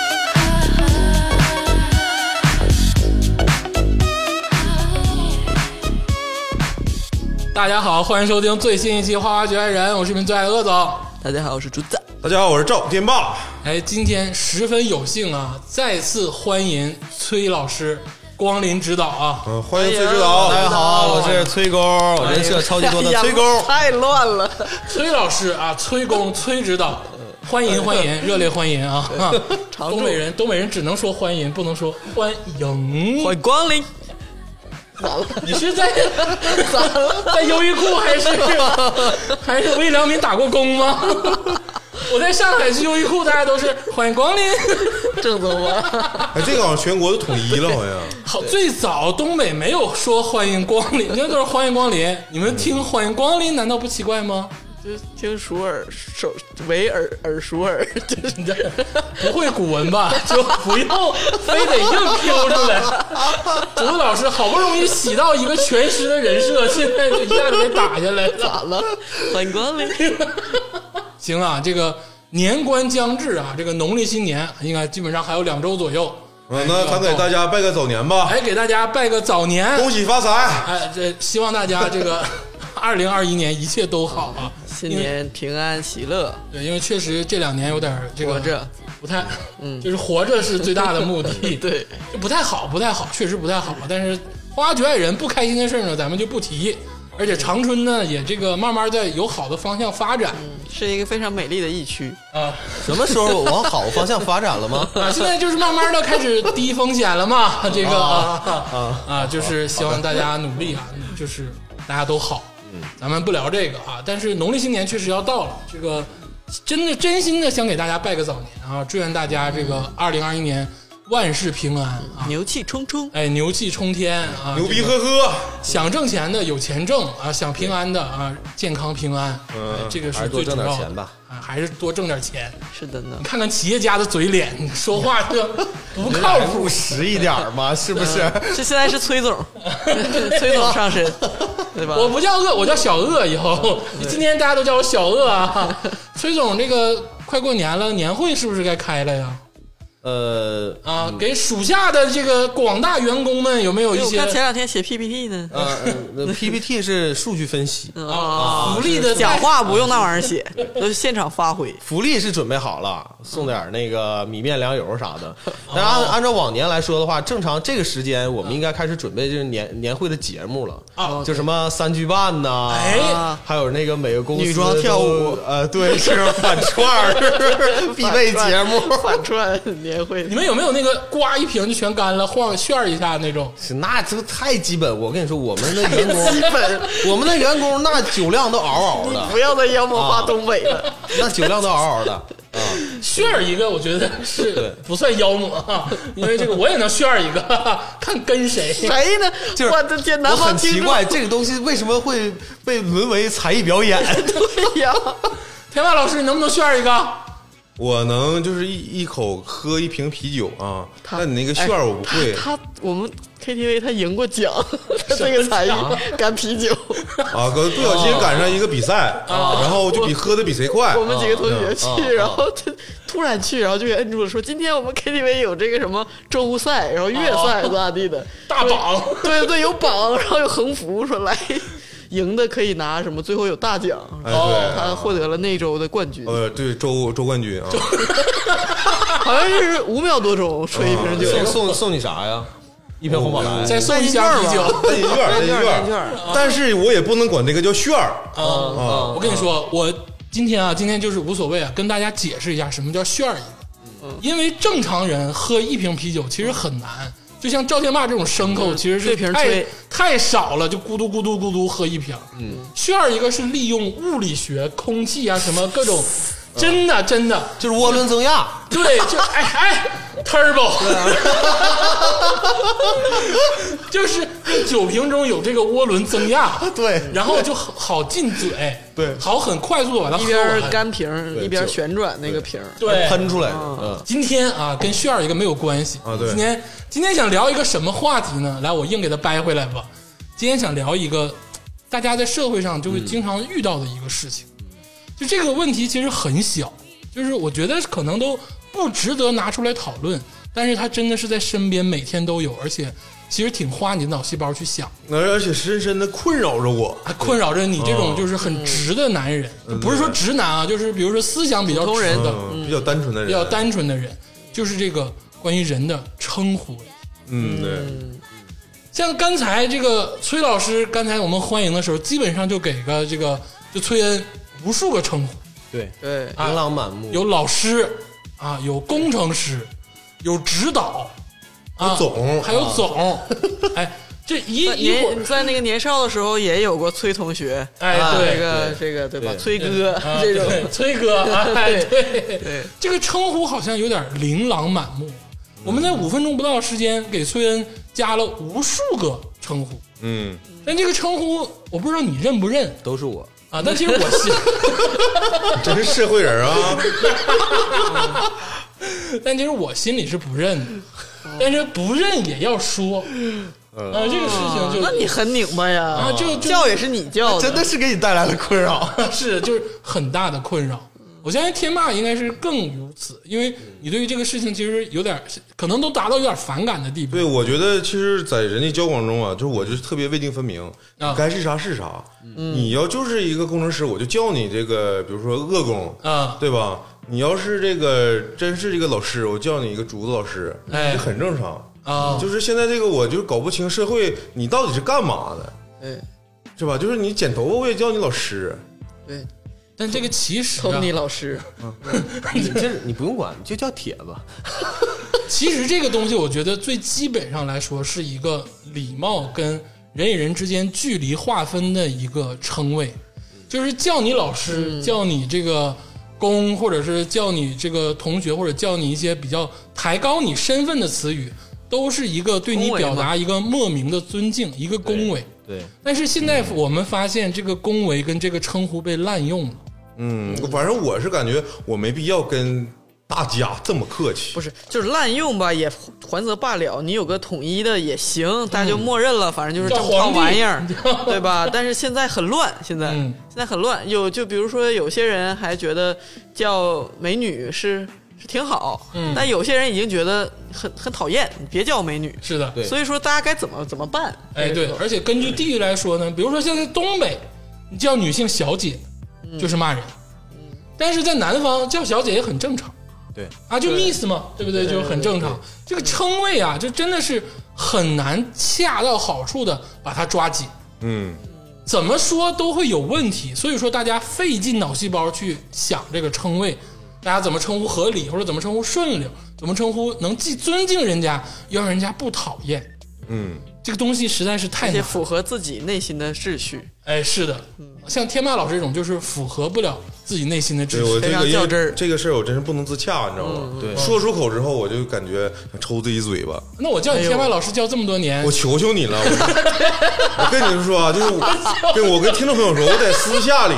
Uh-huh. 大家好，欢迎收听最新一期《花花局爱人》，我是你们最爱的鄂总。大家好，我是竹子。大家好，我是赵天霸。哎，今天十分有幸啊，再次欢迎崔老师光临指导啊。嗯，欢迎崔指导。哎大家好，我是崔工，我人设超级多 哎的崔工。太乱了，崔老师啊，崔工、崔指导，欢迎欢迎，热烈欢迎啊！啊常驻东北人，东北人只能说欢迎，不能说欢迎。欢迎光临。咋了？你是在在优衣库还是还是为良民打过工吗？我在上海去优衣库，大家都是欢迎光临。正宗吗？哎，这个好像全国都统一了，好像。好，最早东北没有说欢迎光临，那都是欢迎光临。你们听欢迎光临，难道不奇怪吗？ 就听熟耳手为耳耳熟耳， 就是你这不会古文吧？就不用非得硬飘出来。竹子老师好不容易洗到一个全尸的人设，现在就一下子给打下来了。咋了？欢迎光临。行啊，这个年关将至啊，这个农历新年应该基本上还有两周左右。嗯， 那咱给大家拜个早年吧，哎，给大家拜个早年，恭喜发财。哎，这希望大家这个二零二一年一切都好啊。新年平安喜乐，对，因为确实这两年有点儿这个活着。不太， 就是活着是最大的目 的，对，就不太好，不太好，确实不太好。但是花花局外人不开心的事儿呢，咱们就不提。而且长春呢，也这个慢慢在有好的方向发展是一个非常美丽的疫区。啊什么时候往好方向发展了吗？啊！现在就是慢慢的开始低风险了嘛，这个啊啊，就是希望大家努力啊，就是大家都好。咱们不聊这个啊，但是农历新年确实要到了，这个真的真心的想给大家拜个早年啊，祝愿大家这个二零二一年万事平安啊！牛气冲冲，哎，牛气冲天啊！牛逼这个呵呵，想挣钱的有钱挣啊，想平安的啊，健康平安，嗯哎这个还是是最多重挣要点的钱吧。啊，还是多挣点钱。是的呢你。看看企业家的嘴脸， 你说话这不靠谱。实一点 嘛，是不是？嗯这现在是崔总，崔总上身，对吧？我不叫鄂，我叫小鄂。以后今天大家都叫我小鄂啊。崔总，这个快过年了，年会是不是该开了呀？呃啊，给属下的这个广大员工们有没有哎一我些看前两天写 PPT 呢，呃，PPT 是数据分析，嗯啊福利的讲话不用那玩意儿写，都是现场发挥。福利是准备好了，送点那个米面粮油啥的。但是按按照往年来说的话，正常这个时间我们应该开始准备就是年年会的节目了，啊？就什么三句半呐，哎，啊，还有那个每个公司女装跳舞都，呃，对，是反串 儿必备节目。反串年会你们有没有那个刮一瓶就全干了，晃旋儿一下那种？是那这个太基本，我跟你说，我们的员工，本， 我们的员工那酒量都嗷 嗷的，不要再妖魔化东北了。那酒量都嗷嗷的啊！炫儿一个，我觉得是不算妖魔啊，因为这个我也能炫儿一个， 看跟谁。谁呢？就是我的天，我南很方奇听众怪，这个东西为什么会被沦为才艺表演？对 呀，天霸老师，你能不能炫儿一个？我能就是一一口喝一瓶啤酒啊，他哎但你那个炫儿我不会他我们 KTV 他赢过奖，他这个才艺 干啤酒，啊。哥不小心赶上一个比赛，啊然后就比喝的比谁快哦我。们几个同学啊去，啊然后他突然去，然后就给摁住了，说今天我们 KTV 有这个什么周务赛，然后月啊赛咋地 的，大榜对对对，有榜，然后有横幅，说来赢的可以拿什么，最后有大奖，哎对，他获得了那周的冠哦军，呃对周周冠军啊，好像是哎五秒多钟吹一瓶酒，啊送送送你啥呀？一瓶红宝来，再送一箱啤酒单银 券单银单银券券，但是我也不能管这个叫炫儿，啊！啊我跟你说，我今天啊，今天就是无所谓啊，跟大家解释一下什么叫炫儿一个，因为正常人喝一瓶啤酒其实很难。就像赵天霸这种牲口，嗯其实是这瓶太吹太少了，就咕嘟咕嘟咕嘟喝一瓶。嗯，炫儿一个是利用物理学、空气啊什么各种，真的真的，就是涡轮增压，对，就哎哎，turbo，就是这酒瓶中有这个涡轮增压，对然后就好好进嘴，对好很快速的把它喝一边完。干瓶对一边就旋转那个瓶。对，喷出来的，啊嗯，今天啊跟炫儿一个没有关系啊对今天今天想聊一个什么话题呢？来，我硬给它掰回来吧。今天想聊一个大家在社会上就会经常遇到的一个事情，嗯就这个问题其实很小，就是我觉得可能都不值得拿出来讨论，但是它真的是在身边，每天都有，而且其实挺花你的脑细胞去想，而而且深深的困扰着我。还困扰着你这种就是嗯很直的男人，不是说直男啊，就是比如说思想比较普通人直的、嗯，比较单纯的人，比较，单纯的人，就是这个关于人的称呼。嗯，对，像刚才这个崔老师，刚才我们欢迎的时候，基本上就给个这个就崔恩无数个称呼，对，对，啊琳琅满目，有老师啊，有工程师，有指导啊，有总啊还有总，哎，这 一一会年儿，在那个年少的时候也有过崔同学，哎，啊这对，个这个对吧？对崔哥啊 这种，对 崔哥，哎，对，呃 对，这个称呼好像有点琳琅满目。嗯我们在五分钟不到的时间给崔恩加了无数个称呼，嗯，但这个称呼我不知道你认不认都是我，啊，但其实我心。 真是社会人啊，但其实我心里是不认哦的，但是不认也要说，啊，这个事情就哦那你很拧巴呀啊，，就就叫也是你叫的，啊真的是给你带来了困扰。是就是很大的困扰。我相信天霸应该是更如此，因为你对于这个事情其实有点，可能都达到有点反感的地步对，我觉得其实，在人际交往中啊，就是我就是特别未定分明，啊嗯该是啥是啥。你要就是一个工程师，我就叫你这个，比如说恶工，啊。对吧？你要是这个真是这个老师，我叫你一个竹子老师，哎这很正常。啊就是现在这个，我就搞不清社会你到底是干嘛的，对是吧？就是你剪头发，我也叫你老师，对，但这个其实、啊托，尼老师， 你这你不用管，你就叫铁子。其实这个东西，我觉得最基本上来说是一个礼貌跟人与人之间距离划分的一个称谓，就是叫你老师，嗯叫你这个公，或者是叫你这个同学，或者叫你一些比较抬高你身份的词语，都是一个对你恭维嘛表达一个莫名的尊敬，一个恭维。对，但是现在我们发现，这个恭维跟这个称呼被滥用了。嗯，反正我是感觉我没必要跟大家这么客气不。是就是滥用吧，也还则罢了，你有个统一的也行，大家就默认了，反正就是这叫么套皇帝玩 意儿，对吧？但是现在很乱，现在嗯现在很乱，有就比如说有些人还觉得叫美女是是挺好，嗯但有些人已经觉得很很讨厌，你别叫美女。是的，对所以说大家该怎么怎么办？哎，对，而且根据地域来说呢，比如说现在东北，你叫女性小姐嗯就是骂人，但是在南方叫小姐也很正常对啊，就 miss 嘛，对不对？就很正常。这个称谓啊，就真的是很难恰到好处的把它抓紧，嗯，怎么说都会有问题。所以说大家费尽脑细胞去想这个称谓。大家怎么称呼合理，或者怎么称呼顺溜，怎么称呼能既尊敬人家，又让人家不讨厌，嗯，这个东西实在是太而难且了。符合自己内心的秩序，哎，是的，像天霸老师这种，就是符合不了自己内心的对秩我序。这非常个因较为真儿嗯这个事儿我真是不能自洽，你知道吗？对说出口之后我就感觉想抽自己嘴巴。那我叫你天霸老师叫这么多哎年我，求求你了，我我跟你们说啊，就是我跟我跟听众朋友说，我在私下里，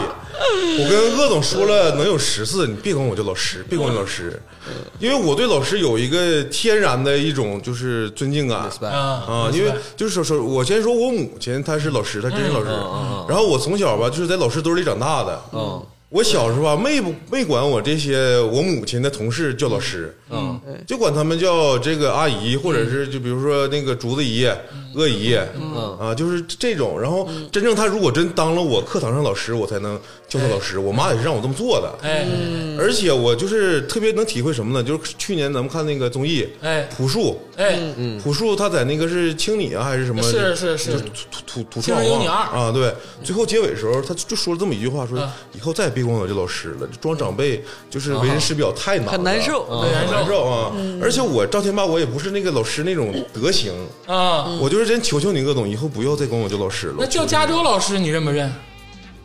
我跟鄂总说了能有十次，你别管我叫老师，别管我叫老师，嗯因为我对老师有一个天然的一种就是尊敬感。啊，啊，因为就是说说，我先说我母亲，她是老师，她真是老师。然后我从小吧，就是在老师堆里长大的。嗯，我小时候啊，没不没管我这些我母亲的同事叫老师，嗯，就管他们叫这个阿姨，或者是就比如说那个竹子姨、鄂姨，啊，就是这种。然后真正她如果真当了我课堂上老师，我才能叫她老师。我妈也是让我这么做的。哎，而且我就是特别能体会什么呢？就是去年咱们看那个综艺，哎朴树，哎，朴树他在那个是青你啊还是什么？是是是，土土土青春有你二啊，对，最后结尾的时候，他就说了这么一句话，说嗯以后再也别管我这老师了，装长辈就是为人师表太难了，很难受。很 很难嗯难受啊！而且我赵天霸，我也不是那个老师那种德行，啊。我就是真求求你，鄂总，以后不要再管我叫老师了。那叫加州老师你认不认？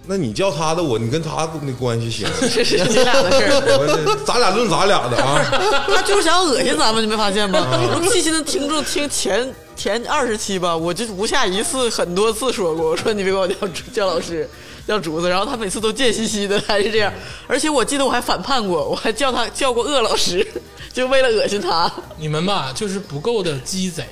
那你叫他的我，你跟他那关系行？ 这是你俩的事儿。我咱俩论咱俩的啊， 他就是想恶心咱们，你没发现吗？细心的听众听前前二十期吧，我就无下一次很多次说过，我说你别管我叫竹叫老师，叫竹子，然后他每次都贱兮兮的，还是这样。而且我记得我还反叛过，我还叫他叫过鄂老师， 就为了恶心他。你们吧，就是不够的鸡贼。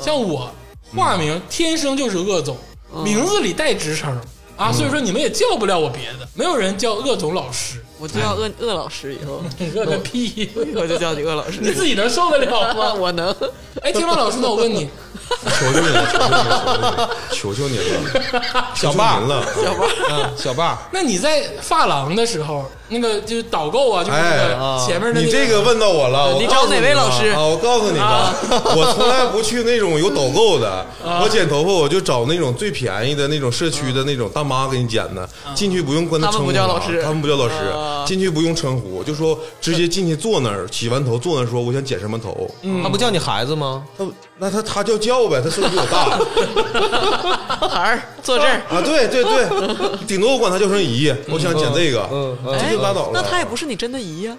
像我嗯化名天生就是鄂总，嗯名字里带职称啊，所以说你们也叫不了我别的，没有人叫鄂总老师。我就要鄂鄂老师，以后你饿个屁！ 以后就叫你鄂老师。你自己能受得了吗？ 我能，哎，听到老师呢，我问你，求求你了，求求 你了，求求您了，求求小爸您了，啊小胖，嗯，小爸，那你在发廊的时候，那个就是导购啊，就是那哎个啊前面的那你这个问到我了，你我告诉找哪位吧老师啊？我告诉你吧， 我从来不去那种有导购的，啊我剪头发我就找那种最便宜的那种社区的那种大妈给你剪的，进去不用跟啊他称们呼不叫啊，老师他们不叫老师啊，进去不用称呼，就说直接进去坐那儿，洗完头坐那儿说我想剪什么头，嗯他不叫你孩子吗？他那他他叫叫呗，他岁数比我大孩儿坐 这儿。啊，对对对，顶多我管他叫声姨，我想剪这个，嗯嗯这就拉倒了。哎那他也不是你真的姨啊呀、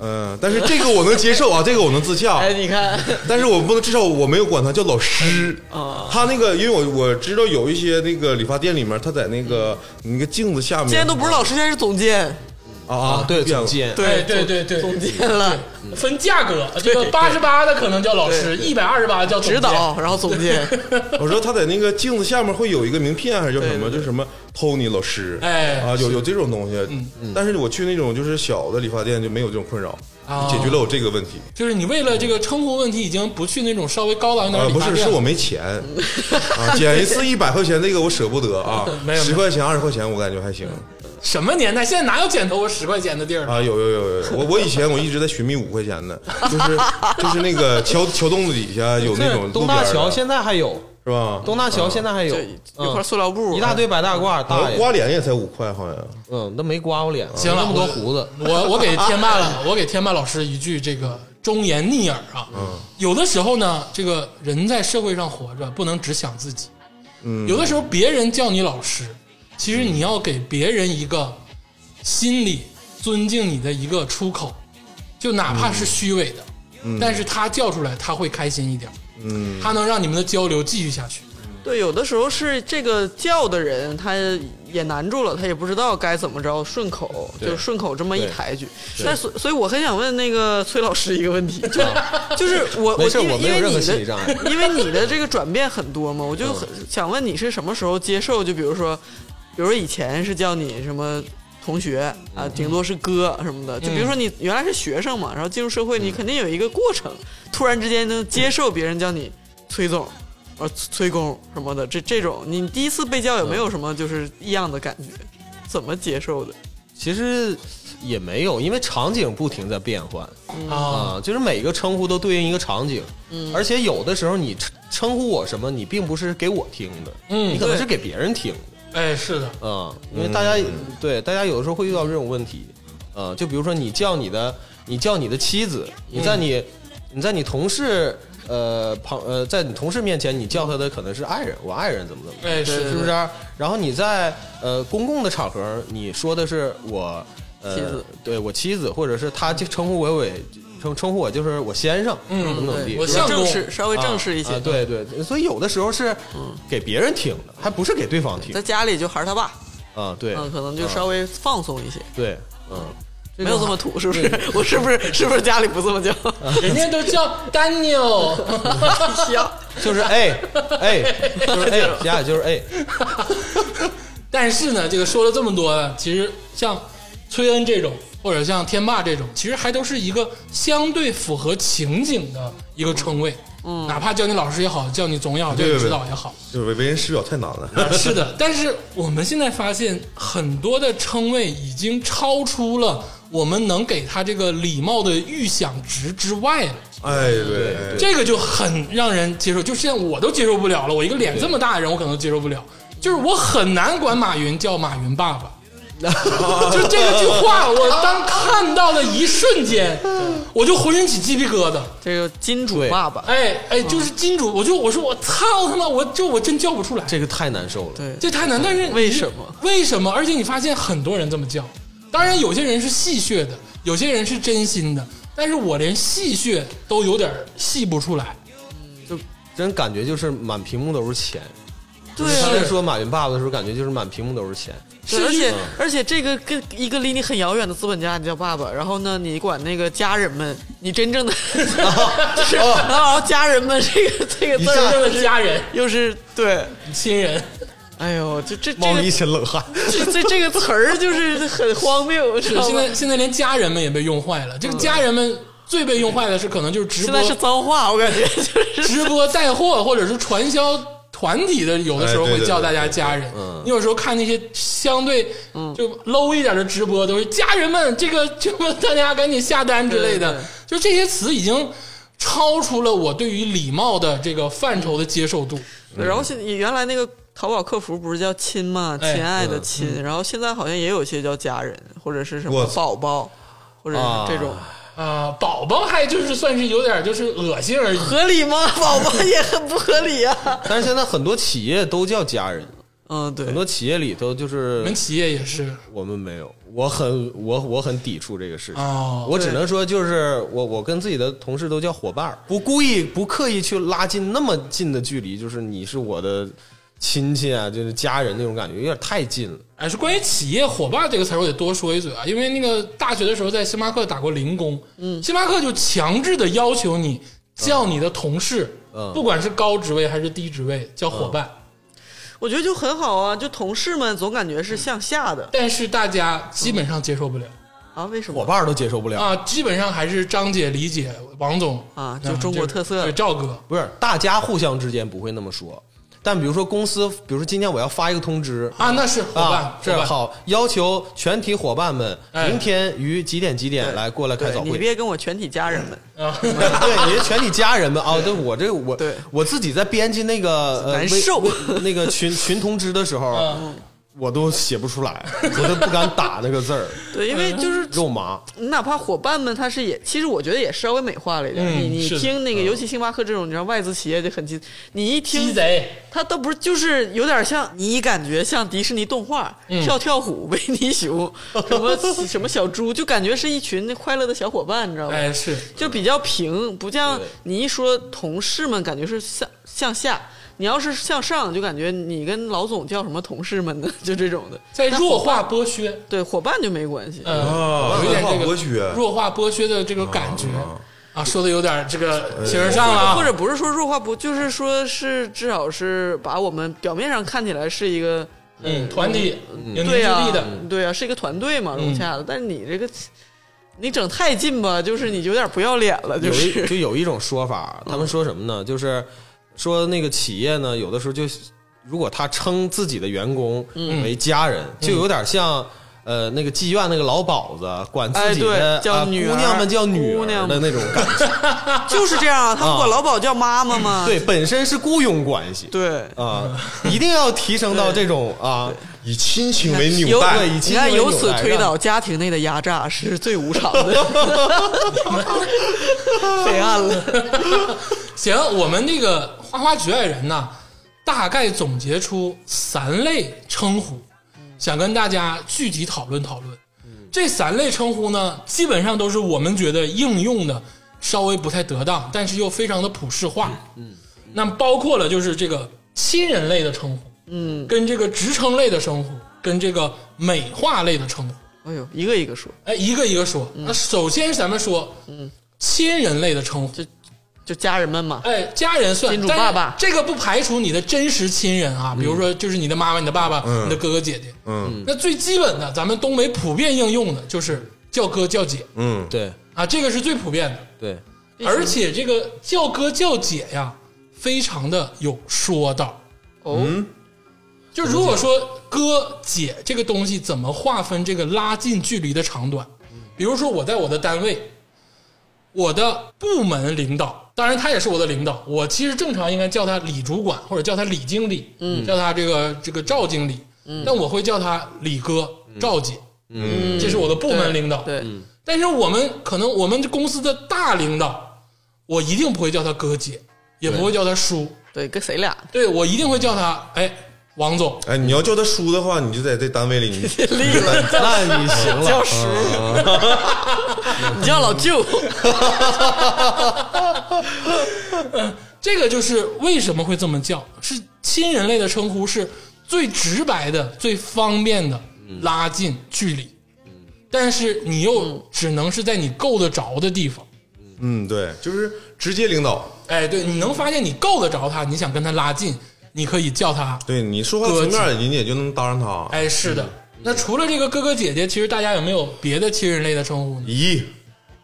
嗯，但是这个我能接受啊，这个我能自洽。哎，你看，但是我不能，至少我没有管他叫老师。嗯啊他那个，因为我我知道有一些那个理发店里面，他在那个嗯那个镜子下面，现在都不是老师，现在是总监，啊啊啊，，对，变总了监，哎对对对对总监了，分价格，这个八十八的可能叫老师，一百二十八叫总监指导，然后总监，我说他在那个镜子下面会有一个名片，还是叫什么？对对对就什么 Tony 老师，哎嗯啊，有有这种东西。但是我去那种就是小的理发店就没有这种困扰，啊解决了我这个问题。就是你为了这个称呼问题，已经不去那种稍微高档一点啊的，理不发是，店是我了。没钱啊，剪一次一百块钱那个我舍不得啊 没有，十块钱二十块钱我感觉还行什么年代？现在哪有剪头发十块钱的地儿了？啊，有有有有，我我以前我一直在寻觅五块钱的，就是就是那个桥桥洞子底下有那种东路边大儿的桥现在还有，是吧？啊东大桥现在还有嗯就一块塑料布，一大堆白大褂，大好像爷，刮脸也才五块，好像嗯，那没刮过脸，行了那么多胡子，我我给天霸了，我给天霸老师一句这个忠言逆耳啊。嗯有的时候呢，这个人在社会上活着，不能只想自己。嗯有的时候别人叫你老师，其实你要给别人一个心里尊敬你的一个出口，就哪怕嗯是虚伪的，但是他叫出来，他会开心一点。嗯，他能让你们的交流继续下去。对，有的时候是这个叫的人他也难住了，他也不知道该怎么着顺口，就顺口这么一抬举。但所所以我很想问那个崔老师一个问题，就就是我啊没事我因为因为我没有任何你心的理障碍嗯因为你的这个转变很多嘛，我就很想问你是什么时候接受？就比如说，比如说以前是叫你什么。同学啊，顶多是哥什么的。就比如说嗯你原来是学生嘛，然后进入社会，你肯定有一个过程，突然之间能接受别人叫你崔总，呃，崔工什么的，这这种，你第一次被叫有嗯没有什么就是异样的感觉？怎么接受的？其实也没有，因为场景不停在变换啊，啊，就是每个称呼都对应一个场景，而且有的时候你称称呼我什么，你并不是给我听的，嗯你可能对是给别人听的。哎，是的，嗯，因为大家、对大家有的时候会遇到这种问题，呃，就比如说你叫你的，你叫你的妻子，你嗯在你、你在你同事呃旁呃在你同事面前，你叫他的可能是爱人，我爱人怎么怎么样，哎，对是是不是？然后你在呃公共的场合，你说的是我呃妻子对我妻子，或者是他就称呼我为称称呼我就是我先生，嗯怎么怎么地，对，我比较相公正式，稍微啊正式一些。嗯啊，，对对，所以有的时候是给别人听的，还不是给对方听在家里就孩儿他爸，啊，对，嗯，可能就啊稍微放松一些，对，嗯，没有这么土，是不是？我是不是是不是家里不这么叫？啊人家都叫 Daniel。行，就是哎 哎，就是哎，接下来就是哎， 但是呢，这个说了这么多呢，其实像崔恩这种，或者像天霸这种，其实还都是一个相对符合情景的一个称谓。嗯，哪怕叫你老师也好，叫你总也好，叫对你对指导也好，就是为为人师表太难了。是的。但是我们现在发现，很多的称谓已经超出了我们能给他这个礼貌的预想值之外了。哎，对，哎这个就很让人接受，就现在我都接受不了了。我一个脸这么大的人，我可能都接受不了。就是我很难管马云叫马云爸爸，就这个句话，我当看到的一瞬间，我就浑身起鸡皮疙瘩。这个金主对爸爸，哎哎，就是金主，我就我说我操他妈，我就我真叫不出来，这个太难受了。对，这太难。但是为什么？为什么？而且你发现很多人这么叫，当然有些人是戏谑的，有些人是真心的，但是我连戏谑都有点戏不出来。就真感觉就是满屏幕都是钱。对他在啊，说马云爸爸的时候，感觉就是满屏幕都是啊钱。对而且而且这个跟一个离你很遥远的资本家，你叫爸爸，然后呢，你管那个家人们，你真正的 哦就是，啊然后家人们这个这个一字下真儿正的家人，又是对，亲人，哎呦，就这这冒了一个身冷汗。这这这个词儿就是很荒谬，知 是道现吗？在现在连家人们也被用坏了。这个家人们最被用坏的是可能就是直现播在是脏话，我感觉就是 直播带货或者是传销团体的，有的时候哎对会对叫对大家对家人。你有时候看那些相对就 low 一点的直播，都是家人们，这个 这个大家赶紧下单之类对的就对，这些词已经超出了我对于礼貌的这个范畴的接受度。 然后现在原来那个淘宝客服不是叫亲吗？哎亲爱的亲，然后现在好像也有些叫家人或者是什我么操宝宝，或者是这种。啊、宝宝还就是算是有点就是恶心而已。合理吗？ 宝宝也很不合理啊。但是现在很多企业都叫家人，嗯，对很，多企业里头就是你们企业也是我们没有，我很我我很抵触这个事情。哦我只能说，就是我我跟自己的同事都叫伙伴儿，不故意不刻意去拉近那么近的距离，就是你是我的亲戚啊，就是家人那种感觉，有点太近了。哎，是关于企业伙伴这个词儿，我得多说一嘴啊，因为那个大学的时候在星巴克打过零工，嗯，星巴克就强制的要求你叫你的同事，嗯不管是高职位还是低职位，叫伙伴。嗯我觉得就很好啊。就同事们总感觉是向下的但是大家基本上接受不了、啊，为什伙么？伴儿都接受不了，啊，基本上还是张姐、李姐、王总嗯啊就中国特色对赵哥，不是大家互相之间不会那么说，但比如说公司，比如说今天我要发一个通知。啊，那是伙伴，啊，伙这伴好，要求全体伙伴们哎明天于几点几点来过来开对早会。你别跟我全体家人们，啊，对，你是全体家 人们啊、哦对我这个我对我自己在编辑那个呃难微受微 那个群群通知的时候，我都写不出来，我都不敢打那 个字儿，对，因为 就是肉麻。你哪怕伙伴们，他是也，其实我觉得也稍微美化了一点。嗯你你是的听那个，尤其星巴克这种，你知道外资企业就很鸡，你一 鸡听贼，他都不是，就是有点像你感觉像迪士尼动画，嗯跳跳虎、维 尼熊，什么什么小猪，就感觉是一群快乐的小伙伴，你知道吗？哎是，就比较平，不像对你一说同事们，感觉是向向下。你要是向上，就感觉你跟老总叫什么同事们呢？ 就这种的，在弱化剥削，对伙伴就没关系。嗯、啊，哦有点这文化个剥嗯削，弱化剥削的这个感觉啊，说的有点这个形而上了啊，呃或者不是说弱化不，就是说是至少是把我们表面上看起来是一个嗯，啊团体有凝聚对呀、力的，对啊呀、是一个团队嘛，嗯融洽的。但是你这个你整太近吧，就是你有嗯点不要脸了，就有一是就有一种说法，他们说什么呢？就是说那个企业呢，有的时候就如果他称自己的员工嗯为家人，就有点像。呃，那个妓院那个老鸨子管自己哎的、对叫啊女儿姑娘们叫女姑娘儿的们那种感觉，就是这样啊。他们管老鸨叫妈妈嘛， 对，本身是雇佣关系，对。啊，一定要提升到这种啊，以亲情为纽由带，对以你亲情看，为由纽此带推让导，家庭内的压榨是最无偿 的， 黑暗了。行，我们这个花花局外人呐，大概总结出三类称呼，想跟大家具体讨论讨论。这三类称呼呢，基本上都是我们觉得应用的稍微不太得当，但是又非常的普世化。嗯，那包括了就是这个亲人类的称呼，嗯，跟这个职称类的称呼，跟这个美化类的称呼。哎呦，一个一个说，哎，一个一个说。那首先咱们说，嗯，亲人类的称呼，就家人们嘛，哎，家人算，金主但是爸爸嗯这个不排除你的真实亲人啊，比如说就是你的妈妈、你的爸爸、嗯你的哥哥姐姐。嗯那最基本的，咱们东北普遍应用的就是叫哥叫姐嗯，对啊，这个是最普遍的。对，而且这个叫哥叫姐呀，非常的有说道。哦，嗯就如果说哥姐这个东西怎么划分这个拉近距离的长短，比如说我在我的单位，我的部门领导，当然他也是我的领导，我其实正常应该叫他李主管或者叫他李经理，嗯，叫他这个这个赵经理，嗯，但我会叫他李哥、赵姐，嗯，这是我的部门领导，对，嗯但是我们可能我们公司的大领导，我一定不会叫他哥姐，也不会叫他叔，对，跟谁俩？对我一定会叫他哎王总。哎，你要叫他叔的话，你就在这单位里，你立了，那你行叫 了，啊叔，你叫老舅，这个就是为什么会这么叫，是亲人类的称呼是最直白的、最方便的拉近距离，但是你又只能是在你够得着的地方。嗯，对，就是直接领导，哎，对，你能发现你够得着他，你想跟他拉近，你可以叫他。对你说话随便，人家也就能搭上他。哎，是的。那除了这个哥哥姐姐，其实大家有没有别的亲人类的称呼呢？姨，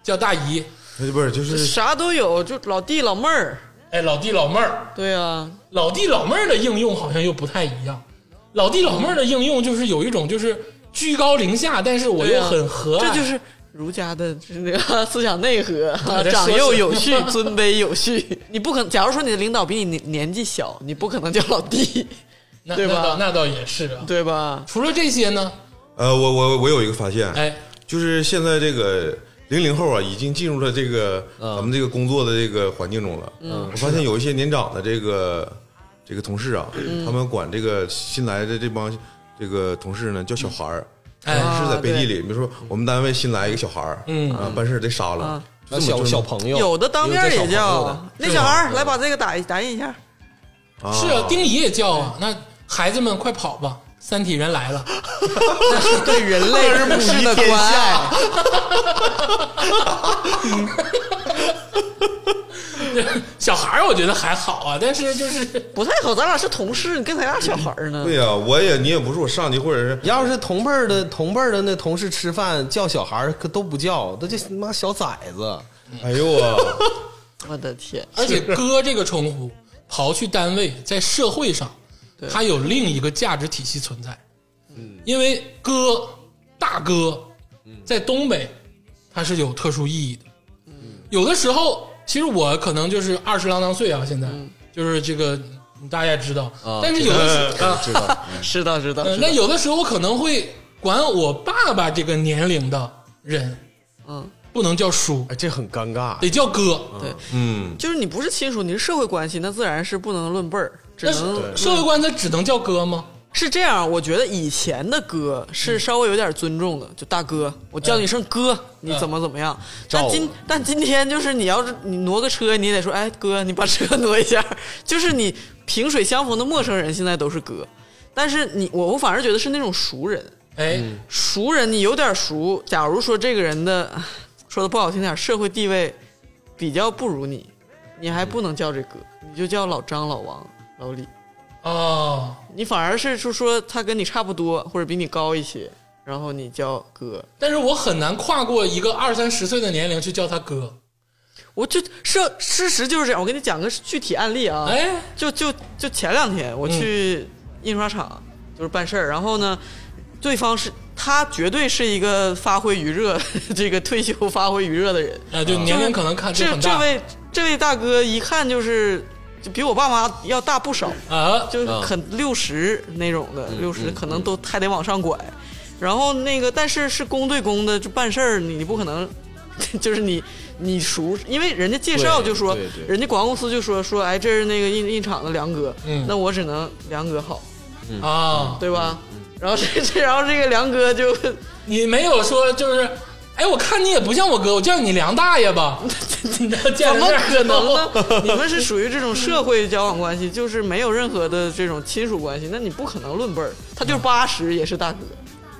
叫大姨，那就哎不是就是啥都有，就老弟老妹儿，哎，老弟老妹儿，对啊，老弟老妹儿的应用好像又不太一样。老弟老妹儿的应用就是有一种就是居高临下，但是我对又啊很和蔼，这就是儒家的就是那个思想内核，啊在说长幼有序什，么尊卑有序。你不可能，假如说你的领导比你年年纪小，你不可能叫老弟， 那对吧那倒那倒也是啊。对吧？除了这些呢，呃，我我我有一个发现，哎，就是现在这个零零后啊，已经进入了这个咱们这个工作的这个环境中了。嗯，我发现有一些年长的这个这个同事啊，他们管这个新来的这帮这个同事呢叫小孩儿，哎是在啊背地里，比如说我们单位新来一个小孩儿，嗯啊，办事得杀了，就这么小就小朋友，有的当面也有也在小朋友叫的那小孩儿来把这个打打印一下，啊是啊，丁仪也叫啊。那孩子们快跑吧，三体人来了。 对人类不是的关爱。小孩儿我觉得还好啊，但是就是不太好，咱俩是同事，你跟咱俩小孩儿呢对？呀、我也你也不是我上级，或者是你 要是同辈儿的同辈儿的那同事吃饭叫小孩儿可都不叫，都叫他妈小崽子。哎呦我。我的天，而且“哥”这个称呼，刨去单位，在社会上，它有另一个价值体系存在。嗯，因为“哥”大哥，在东北它是有特殊意义的。有的时候，其实我可能就是二十郎当岁啊，现在、就是这个大家也知道，但是有的时候。呃知道？知道知道，嗯，知那道有的时候可能会管我爸爸这个年龄的人，嗯，不能叫叔，哎，这很尴尬。得叫哥。对，嗯，就是你不是亲属，你是社会关系，那自然是不能论辈儿，只那能是社会观他只能叫哥吗？是这样，我觉得以前的哥是稍微有点尊重的，就大哥，我叫你声哥，你怎么怎么样。但今但今天就是你要是你挪个车，你也得说，哎哥，你把车 挪一下。就是你萍水相逢的陌生人，现在都是哥。但是你我我反而觉得是那种熟人，哎，熟人你有点熟，假如说这个人的说的不好听点，社会地位比较不如你，你还不能叫这哥，你就叫老张、老王、老李。哦，你反而是就说他跟你差不多，或者比你高一些，然后你叫哥。但是我很难跨过一个二三十岁的年龄去叫他哥。我就是事实就是这样。我给你讲个具体案例啊，哎，嗯就就就前两天我去印刷厂、就是办事儿，然后呢，对方是他绝对是一个发挥余热， 这个退休发挥余热的人。啊，就年龄可能看就这很这大位这位大哥一看就是就比我爸妈要大不少，啊，就是很六十那种的，六十可能都还得往上拐。然后那个，但是是公对公的，就办事儿，你不可能， 就是你你熟，因为人家介绍对就说对，对人家广告公司就说说，哎，这是那个印印厂的梁哥，嗯那我只能梁哥好，啊，对吧？ 然后这这，然后这个梁哥就你没有说就是。哎，我看你也不像我哥，我叫你梁大爷 吧，怎怎么可能 呢？你们是属于这种社会交往关系，就是没有任何的这种亲属关系，那你不可能论辈儿，他就是八十也是大哥，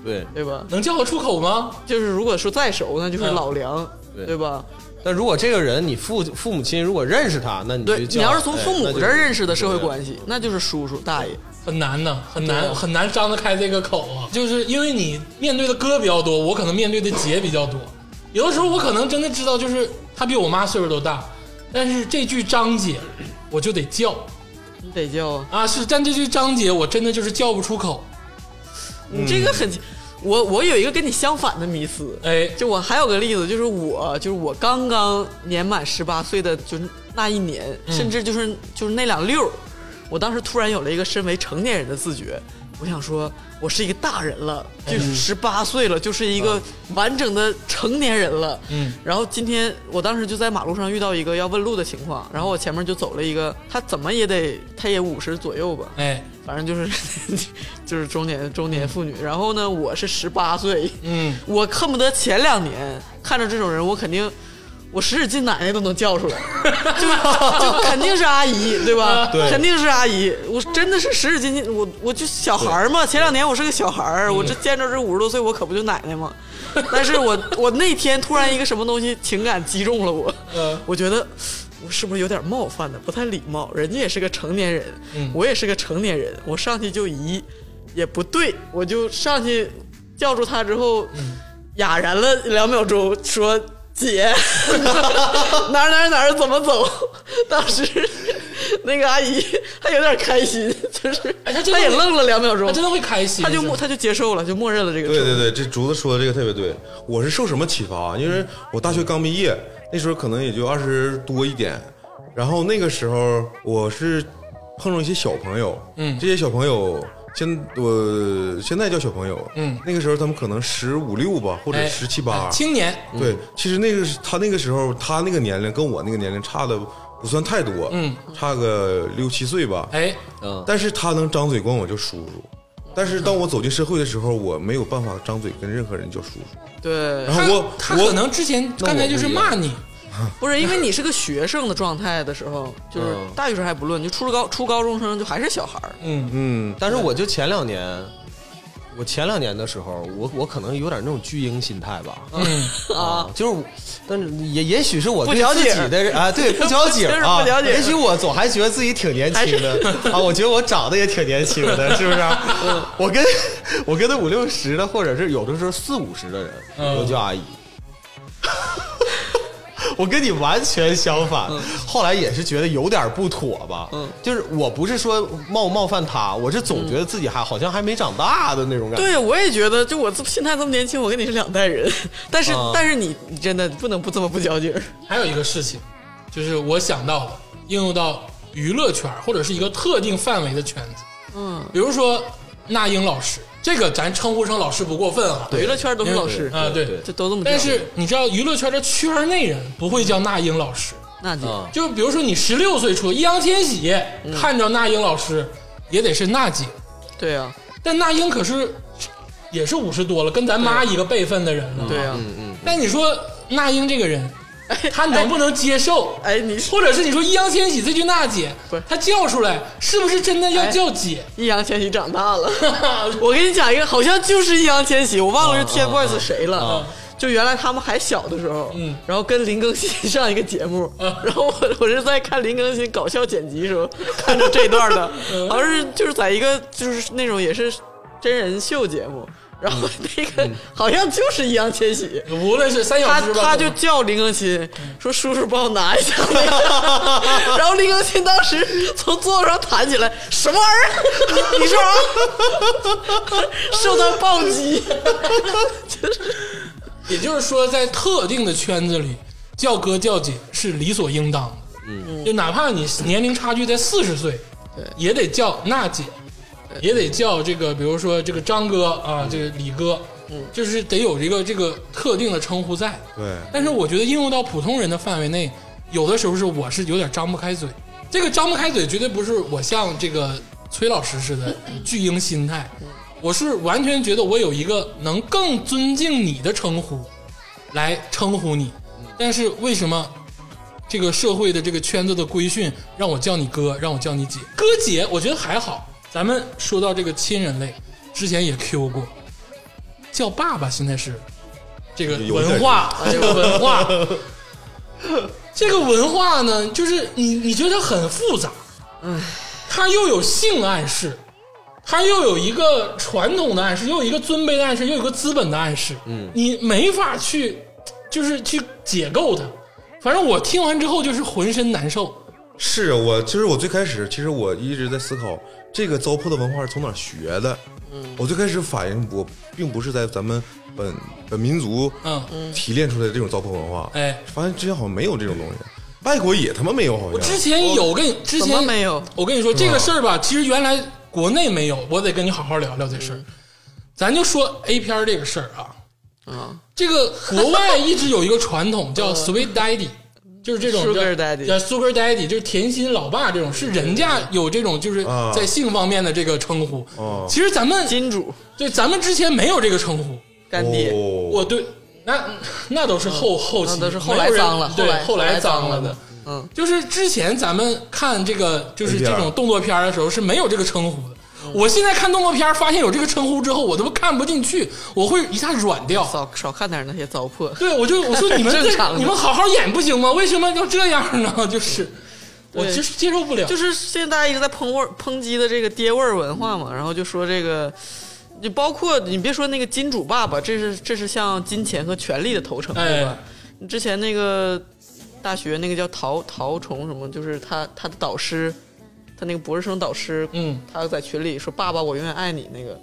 对，对吧？能叫我出口吗？就是如果说再熟，那就是嗯老梁，对对吧？但如果这个人你父父母亲如果认识他，那你就对，叫你要是从哎父母那就啊这儿认识的社会关系，那就是叔叔大爷。很难呢，很对难啊很难张得开这个口啊，就是因为你面对的哥比较多，我可能面对的姐比较多，有的时候我可能真的知道，就是他比我妈岁数都大，但是这句张姐我就得叫嗯你得叫啊！啊，是，但这句张姐我真的就是叫不出口，你这个很，我我有一个跟你相反的迷思，哎，就我还有个例子，就是我就是我刚刚年满十八岁的，就是那一年，甚至就是就是那两溜儿，我当时突然有了一个身为成年人的自觉，我想说，我是一个大人了，嗯就是十八岁了，就是一个完整的成年人了。嗯，然后今天我当时就在马路上遇到一个要问路的情况，然后我前面就走了一个，他怎么也得他也五十左右吧，哎，反正就是就是 中年中年妇女。然后呢，我是十八岁，嗯，我恨不得前两年看着这种人，我肯定我使使劲奶奶都能叫出来，就就肯定是阿姨，对吧？对肯定是阿姨。我真的是使使劲劲，我我就小孩儿嘛。前两年我是个小孩儿，我这见着这五十多岁，我可不就奶奶吗？ 但是我我那天突然一个什么东西情感击中了我，呃，我觉得我是不是有点冒犯呢？不太礼貌，人家也是个成年人，嗯我也是个成年人，我上去就移，也不对，我就上去叫住他之后，哑然了两秒钟，说。姐， 哪儿哪儿哪儿怎么走？ 当时那个阿姨还有点开心，就是哎她真的她也会愣了两秒钟他，真的会开心，他就是默吧他就接受了，就默认了这个。对对对，这竹子说的这个特别对。我是受什么启发啊？因为我大学刚毕业，那时候可能也就二十多一点，然后那个时候我是碰上一些小朋友，嗯这些小朋友。现我现在叫小朋友，嗯那个时候他们可能十五六吧，或者哎嗯十七八，青年，对，其实那个是他那个时候，他那个年龄跟我那个年龄差的不算太多，嗯，差个六七岁吧。哎，嗯，但是他能张嘴管我叫叔叔，但是当我走进社会的时候，我没有办法张嘴跟任何人叫叔叔。对然后他我他我可能之前刚才就是骂你，不是因为你是个学生的状态的时候，就是嗯大学生还不论，就初高初高中生就还是小孩儿。嗯嗯，但是我就前两年，我前两年的时候，我我可能有点那种巨婴心态吧，嗯，啊，就是，但是也也许是我不对了自解己的啊，对不交警 就是啊，不了解也许我总还觉得自己挺年轻的啊，我觉得我长得也挺年轻的，是不是啊、嗯我跟我跟那五六十的，或者是有的时候四五十的人，嗯我叫阿姨。我跟你完全相反，后来也是觉得有点不妥吧。嗯就是我不是说冒冒犯他，我是总觉得自己还好像还没长大的那种感觉。对，啊我也觉得，就我这心态这么年轻，我跟你是两代人。但是，嗯啊但是你你真的不能不这么不交警。还有一个事情，就是我想到了应用到娱乐圈或者是一个特定范围的圈子，嗯，比如说那英老师，这个咱称呼成老师不过分啊，娱乐圈都是老师，啊对对就都这么叫。但是你知道娱乐圈的圈内人不会叫那英老师，那姐，啊，就比如说你十六岁出，易烊千玺嗯看着那英老师也得是娜姐，对啊，但那英可是也是五十多了，跟咱妈一个辈分的人了。对啊。嗯嗯，但你说那英这个人，他能不能接受？哎，你或者是你说易烊千玺这句“娜姐不是”，哎他叫出来是不是真的要叫姐？易烊千玺长大了，我跟你讲一个，好像就是易烊千玺，我忘了是天怪是谁了。啊就原来他们还小的时候，嗯然后跟林更新上一个节目，然后我 我是在看林更新搞笑剪辑的时候看着这段的，好像是就是在一个就是那种也是真人秀节目，然后那个好像就是易烊千玺，无论是三小他只吧，他就叫林更新说：“叔叔，帮我拿一下。那 个”然后林更新当时从桌子上弹起来：“什么玩意儿？ 你说啊啥？” 受到暴击。也就是说，在特定的圈子里，叫哥叫姐是理所应当的。嗯，就哪怕你年龄差距在四十岁，也得叫娜姐，也得叫这个，比如说这个张哥啊，这个李哥，嗯，就是得有一个这个特定的称呼在。对，但是我觉得应用到普通人的范围内，有的时候是我是有点张不开嘴。这个张不开嘴绝对不是我像这个崔老师似 的巨婴心态，我是完全觉得我有一个能更尊敬你的称呼来称呼你。但是为什么这个社会的这个圈子的规训让我叫你哥，让我叫你姐、哥姐？我觉得还好。咱们说到这个亲人类，之前也 Q 过，叫爸爸现在是这个有点文化，啊这个文化， 这个文化呢，就是你你觉得很复杂，它又有性暗示，它又有一个传统的暗示，又有一个尊卑的暗示，又有一个资本的暗示，嗯，你没法去，就是去解构它。反正我听完之后就是浑身难受，是啊我其实我最开始其实我一直在思考这个糟粕的文化是从哪儿学的。嗯，我最开始反应我并不是在咱们本本民族嗯，提炼出来的这种糟粕文化，哎，发现之前好像没有这种东西，外国也他妈没有，好像之前有跟之啊哦怎么前没有嗯我跟你说这个事儿吧，其实原来国内没有，我得跟你好好聊聊这事嗯儿。咱就说 A 片儿这个事儿啊，啊？这个国外一直有一个传统叫 Sweet Daddy，就是这种叫嗯 Sugar daddy 嗯叫 Sugar Daddy，就是甜心老爸这种，是人家有这种就是啊在性方面的这个称呼。哦其实咱们金主对咱们之前没有这个称呼，干爹，哦我对那那都是后后期，嗯那都是后没有来人脏了，后对来后来脏了的的。。嗯，就是之前咱们看这个就是这种动作片儿的时候是没有这个称呼的。我现在看动作片儿发现有这个称呼之后，我都看不进去，我会一下软掉。少少看点那些糟粕。 对，我就我说你们正常这的你们好好演不行吗？为什么要这样呢？就是我对就是接受不了，就是现在大家一直在抨味儿抨击的这个爹味儿文化嘛，然后就说这个，你包括你别说那个金主爸爸，这是这是向金钱和权力的投诚，哎对吧？你之前那个大学那个叫陶陶崇什么，就是他他的导师，他那个博士生导师，嗯他在群里说“爸爸，我永远爱你”，那个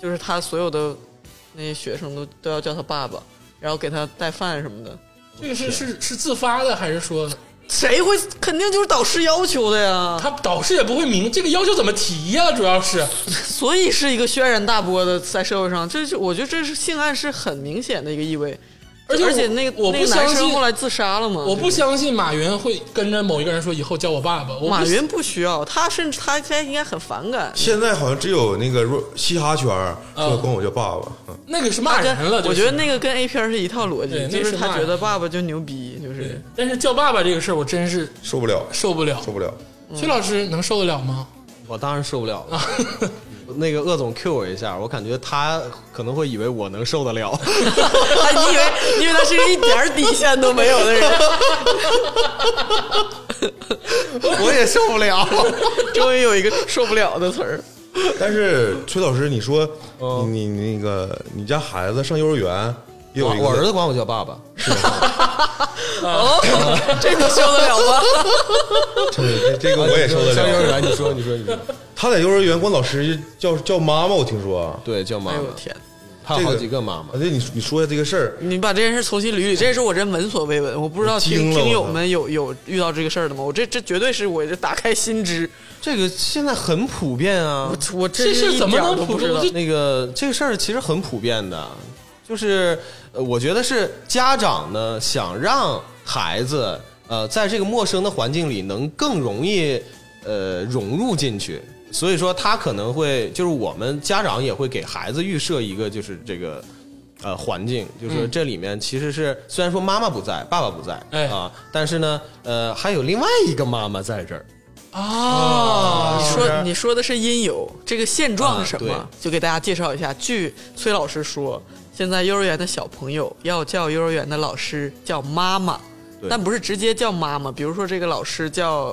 就是他所有的那些学生都都要叫他爸爸，然后给他带饭什么的。这个是是是自发的还是说谁会？肯定就是导师要求的呀。他导师也不会明这个要求怎么提呀、主要是所以是一个轩然大波的在社会上，这是我觉得这是性暗示很明显的一个意味，而且我而且那个我不那个相男信生后来自杀了嘛，我不相信马云会跟着某一个人说以后叫我爸爸。我不马云不需要，他甚至他他应该很反感，现在好像只有那个若嘻哈圈儿说管我叫爸爸，嗯那个是骂人了，就他跟是我觉得那个跟 A 片是一套逻对辑，那就是是他骂觉人得爸爸就牛逼，就是但是叫爸爸这个事儿，我真是受不了，受不了。受不了。崔老师能受得了吗？我当然受不了了。那个鄂总 Q 我一下，我感觉他可能会以为我能受得了。啊你以为你以为他是一点儿底线都没有的人， 我也受不了。 终于有一个受不了的词儿，但是崔老师，你说嗯你你那个你家孩子上幼儿园也有一个我儿子管我叫爸爸，哦，这你受得了吗？这这个我也受得哎上幼儿了。园，你说，你说，你说，他在幼儿园管老师叫叫妈妈，我听说。对，叫妈哎呦我妈，天！他有好几个妈妈啊，。对，你你说一下这个事儿，你把这件事重新捋捋，这是我真闻所未闻，我不知道听惊了听友我们有有遇到这个事儿的吗？我这这绝对是我这打开心知，这个现在很普遍啊我。我这真事是儿一怎么点儿能都普不知道这那个这个事儿其实很普遍的，就是呃，我觉得是家长呢想让孩子呃在这个陌生的环境里能更容易呃融入进去，所以说他可能会就是我们家长也会给孩子预设一个就是这个。呃，环境就嗯是说这里面其实是、虽然说妈妈不在，爸爸不在，哎啊，但是呢，呃，还有另外一个妈妈在这儿，啊你是不是说你说的是因由，这个现状是什么？啊就给大家介绍一下。据崔老师说，现在幼儿园的小朋友要叫幼儿园的老师叫妈妈，对但不是直接叫妈妈。比如说这个老师叫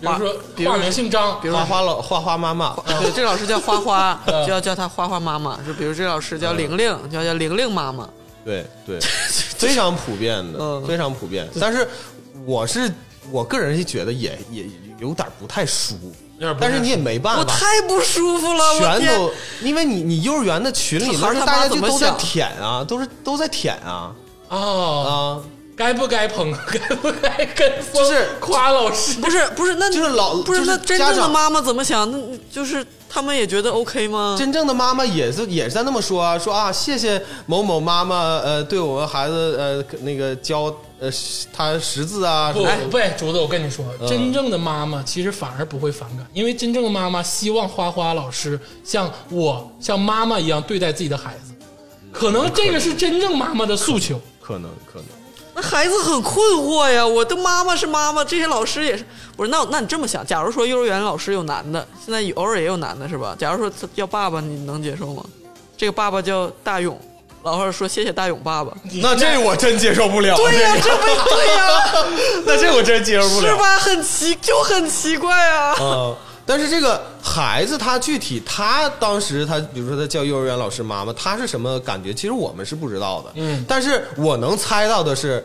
比如花，比说如化说名姓张，比如花说花老花花妈妈，对，这老师叫花 花，就嗯要叫她花花妈妈。就比如这老师叫玲玲，就要叫玲玲妈妈。对 对，非常普遍的，嗯非常普遍。但是我是我个人是觉得也也有点不太舒服，有点不太但是你也没办我法，太不舒服了，我全天！都因为你你幼儿园的群里孩儿他那时候妈大家就怎么都在想嗯舔啊，都是都在舔啊啊，啊，该不该捧， 该不该跟风，就是夸老师不是不是，那就是老不是就是那真家正的长妈妈怎么想？那就是他们也觉得 OK 吗？真正的妈妈也是也是在那么说啊，说啊，谢谢某某妈妈，呃，对我们孩子呃那个教呃他识字啊，哎不什么不对，竹子，我跟你说，嗯真正的妈妈其实反而不会反感，因为真正的妈妈希望花花老师像我像妈妈一样对待自己的孩子，嗯可能这个是真正妈妈的诉求。可能可能。那孩子很困惑呀，我的妈妈是妈妈，这些老师也是。我说那那你这么想，假如说幼儿园老师有男的，现在有偶尔也有男的是吧？假如说他要爸爸，你能接受吗？这个爸爸叫大勇，老二说谢谢大勇爸爸。那这我真接哎受不了，对呀、这不对呀、 那这我真接受不了，是吧？很奇就很奇怪 啊。嗯，但是这个孩子他具体他当时他比如说他叫幼儿园老师妈妈，他是什么感觉？其实我们是不知道的。嗯但是我能猜到的是，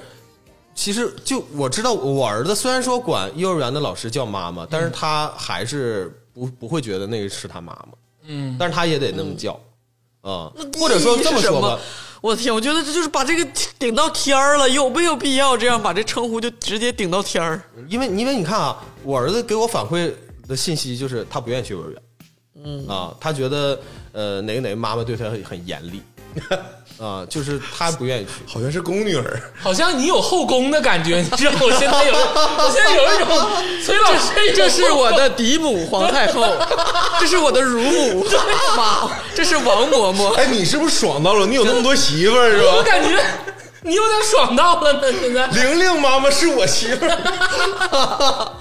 其实就我知道我儿子虽然说管幼儿园的老师叫妈妈，但是他还是不不会觉得那个是他妈妈，嗯，但是他也得那么叫啊、那嗯或者说这么意义是说什吧么。我的天，我觉得这就是把这个顶到天儿了，有没有必要这样把这称呼就直接顶到天儿？因为因为你看啊，我儿子给我反馈的信息就是他不愿意去幼儿园，嗯啊，他觉得呃哪个哪个妈妈对他很严厉， 啊，就是他不愿意去。好像是宫女儿，好像你有后宫的感觉，你知道？我现在有，我现在有一 种崔老师有一种，这是我的嫡母皇太后，这是我的乳母妈，这是王嬷 嬷。哎，你是不是爽到了？你有那么多媳妇儿是我吧？感觉你有点爽到了呢，现在。玲玲妈妈是我媳妇儿，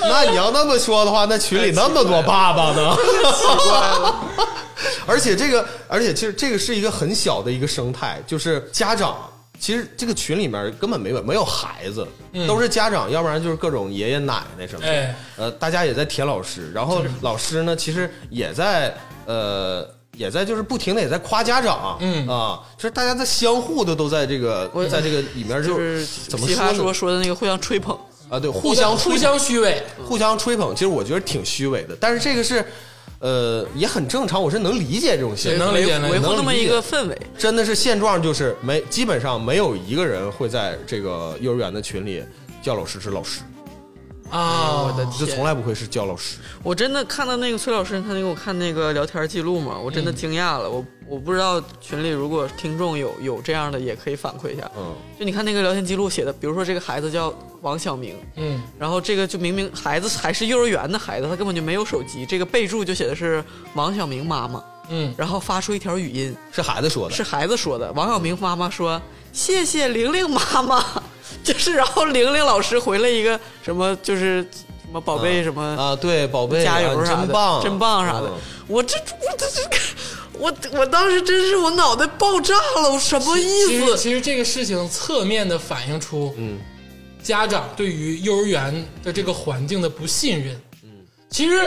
那你要那么说的话，那群里那么多爸爸 呢？ 而且这个，而且其实这个是一个很小的一个生态，就是家长。其实这个群里面根本没有没有孩子，都是家长，要不然就是各种爷爷奶奶什么的。嗯哎呃，大家也在舔老师，然后老师呢，其实也在呃，也在就是不停的也在夸家长，嗯啊，就是大家在相互的都在这个我在这个里面就是怎么奇葩说说呢说的那个互相吹捧，啊，对，互互相相吹互相虚伪，互相吹捧，其实我觉得挺虚伪的，但是这个是呃也很正常，我是能理解这种现也象。能理解能维理护解。那么一个氛围。真的是现状就是没，基本上没有一个人会在这个幼儿园的群里叫老师是老师，啊，哦我的就从来不会是叫老师。我真的看到那个崔老师，他给我看那个聊天记录嘛，我真的惊讶了。我我不知道群里如果听众有有这样的，也可以反馈一下。嗯，就你看那个聊天记录写的，比如说这个孩子叫王小明，嗯，然后这个就明明孩子还是幼儿园的孩子，他根本就没有手机，这个备注就写的是王小明妈妈，嗯，然后发出一条语音，是孩子说的，是孩子说的。王小明妈妈说：“谢谢玲玲妈 妈。”就是，然后玲玲老师回了一个什么，就是什么宝贝什么啊，对，宝贝，加油啊啥的，真棒，真棒啊啥的嗯。我这我这这，我我当时真是我脑袋爆炸了，我什么其意实思？其实这个事情侧面的反映出，嗯，家长对于幼儿园的这个环境的不信任。嗯，其实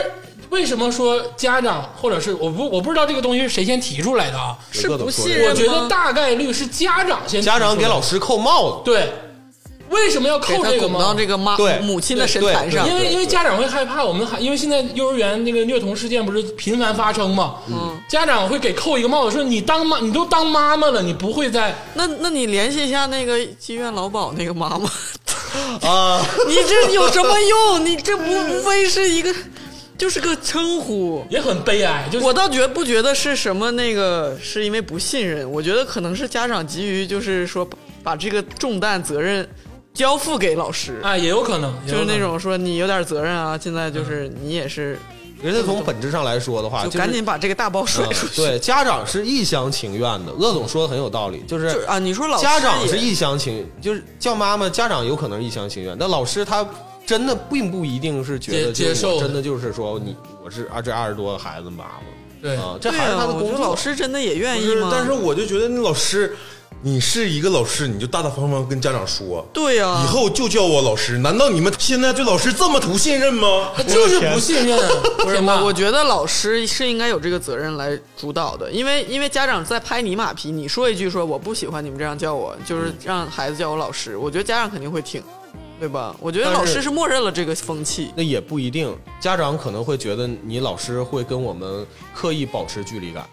为什么说家长或者是我不我不知道这个东西是谁先提出来的啊？是不信我任觉得吗大概率是家长先提出来家的长给老师扣帽子，对，为什么要给扣他这个拱到吗？这个妈对母亲的神对坛对上因，为对因为对家长会害怕，我们还因为现在幼儿园那个虐童事件不是频繁发生嘛，嗯，家长会给扣一个帽子，说你当妈，你都当妈妈了，你不会再那那你联系一下那个妓院老鸨那个妈 妈，啊， 你这有什么用？你这嗯无无非是一个，就是个称呼。也很悲哀，就是我倒觉不觉得是什么那个，是因为不信任。我觉得可能是家长急于，就是说把把这个重担责任交付给老师，啊，也有可能，也有就可能是那种说你有点责任啊，现在就是你也是，人家从本质上来说的话，就啊就是赶紧把这个大包甩出 去。对，家长是一厢情愿的。鄂总说的很有道理，就就是是啊，你说老师家长也是一厢情，就是叫妈妈，家长有可能一厢情愿，但老师他真的并不一定是觉得接就是我接受真的就是说你我是啊这二十多个孩子妈对妈啊，这对还是他啊，的我工觉得作。老师真的也哎愿不意是吗？，但是我就觉得那老师，你是一个老师，你就大大方方跟家长说，对啊呀、以后就叫我老师。难道你们现在对老师这么不信任吗？他就是不信任， 不是吗？我觉得老师是应该有这个责任来主导的，因为因为家长在拍你马屁，你说一句说我不喜欢你们这样叫我，就是让孩子叫我老师，我觉得家长肯定会听，对吧？我觉得但是老师是默认了这个风气，那也不一定，家长可能会觉得你老师会跟我们刻意保持距离感。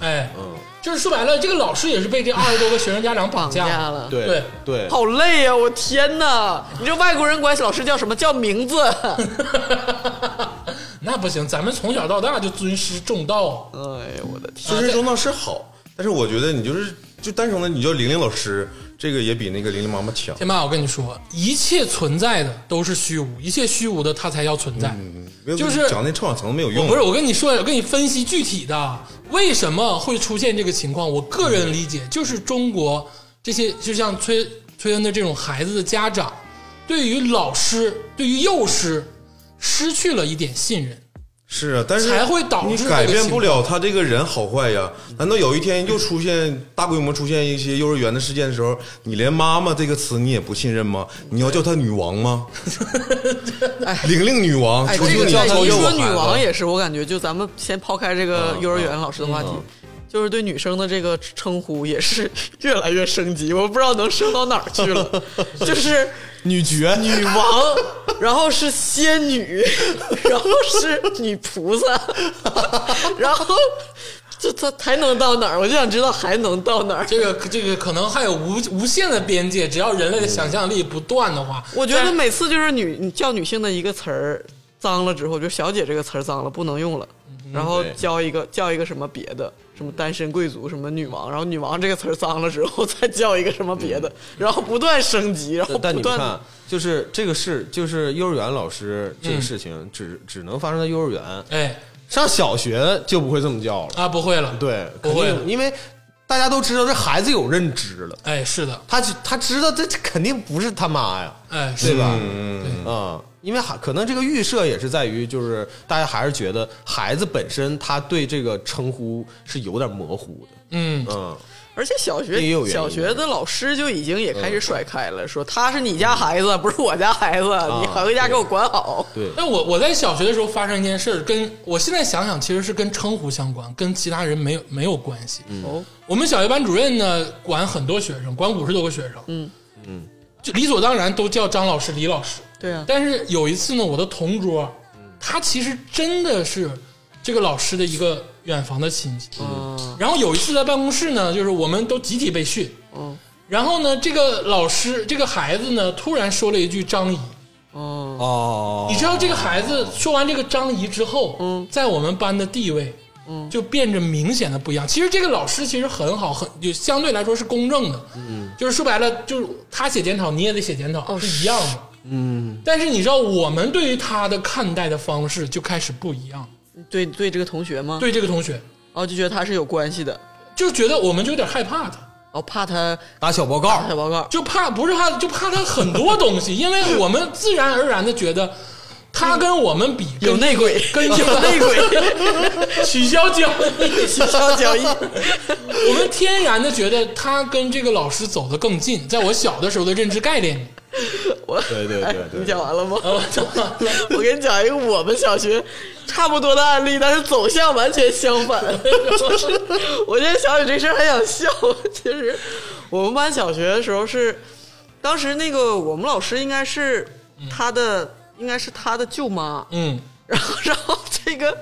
哎，嗯，就是说白了，这个老师也是被这二十多个学生家长绑绑架架了。对对对，啊好累呀、啊我天哪！你这外国人管老师叫什么？叫名字？ 哎 那不行，咱们从小到大就尊师重道。啊哎呦，我的天！尊师重道是好，但是我觉得你就是就单纯的你叫玲玲老师，这个也比那个玲玲妈妈强。天霸，我跟你说，一切存在的都是虚无，一切虚无的它才叫存在。嗯没有就是讲那臭氧层没有用，不是，我跟你说，我跟你分析具体的为什么会出现这个情况。我个人理解，就是中国这些，就像崔崔恩的这种孩子的家长，对于老师、对于幼师失去了一点信任。是啊，但是才会导致你这个改变情不况了他这个人好坏呀。难道有一天又出现大规模出现一些幼儿园的事件的时候，你连“妈妈”这个词你也不信任吗？你要叫她女王吗？玲玲女王，哎，求这求个你哎超你越我说孩女王子。也是，我感觉就咱们先抛开这嗯个幼儿园老师的话题，就是对女生的这个称呼也是 越来越升级，我不知道能升到哪儿去了，就是 女爵，女王，然后是仙女， 然后是女菩萨， 然后这她还能到哪儿？我就想知道还能到哪儿。这个这个可能还有无无限的边界，只要人类的想象力不断的话，我觉得但每次就是女你叫女性的一个词儿脏了之后，就小姐这个词儿脏了，不能用了，然后嗯对叫一个叫一个什么别的，什么单身贵族，什么女王，然后女王这个词儿脏了之后，再叫一个什么别的，然后不断升级，然后但嗯但不你们断看，就是这个事，就是幼儿园老师这个事情，只只能发生在幼儿园，哎上小学就不会这么叫了。啊不会了，对，不肯会定，因为大家都知道这孩子有认知了，哎，是的，他就他知道这这肯定不是他妈呀，哎，是对吧？嗯，啊、因为还可能这个预设也是在于，就是大家还是觉得孩子本身他对这个称呼是有点模糊的，嗯，嗯，而且小学也有原因小学的老师就已经也开始甩开了，说他是你家孩子，不是我家孩子，啊你回家给我管好。对，但我我在小学的时候发生一件事儿，跟我现在想想，其实是跟称呼相关，跟其他人没有没有关系。哦，我们小学班主任呢，管很多学生，管五十多个学生，嗯嗯，就理所当然都叫张老师、李老师。对啊，但是有一次呢，我的同桌，他其实真的是这个老师的一个远房的亲戚。然后有一次在办公室呢，就是我们都集体被训，嗯然后呢，这个老师这个孩子呢，突然说了一句“张姨”，哦，哦你，知道这个孩子说完这个张仪之后，嗯，在我们班的地位，嗯，就变着明显的不一样。其实这个老师其实很好，很就相对来说是公正的，嗯，就是说白了，就是他写检讨，你也得写检讨，哦是一样的，嗯。但是你知道，我们对于他的看待的方式就开始不一样，对对，这个同学吗？，对这个同学哦，就觉得他是有关系的，就觉得我们就有点害怕他。哦，怕他打小报告打小报 告。就怕不是怕，就怕他很多东西，因为我们自然而然的觉得他跟我们比有内鬼跟有内鬼， 取消交易，取消交易， 我们天然的觉得他跟这个老师走得更近，在我小的时候的认知概念里，我对 对对对你讲完了吗？呃，我操我跟你讲一个我们小学差不多的案例，但是走向完全相反。我现在想起这事儿还想笑。其实我们班小学的时候是，当时那个我们老师应该是他的，应该是他的舅妈。嗯然后，然后这个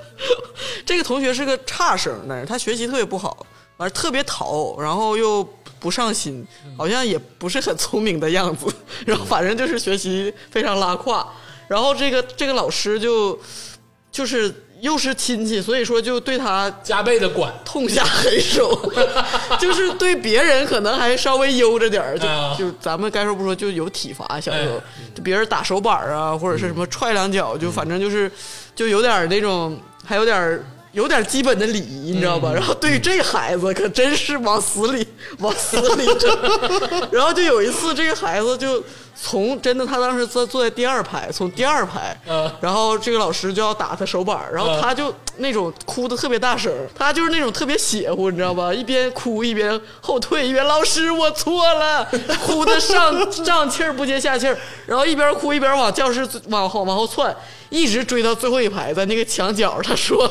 这个同学是个差生，但是他学习特别不好，完了特别淘，然后又不上心，好像也不是很聪明的样子。然后反正就是学习非常拉胯。然后这个这个老师就就是又是亲戚，所以说就对他加倍的管，痛下狠手， 就是对别人可能还稍微悠着点儿，就、啊就咱们该说不说，就有体罚。小时候，哎就别人打手板儿啊，或者是什么踹两脚，就反正嗯就是就有点儿那种，还有点儿有点儿基本的礼仪，你知道嗯吧？然后对于这孩子，可真是往死里 往死里 整。然后就有一次，这个孩子就从真的他当时坐坐在第二排，从第二排，嗯然后这个老师就要打他手板儿，然后嗯他就那种哭的特别大声儿，他就是那种特别邪乎，你知道吧？一边哭一边后退，一边老师我错了， 哭的上上气儿不接下气儿，然后一边哭一边往教室往后往后窜，一直追到最后一排，在那个墙角儿，他说。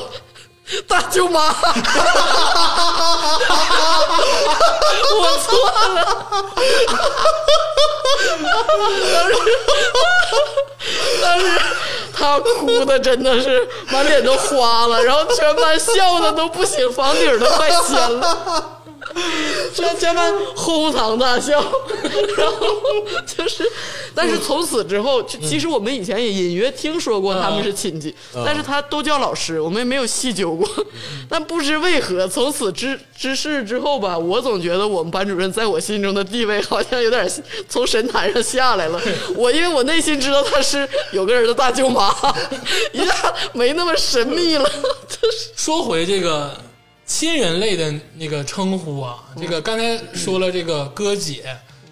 大舅妈， 我错了。当时他哭的真的是满脸都花了，然后全班笑的都不行，房顶儿都快掀了。全全班哄堂大笑， 然后就是，但是从此之后，就其实我们以前也隐约听说过他们是亲戚，但是他都叫老师，我们也没有细究过。 但不知为何，从此之之事之后吧，我总觉得我们班主任在我心中的地位好像有点从神坛上下来了。我因为我内心知道他是有个人的大舅妈， 一下没那么神秘了。就是说回这个亲人类的那个称呼啊，这个刚才说了这个哥姐，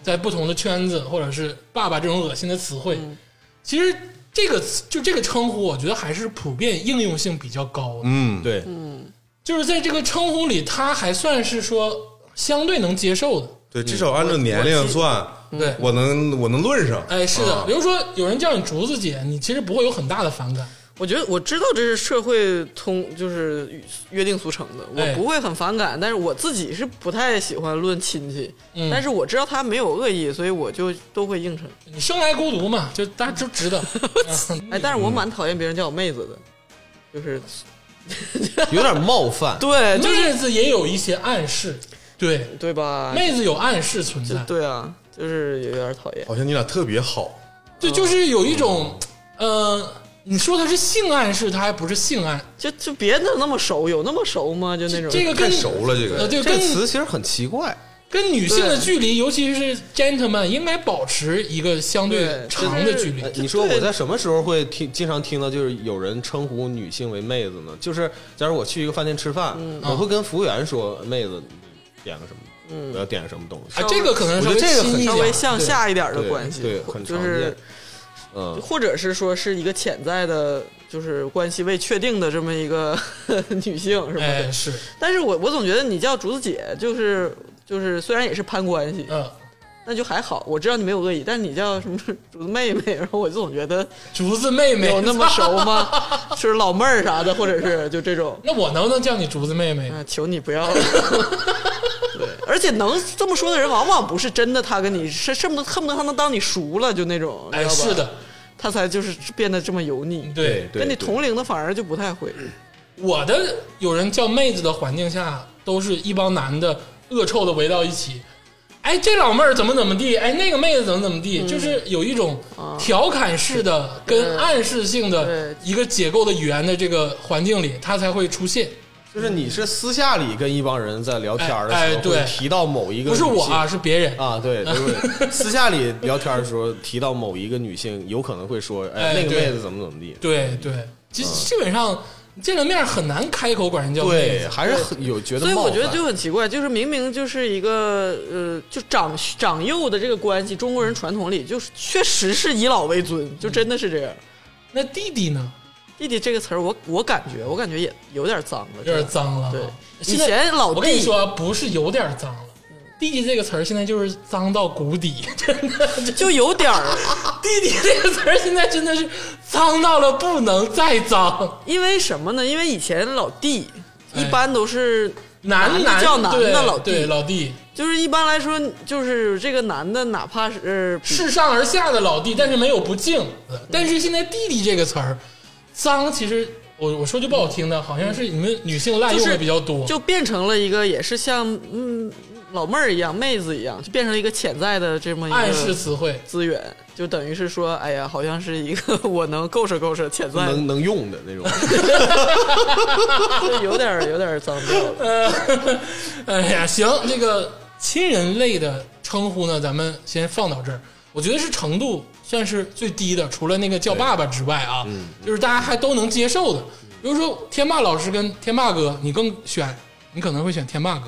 在不同的圈子或者是爸爸这种恶心的词汇，其实这个词就这个称呼，我觉得还是普遍应用性比较高的，嗯，对，就是在这个称呼里，它还算是说相对能接受的，对，至少按照年龄算，对。我能我能论上，哎，是的，比如说有人叫你竹子姐，你其实不会有很大的反感，我觉得我知道这是社会通，就是约定俗成的，哎我不会很反感，但是我自己是不太喜欢论亲戚，嗯但是我知道他没有恶意，所以我就都会应承。你生来孤独嘛，就大家都知道。嗯哎，但是我蛮讨厌别人叫我妹子的，就是有点冒犯，对，就是妹子也有一些暗示，对，对吧？妹子有暗示存在，对啊，就是有点讨厌。好像你俩特别好，对，就是有一种，呃，你说它是性暗示，它还不是性暗，就就别那那么熟，有那么熟吗？就那种这个太跟熟了这呃，个，对，这跟个词其实很奇怪，跟女性的对距离，尤其是 gentleman，应该保持一个相对对长就的是距离哎。你说对我在什么时候会听经常听到就是有人称呼女性为妹子呢？就是假如我去一个饭店吃饭，我会跟服务员说妹子，你点个什么，我要点个什么东西啊，，这个可能稍我觉得这个很轻一稍点，微向下一点的对关系，对，很就常是见。嗯，或者是说是一个潜在的，就是关系未确定的这么一个 女性，是对。吧？哎，是，但是我我总觉得你叫竹子姐，就是就是虽然也是攀关系，嗯，那就还好。我知道你没有恶意，但你叫什么竹子妹妹，然后我就总觉得竹子妹妹有那 么熟吗？就是老妹儿啥的，或者是就 这种，那我能不能叫你竹子妹妹？啊，求你不要了。对，而且能这么说的人，往往不是真的，他跟你是恨不得恨不得他能当你熟了，就那种，哎，你知道吧是，的，他才就是变得这么油腻。对，对跟你对同龄的反而就不太会。我的有人叫妹子的环境下，都是一帮男的恶臭的围到一起。哎，这老妹儿怎么怎么地？哎，那个妹子怎么怎么地？嗯就是有一种调侃式的、跟暗示性的啊对一个解构的语言的这个环境里，它才会出现。就是你是私下里跟一帮人在聊天儿的哎时哎候，对会提到某一个不是我啊啊，是别人。啊，对，就是私下里聊天儿的时候提到某一个女性，有可能会说，哎哎，那个对妹子怎么怎么地。对对，基啊基本上见了面很难开口管人叫妹对，子。还是很有觉得所以冒我犯，觉得就很奇怪，就是明明就是一个呃，就长长幼的这个关系，中国人传统里就是确实是以老为嗯尊，就真的是这样。那弟弟呢？弟弟这个词儿，我我感觉我感觉也有点脏了，有点。脏了。对，现以在前老弟嗯我跟你说，啊不是有点脏了，“弟弟”这个词儿现在就是脏到谷底，真的，就就有点儿， “弟弟”这个词儿现在真的是脏到了不能再脏。因为什么呢？因为以前老弟哎一般都是男的男叫男对的老对弟，老弟，就是一般来说就是这个男的，哪怕是呃比是上而下的老弟，但是没有不敬。但是现在“弟弟”这个词儿，脏其实我我说句不好听的，好像是你们女性滥用就的是比较多。就变成了一个也是像嗯老妹儿一样、妹子一样，就变成了一个潜在的这么一暗示个词汇，资源，就等于是说，哎呀，好像是一个 我能够着够着潜在的，能能用的那种。就有点儿有点儿脏掉了。呃， 哎呀，行，这个亲人类的称呼呢，咱们先放到这儿。我觉得是程度算是最低的，除了那个叫爸爸之外啊，嗯就是大家还都能接受的。比如说天霸老师跟天霸哥，你更选，你可能会选天霸哥，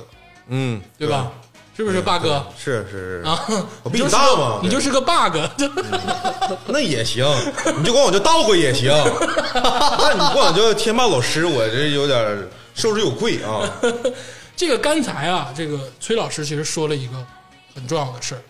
嗯，对吧？是不是霸哥是是是，啊？我你比就你是大个嘛，你就是个 bug，那也行，你就管我叫道哥也行， 那你管我叫天霸老师，我这有点儿受之有愧啊。这个刚才啊，这个崔老师其实说了一个很重要的事儿，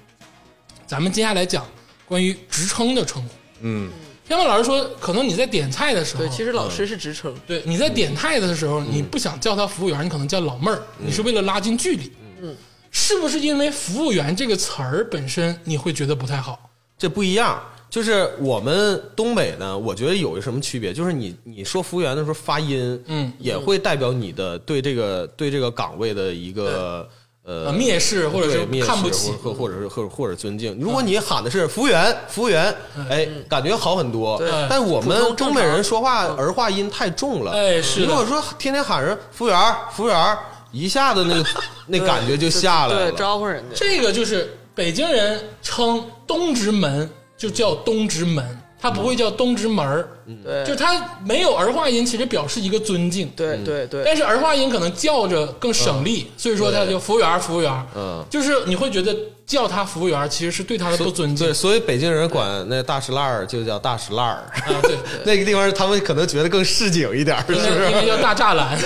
咱们接下来讲关于职称的称呼。嗯，天霸老师说，可能你在点菜的时候，嗯对，其实老师是职称，对你在点菜的时候，你不想叫他服务员，你可能叫老妹儿，你是为了拉近距离。嗯，是不是因为服务员这个词儿本身你会觉得不太好？这不一样。就是我们东北呢，我觉得有什么区别？就是你你说服务员的时候发音，嗯也会代表你的对这个对这个岗位的一个呃，呃蔑视或者对是蔑视看不起，嗯或或或者是或或者尊敬。如果你喊的是服务员，服务员，哎，感觉好很多嗯对。但我普们通正常东北人说话儿化音太重了，哎是的如果说天天喊人服务员，服务员，一下子 那个那嗯感觉就下来了。对，招呼人家。这个就是北京人称东直门就叫东直门，他不会叫东直门儿，对就他没有儿化音，其实表示一个尊敬。对嗯对对，嗯但是儿化音可能叫着更省力，所以说他就服务员儿，服务员儿，嗯就是你会觉得叫他服务员儿其实是对他的不尊敬对，所以北京人管那大石烂儿就叫大石烂儿。啊， 对， 那个地方他们可能觉得更市井一点儿，是应不该应该是？叫大栅 栏，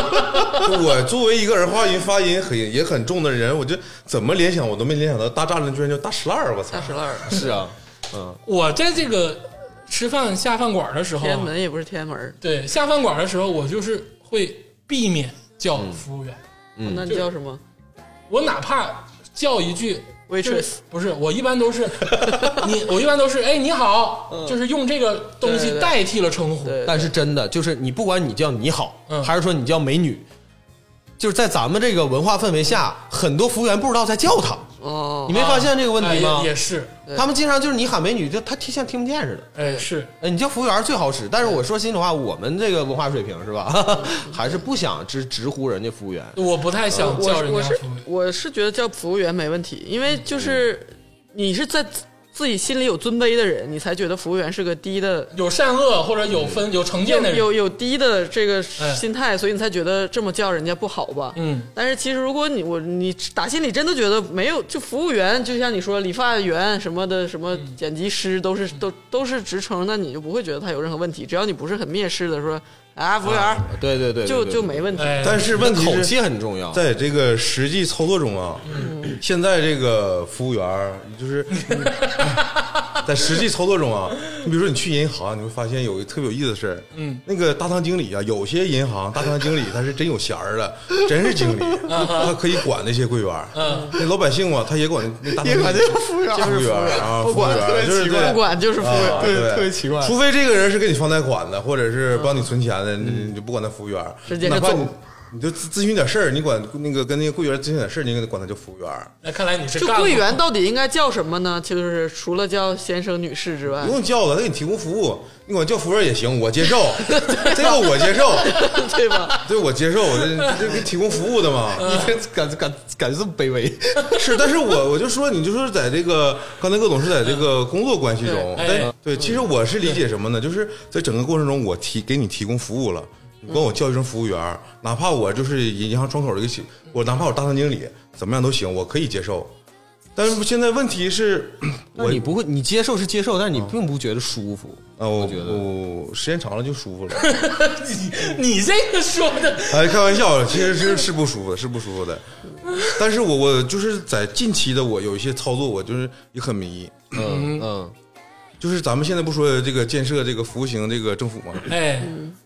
我作为一个儿化音发音很也很重的人，我就怎么联想我都没联想到大栅栏居然叫大石烂儿，我操大！石烂儿，是啊，我在这个吃饭下饭馆的时候啊、 天安门也不是天安门儿，对下饭馆的时候，我就是会避免叫服务员，嗯那你叫什么我哪怕叫一句。就是？waitress 不是，我一般都是 你，我一般都是哎你好，就是用这个东嗯对西对代替了称呼。对嗯但是真的就是你不管你叫你好嗯，还是说你叫美女，就是在咱们这个文化氛围下，很多服务员不知道在叫他，哦你，没发现这个问哎题也吗？也是，他们经常就是你喊美女，就他像听不见似的。哎是，哎，你叫服务员最好使，但是我说心里话，我们这个文化水平是吧， 还是不想直直呼人家服务员。我不太想叫呃我人我家是服务员。嗯我是觉得叫服务员没问题，因为就是你是在自己心里有尊卑的人，你才觉得服务员是个低的有善恶或者有分有成见的人，有有低的这个哎心态，所以你才觉得这么叫人家不好吧？嗯，但是其实如果你我你打心里真的觉得没有，就服务员，就像你说理发员什么的，什么嗯剪辑师都是都都是职称，那你就不会觉得他有任何问题，只要你不是很蔑视的说啊服务员对对对，对就对就没问题。哎，但是问题口是气很重要。在这个实际操作中啊，现在这个服务员儿就是 在实际操作中啊，你比如说你去银行，你会发现有一个特别有意思的事儿，嗯，那个大堂经理啊，有些银行大堂经理他是真有闲儿了，真是 经理，他可以管那些柜员，啊嗯，那老百姓嘛，他也管那大堂经理，服务员服务员儿啊，不管服务员儿特就别是奇怪对不管就是服务员，啊对对，特别奇怪除非这个人是给你放贷款的，或者是帮你存钱的，你你就不管他服务员，直接就哪怕走你你就咨咨询点事儿，你管那个跟那个柜员咨询点事儿，你也得管他叫服务员。那看来你是就干过柜员到底应该叫什么呢？就是除了叫先生、女士 之外不，用叫了，他给你提供服务，你管叫服务员也行，我 接受，这个我接受，对吧？对我接受，我这这给提供服务的嗯 嘛。感感感觉这么卑微， 是，但是我我就说，你就说在这个刚才各总是在这个工作关系中，对哎但对，其实我是理解什么呢？就是在整个过程中，我提给你提供服务了，你管我叫一声服务员儿，哪怕我就是银行窗口的一个小，我哪怕我大堂经理，怎么样都行，我可以接受。但是现在问题是， 那你不会，你接受是接受，但是你并不觉得舒服。啊，我觉得我时间长了就舒服了。 你你这个说的，哎，开玩笑，其实是是不舒服的，是不舒服的。但是我我就是在近期的我有一些操作，我就是也很迷。嗯嗯，就是咱们现在不说这个建设这个服务型这个政府嘛，哎，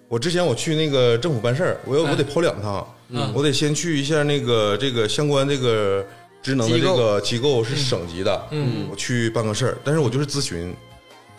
我之前我去那个政府办事儿，我要我得跑两趟，嗯我得先去一下那个这个相关这个职能的这个机构是省级的，嗯，我去办个事儿，但是我就是咨询，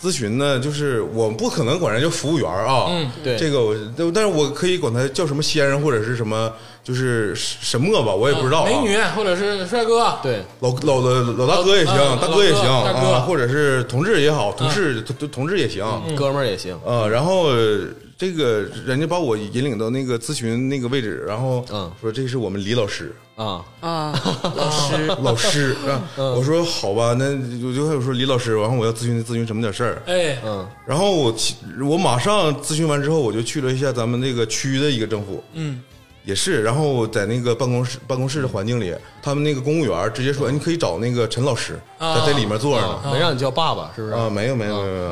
咨询呢就是我不可能管人叫服务员儿啊，嗯对这个我但但是我可以管他叫什么先生或者是什么就是什么吧，我也不知道、啊，嗯美女或者是帅哥，啊对，老老老老大哥也行，老大哥也行老哥大哥啊，或者是同志也好，同事同同志也行，哥们儿也行。呃，然后呃这个人家把我引领到那个咨询那个位置，然后嗯说这是我们李老师，啊，啊，老师，老师啊，我说好吧，那我就我说李老师，然后我要咨询咨询什么点事儿，哎，嗯然后我其我马上咨询完之后，我就去了一下咱们那个区的一个政府，嗯，也是，然后在那个办公室办公室的环境里，他们那个公务员直接说，哎你可以找那个陈老师，啊在这里面坐着呢。啊，没让你叫爸爸是不是？啊，没有没有没有没有，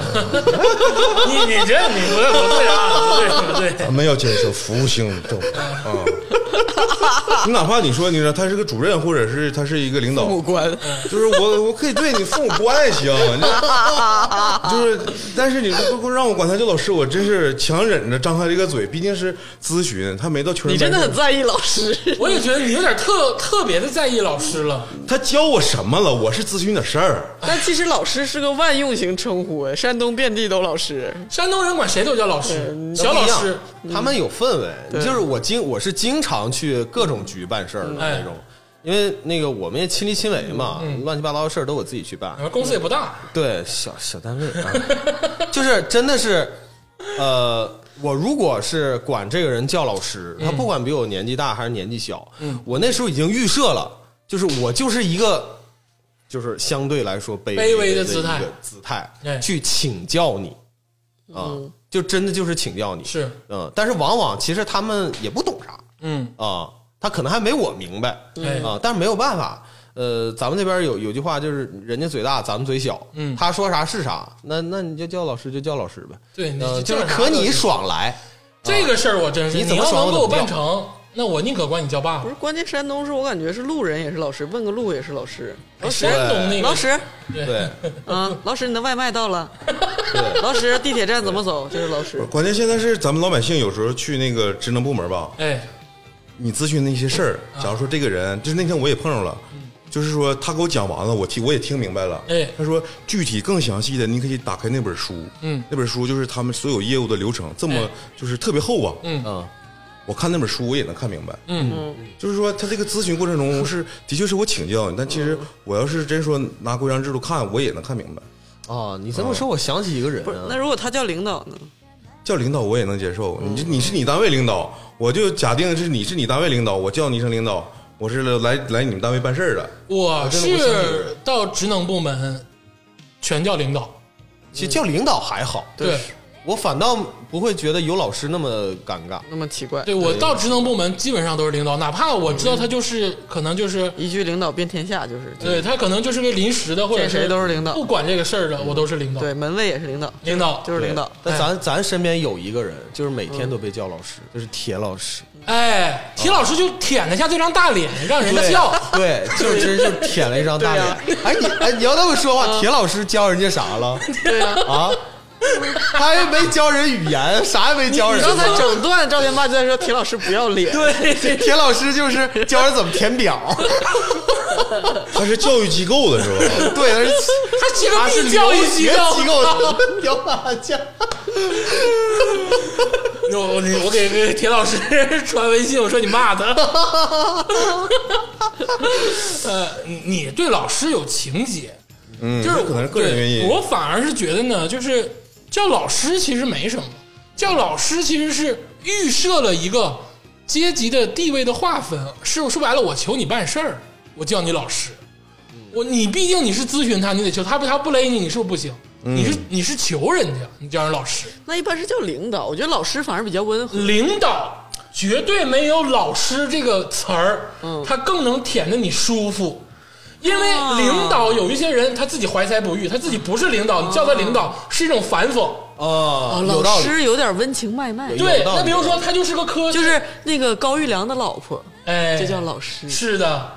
你你这你不对不对啊，不对不对，咱们要建设服务性 政府啊。你哪怕你说你说他是个主任，或者是他是一个领导父，母 官，就是我我可以对你父母关爱行， 你就是但是你不让我管他叫老师，我真是强忍着张开这个嘴，毕竟是咨询，他没到全你人真的办很事在意老师。我也觉得你有点特特别的在意老师了，他教我什么了？我是咨询点事儿， 但其实老师是个万用型称呼，哎山东遍地都老师。山东人管谁都叫老师，小老师，他们有氛围，就是我经我是经常去各种局办事儿的那种，因为那个我们也亲力亲为嘛，乱七八糟的事儿都我自己去办。然后公司也不大，对，小小单位啊，就是真的是，呃，我如果是管这个人叫老师，嗯他不管比我年纪大还是年纪小，我那时候已经预设了，就是我就是一个，就是相对来说卑卑微微的的姿态一个姿哎态去请教你啊，就真的就是请教你是，嗯，但是往往其实他们也不懂啥，嗯，啊，他可能还没我明白哎啊，但是没有办法。呃，咱们这边有有句话就是人家嘴大，咱们嘴小，嗯他说啥是啥，那那你就叫老师就叫老师呗，对，你呃，这就是可你爽来，这个事儿我真是，你怎么要爽能给我我怎么办要成，那我宁可管你叫爸不爸是，。关键山东是我感觉是路人也是老师，问个路也是老师。哎山东那个老师，对啊，老师，你的外卖到了。老师，地铁站怎么走？这是老师。关键现在是咱们老百姓有时候去那个职能部门吧，哎，你咨询的一些事儿，啊假如说这个人，就是那天我也碰上了，就是说他给我讲完了，我听我也听明白了。嗯哎他说具体更详细的，你可以打开那本书，嗯，那本书就是他们所有业务的流程，这么哎就是特别厚啊。嗯嗯，我看那本书我也能看明白。嗯，就是说他这个咨询过程中是的确是我请教你，但哦其实我要是真说拿规章制度看，我也能看明白。啊，你这么说，我想起一个人哦不是，那啊，如果他叫领导呢？叫领导我也能接受，哦你这你是你单位领导，我就假定是你是你单位领导，我叫你一声领导，我是来来你们单位办事儿的。我真的不信是到职能部门全叫领导。其实叫领导还好，对哎我反倒不会觉得有老师那么尴尬。那么奇怪，对，我到职能部门基本上都是领导，哪怕我知道他就是可能就是一句领导遍天下，就是对他可能就是个临时的，或者见是谁都是领导不管这个事儿的，我都是领导。对门卫也是领导，领导就是领导。哎嗯但咱咱身边有一个人，就是每天都被叫老师，就是铁老师，哎，铁老师就舔了一下这张大脸，让人家笑。对，就是真是舔了一张大脸。哎，你哎，你要这么说话，铁老师教人家啥了？对呀、啊，他也没教人语言，啥也没教你人。刚才整段赵天霸就在说铁老师不要脸，对，铁老师就是教人怎么填表，他是教育机构的是吧？ 对，他是他这他是个必教育机 留学机构。构的屌打架。我我我给给铁老师传微信，我说你骂 他。呃，你你对老师有情结，嗯，就是这可能是个人原因对。我反而是觉得呢，就是叫老师其实没什么，叫老师其实是预设了一个阶级的地位的划分。是说白了，我求你办事儿，我叫你老师。我你毕竟你是咨询他，你得求他，不他不勒你，你是不是不行？你是你是求人家，你叫人老师，那一般是叫领导。我觉得老师反而比较温和，领导绝对没有老师这个词儿，嗯他更能舔得你舒服。因为领导有一些人他自己怀才不遇，他自己不是领啊导，你叫他领导是一种反讽。啊，有道哦老理。师有点温情脉脉，有对，道理那比如说他就是个科，就是那个高育良的老婆，哎，这叫老师。啊是的，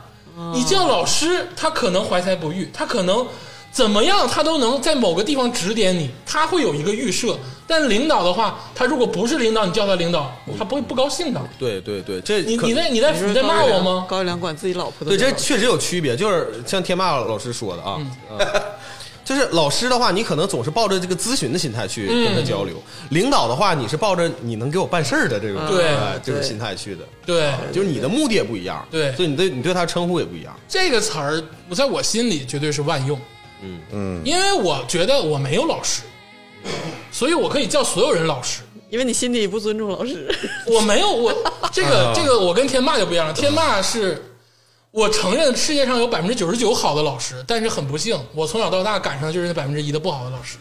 你叫老师，他可能怀才不遇，他可能怎么样，他都能在某个地方指点你，他会有一个预设。但领导的话，他如果不是领导，你叫他领导，他不会不高兴的。对对对，这你嗯可你在你在你说你在骂高育我良吗？高育良管自己老婆的对，这领导确实有区别，就是像天霸老师说的啊，嗯就是老师的话，你可能总是抱着这个咨询的心态去跟他嗯交流；领导的话，你是抱着你能给我办事儿的这种对哎这种嗯对心态去的，对，就是你的目的也不一样，对所以你对你对他称呼也不一样。这个词儿我在我心里绝对是万用。嗯嗯，因为我觉得我没有老师，所以我可以叫所有人老师。因为你心里不尊重老师，我没有，我这个这个我跟天霸就不一样了。天霸是，我承认世界上有百分之九十九好的老师，但是很不幸，我从小到大赶上的就是那百分之一的不好的老师，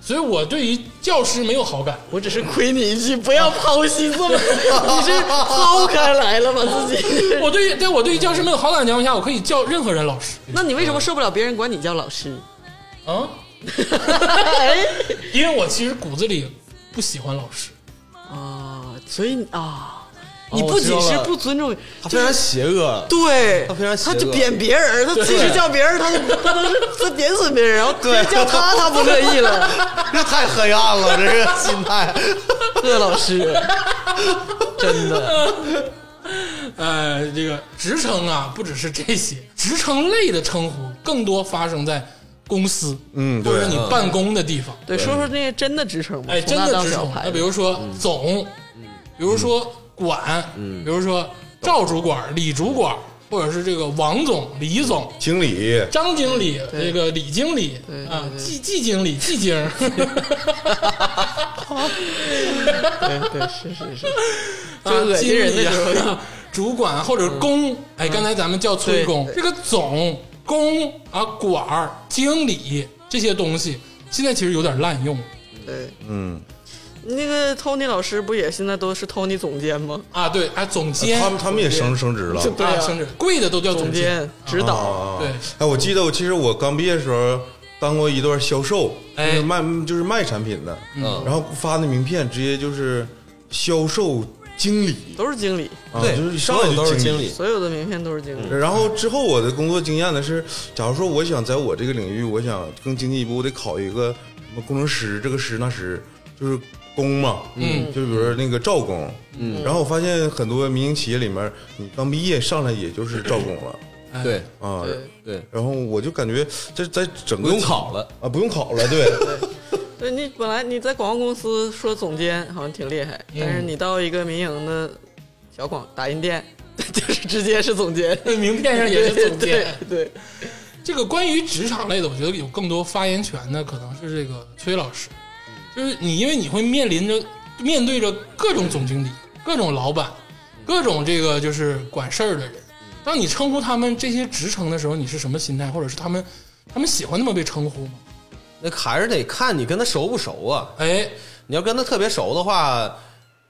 所以我对于教师没有好感。我只是亏你一句，不要剖析这么， 你是抛开来了吧自己？ 我对于对我对于教师没有好感的情况下，我可以叫任何人老师那你为什么受不了别人管你叫老师？啊，哎因为我其实骨子里不喜欢老师。啊，所以啊，哦你不仅我知是道了不尊重，他非就是常邪恶，对，他非常邪恶就贬别人，他其实叫别人，他他都是他贬损别人，然后别人叫他，他不乐意了。 这太黑暗了，这个心 态。恶老 师，真的，呃，这个职称啊，不只是这些，职称类的称呼更多发生在公司，嗯或对者你办公的地方。对，说说那个真的职称吧，哎，从真大的到职小称。排 那比如说嗯总，比如说管，比如说赵主管、李主管，或者是这个王总、李总、经理，张经理、这个李经理对啊，对季季经理、季经，对对是是是，啊就恶，心经人的理时候嗯啊， 主管或者工，哎，刚才咱们叫催工，对这个总、工啊、管儿、经理这些东西，现在其实有点滥用对。嗯，那个 Tony 老师不也现在都是 Tony 总监吗？啊。对，哎，总监他们他们也升升职了。对啊啊，甚至贵的都叫总总监，监、指导，啊 对哎，我记得我其实我刚毕业的时候当过一段销售，哎就是卖就是卖产品的，嗯然后发那名片直接就是销售经理，都是经理，啊、对，就是一上来所就有嗯都是经经。理，所有的名片都是经理。然后之后我的工作经验呢是，假如说我想在我这个领域，我想更精进一步，我得考一个什么工程师，这个师那师就是工嘛，嗯，就比如说那个招工，嗯，然后我发现很多民营企业里面，你刚毕业上来也就是招工了对啊，对对，然后我就感觉这在整不个用考了。啊，不用考了， 对，嗯对你本来你在广告公司说总监好像挺厉害，但嗯是你到一个民营的小广打印店， 就是直接是总监，那名片上 也是总监。 对对，这个关于职场类的，我觉得有更多发言权的可能是这个崔老师，就是你，因为你会面临着面对着各种总经理、各种老板、各种这个就是管事儿的人。当你称呼他们这些职称的时候，你是什么心态，或者是他们他们喜欢那么被称呼吗？那还是得看你跟他熟不熟啊。哎，你要跟他特别熟的话，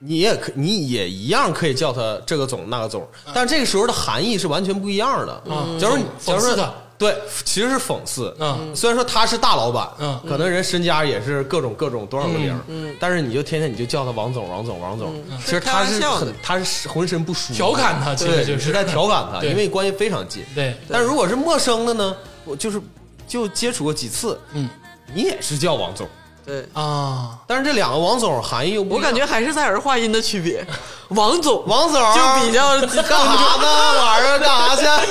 你也可你也一样可以叫他这个总那个总，但这个时候的含义是完全不一样的。嗯假如你讽假讽如刺说他对，其实是讽刺。嗯虽然说他是大老板，嗯可能人身家也是各种各种多少个零儿，但是你就天天你就叫他王总王总王总，嗯其实他是开玩是笑的很他是浑身不舒服，调侃他其实对就是在调侃他，对因为关系非常近。对，但如果是陌生的呢，我就是就接触过几次，嗯你也是叫王总，对啊，但是这两个王总含义又不我一样感觉还是在儿化音的区别。王总，王总就比较干啥呢？晚上干啥去？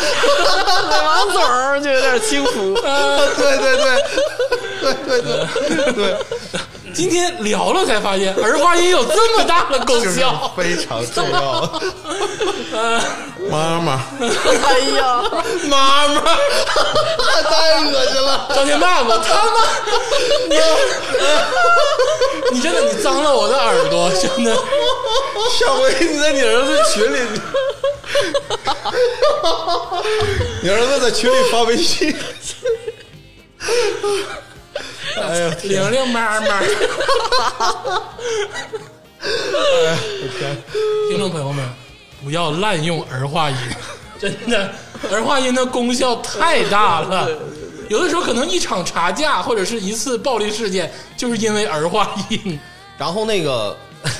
王总儿就有点轻浮。 对对对对对对对，，今天聊了才发现儿化音有这么大的功效非常重要。妈妈，哎 呀，妈妈。 太恶心了！张天霸吧，他妈，你你真的你脏了我的耳朵，真的。下回你在你儿子群 里，你儿子在群里发微信，哎呀，玲玲妈妈。哎听众朋友们，不要滥用儿化音，真的，儿化音的功效太大了。有的时候可能一场查架或者是一次暴力事件，就是因为儿化音。然后那个，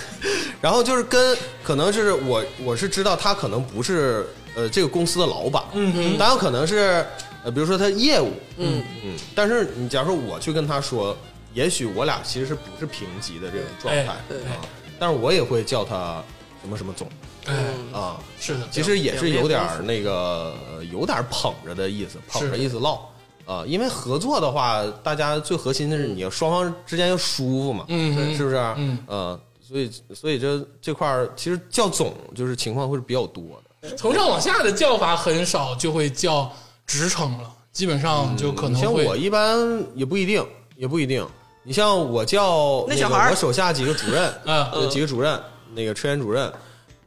然后就是跟可能是我我是知道他可能不是呃这个公司的老板，嗯哼当然可能是呃比如说他业务，嗯嗯，但是你假如说我去跟他说，也许我俩其实是不是平级的这种状态，哎对啊但是我也会叫他什么什么总哎，啊，是的，其实也是有点儿那个，呃有点儿捧着的意思，捧着意思唠啊、因为合作的话，大家最核心的是你要双方之间要舒服嘛，嗯嗯是不是？嗯呃，所以所以这这块儿其实叫总就是情况会是比较多的，从上往下的叫法很少，就会叫职称了，基本上就可你能嗯像会。我一般也不一定，也不一定。你像我叫那那小个孩儿我手下几个主任，嗯有几个主任，那个车员主任，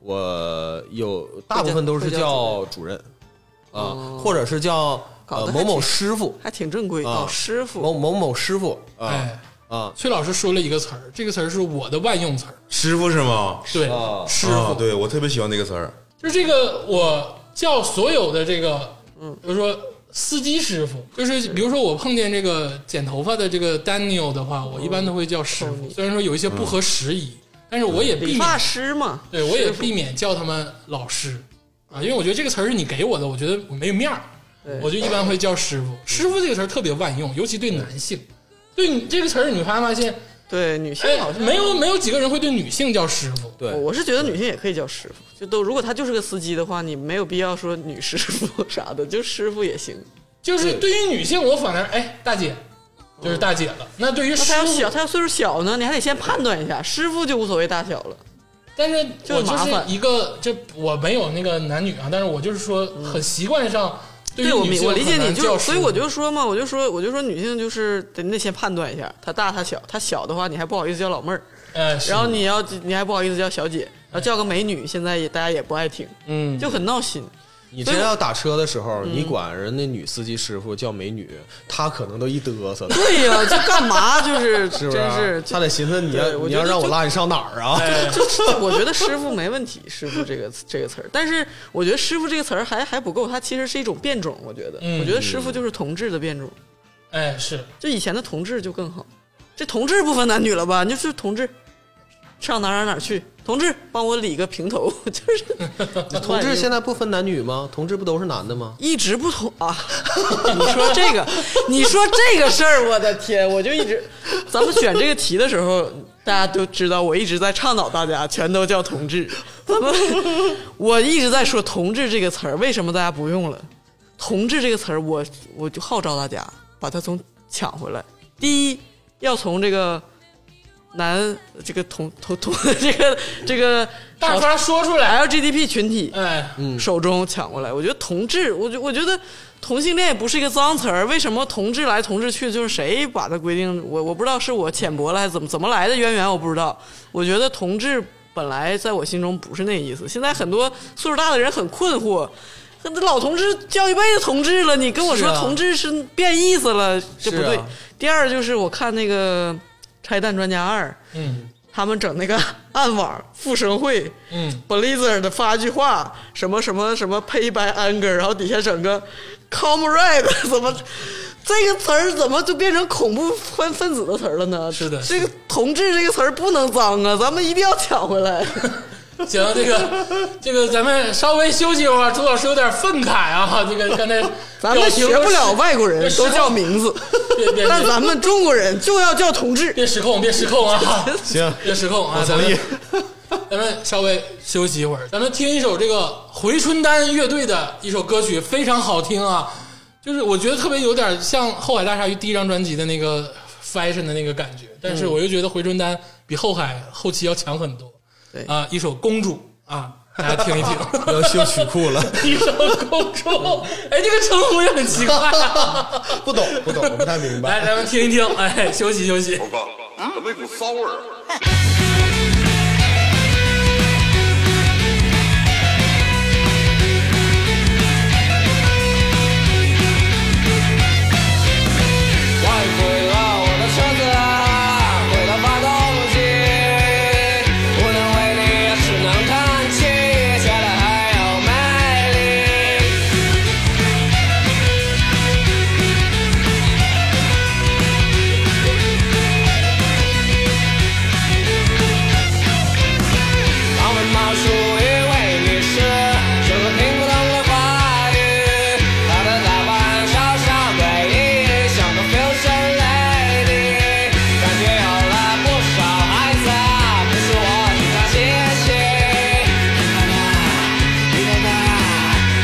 我有大部分都是会叫哦叫主任啊，或者是叫搞呃得还某某挺师傅。还挺正规哦，啊师傅某某某师傅啊哎，啊崔老师说了一个词儿，这个词儿是我的万用词儿，师傅是吗？对，啊师傅，啊对我特别喜欢那个词儿。就是这个我叫所有的这个，嗯，比如说司机师傅，就是比如说我碰见这个剪头发的这个 Daniel 的话，我一般都会叫师嗯傅，虽然说有一些不合时宜，但是我也避理发免，师嘛，对我也避免叫他们老师啊，因为我觉得这个词儿是你给我的，我觉得我没有面儿，我就一般会叫师傅。师傅这个词儿特别万用，尤其对男性。对你这个词儿，你会发现，对女性哎好，像没有没有几个人会对女性叫师傅。对我是觉得女性也可以叫师傅，就都如果她就是个司机的话，你没有必要说女师傅 啥的，就师傅也行。就是对于女性，我反而哎，大姐，就是大姐了。那对于嗯那师她要小，傅，她要岁数小呢，你还得先判断一下，师傅就无所谓大小了。但是就我是就麻是烦一个，这我没有那个男女啊，但是我就是说，很习惯上对于嗯对我女明性我理解很难你，叫就是师所以我傅就说嘛，我就说我就说女性就是得你得先判断一下，她大她小，她小的话你还不好意思叫老妹儿，哎，是然后你要你还不好意思叫小姐，然后叫个美女，现在也大家也不爱听，嗯，就很闹心。你真要打车的时候，你嗯管人那女司机师傅叫美女，她可能都一 嘚瑟，对呀、就干嘛就是是不真是是啊？她得寻思你要对我你觉得要让我就拉你上哪儿啊？ 哎就是 我觉得师傅没问题，师傅这个这个词儿，但是我觉得师傅这个词儿还还不够，它其实是一种变种。我觉得，嗯我觉得师傅就是同志的变种，哎是就以前的同志就更好。这同志不分男女了吧？你就是同志，上哪儿哪儿哪儿去？同志，帮我理个平头， 就是同志现在不分男女吗？同志不都是男的吗？一直不同啊！ 你说这个，你说这个事儿，我的天，我就一直，咱们选这个题的时候，大家都知道，我一直在倡导大家全都叫同志。咱们 我一直在说“同志”这个词儿，为什么大家不用了？“同志”这个词儿，我我就号召大家把它从抢回来。第一，要从这个男这个同同同这个这个大发说出来， LGBT 群体，哎，手中抢过来。我觉得同志，我觉我觉得同性恋也不是一个脏词儿，为什么同志来同志去？就是谁把它规定？我我不知道是我浅薄了还是怎么怎么来的渊源，我不知道。我觉得同志本来在我心中不是那意思，现在很多岁数大的人很困惑。老同志叫一辈子同志了，你跟我说是啊同志是变意思了，这不是啊对。第二就是我看那个《拆弹专家二》，嗯他们整那个 暗网复生会，嗯， Blizzard 发一句话，什么什么什么 pay by anger，然后底下整个 comrade 怎么这个词儿怎么就变成恐怖分分子的词儿了呢？是的这个同志这个词儿不能脏啊，咱们一定要抢回 来。行，这个这个咱们稍微休息一会儿，朱老师有点愤慨啊，这个刚才咱们学不了外国人表情都叫名 字，别别但别咱们中国人就要叫同志。别失控，别失控 啊！行，别失控啊！咱同意们咱们稍微休息一会儿，咱们听一首这个回春丹乐队的一首歌曲，非常好听啊！就是我觉得特别有点像《后海大鲨鱼》第一张专辑的那个 fashion 的那个感觉，但嗯是我又觉得回春丹比后海后期要强很多。对啊、一首《公主》啊，大家听一 听。要修曲库了， 一首《公主》，哎，这个称呼也很 奇怪、啊。不懂不懂，我不太明白。来，咱们听一听，哎，休息休息。报告，怎么一股骚味儿啊？换回了我的车子，毁了发动机，无能为力，只能叹气，觉得还有魅力。当我冒出一位女士，是个平不通的话语，她的打扮稍稍诡异，像个 fusion lady，感觉有了不少孩子，不是我替她解气。你看她，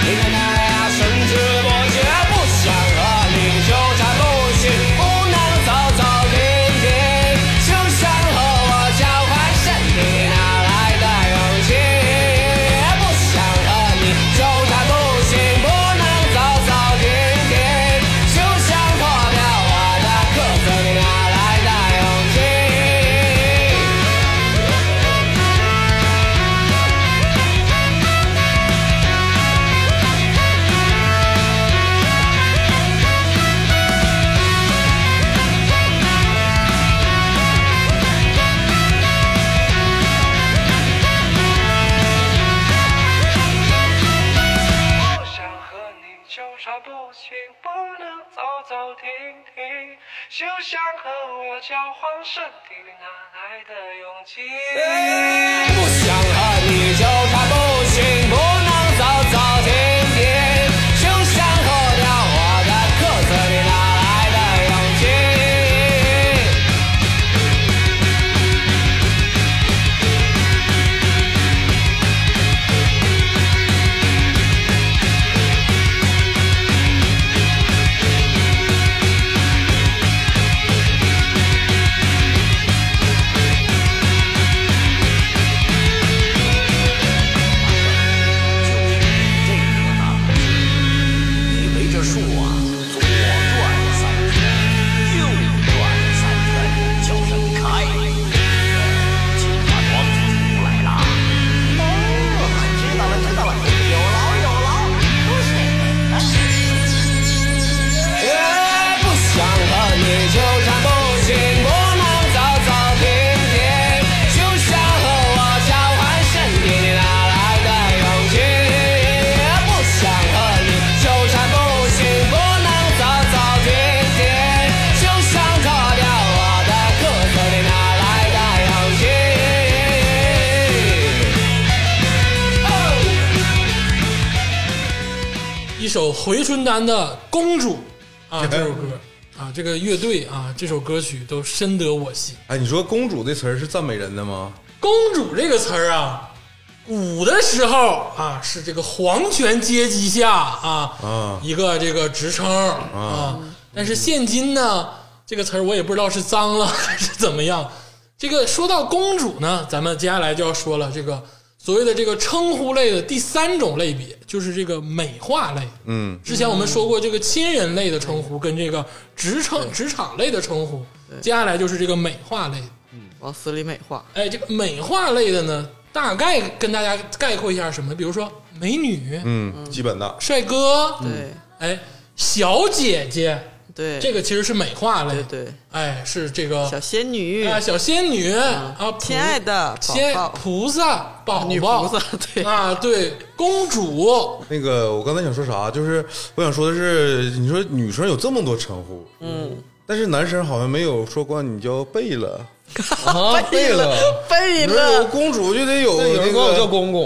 你看她呀，神志不觉，不想和你纠缠不清，不能走走停停，就想和我交换身体，哪来的勇气？不想和你纠缠不清，不能走走停停，就想脱掉我的裤子，你哪来的勇气？我想和你纠缠不清，不能走走停停，就想和我交换身体，哪来的勇气？不想和你纠缠不清，不能走走停停，就想喝掉我的裤子，你哪来的勇气？你围着树啊，左转三圈，右转三圈，叫声开。警察庄出来了。哦，知道了，知道了，有劳有劳，不是。也不想和你纠缠不清，不能走走停停，就想和我交换身体，你哪来的勇气？也不想和你纠缠不清，不能走走停停，就想脱掉我的裤子，你哪来的勇气？一首回春丹的《公主》啊，这首歌啊，这个乐队啊，这首歌曲都深得我心。哎，你说“公主”这词儿是赞美人的吗？公主这个词儿啊，古的时候啊，是这个皇权阶级下啊啊一个这个职称啊，但是现今呢，这个词儿我也不知道是脏了 还是怎么样。这个说到公主呢，咱们接下来就要说了，这个所谓的这个称呼类的第三种类别，就是这个美化类。嗯，之前我们说过这个亲人类的称呼跟这个职称职场类的称呼，接下来就是这个美化类的。往死里美化，哎，这个美化类的呢，大概跟大家概括一下什么，比如说美女、嗯，基本的，帅哥，嗯对哎，小姐姐，对，这个其实是美化类，对对，哎，是这个小仙女，嗯啊小仙女啊，亲爱的菩仙宝宝菩萨宝女宝菩萨，对， 啊，对，公主，那个，我刚才想说啥，就是我想说的是，你说女生有这么多称呼，嗯，但是男生好像没有说管你叫贝勒，啊，贝勒，贝你说有勒，公主就得有那有那人管我个叫公公，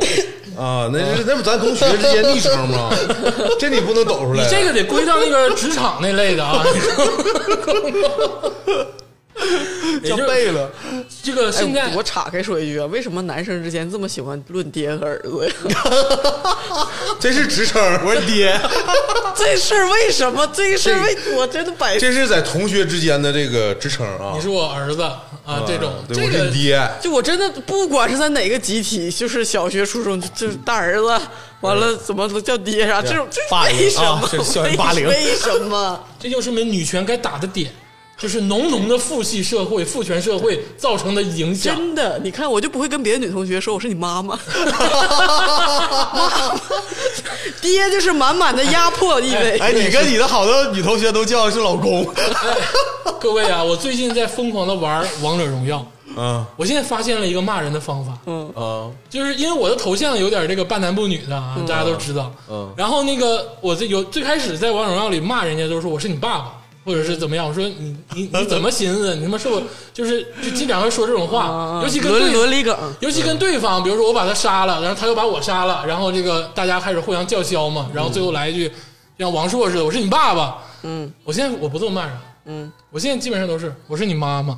啊，那是那不咱同学之间昵称吗？ 这你不能抖出来。这个得归到那个职场那类的 啊。也叫就是贝勒，这个现在哎、我岔开说一句啊，为什么男生之间这么喜欢论爹和儿子呀？这是职称。我说爹，这事儿为什么？这事儿为我真的百这是在同学之间的这个职称啊你。是我儿子啊，这种对，这我是个你爹。就我真的不管是在哪个集体，就是小学、初中，就就是大儿子，完了怎么都叫爹啊啥，这种这霸凌为什啊么？这校园霸凌为为什么？这就是我们女权该打的点，就是浓浓的父系社会、 父权社会造成的影响。真的，你看我就不会跟别的女同学说我是你妈妈，爹就是满满的压迫意味。 哎，你跟你的好多女同学都叫是老 公，各位啊，我最近在疯狂的玩王者荣耀，啊我现在发现了一个骂人的方法， 嗯啊，就是因为我的头像有点这个半男不女的啊，大家都知道。嗯然后那个我这有最开始在王者荣耀里骂人家，都说我是你爸爸，或者是怎么样。我说你你你怎么寻思？你他妈是我就是就经常会说这种嗯话，尤其跟啊伦对伦理梗，尤其跟对方，比如说我把他杀了，然后他又把我杀了，然后这个大家开始互相叫嚣嘛，然后最后来一句，像王朔似的，我是你爸爸。嗯我现在我不这么骂人，啊嗯，我现在基本上都是我是你妈 妈。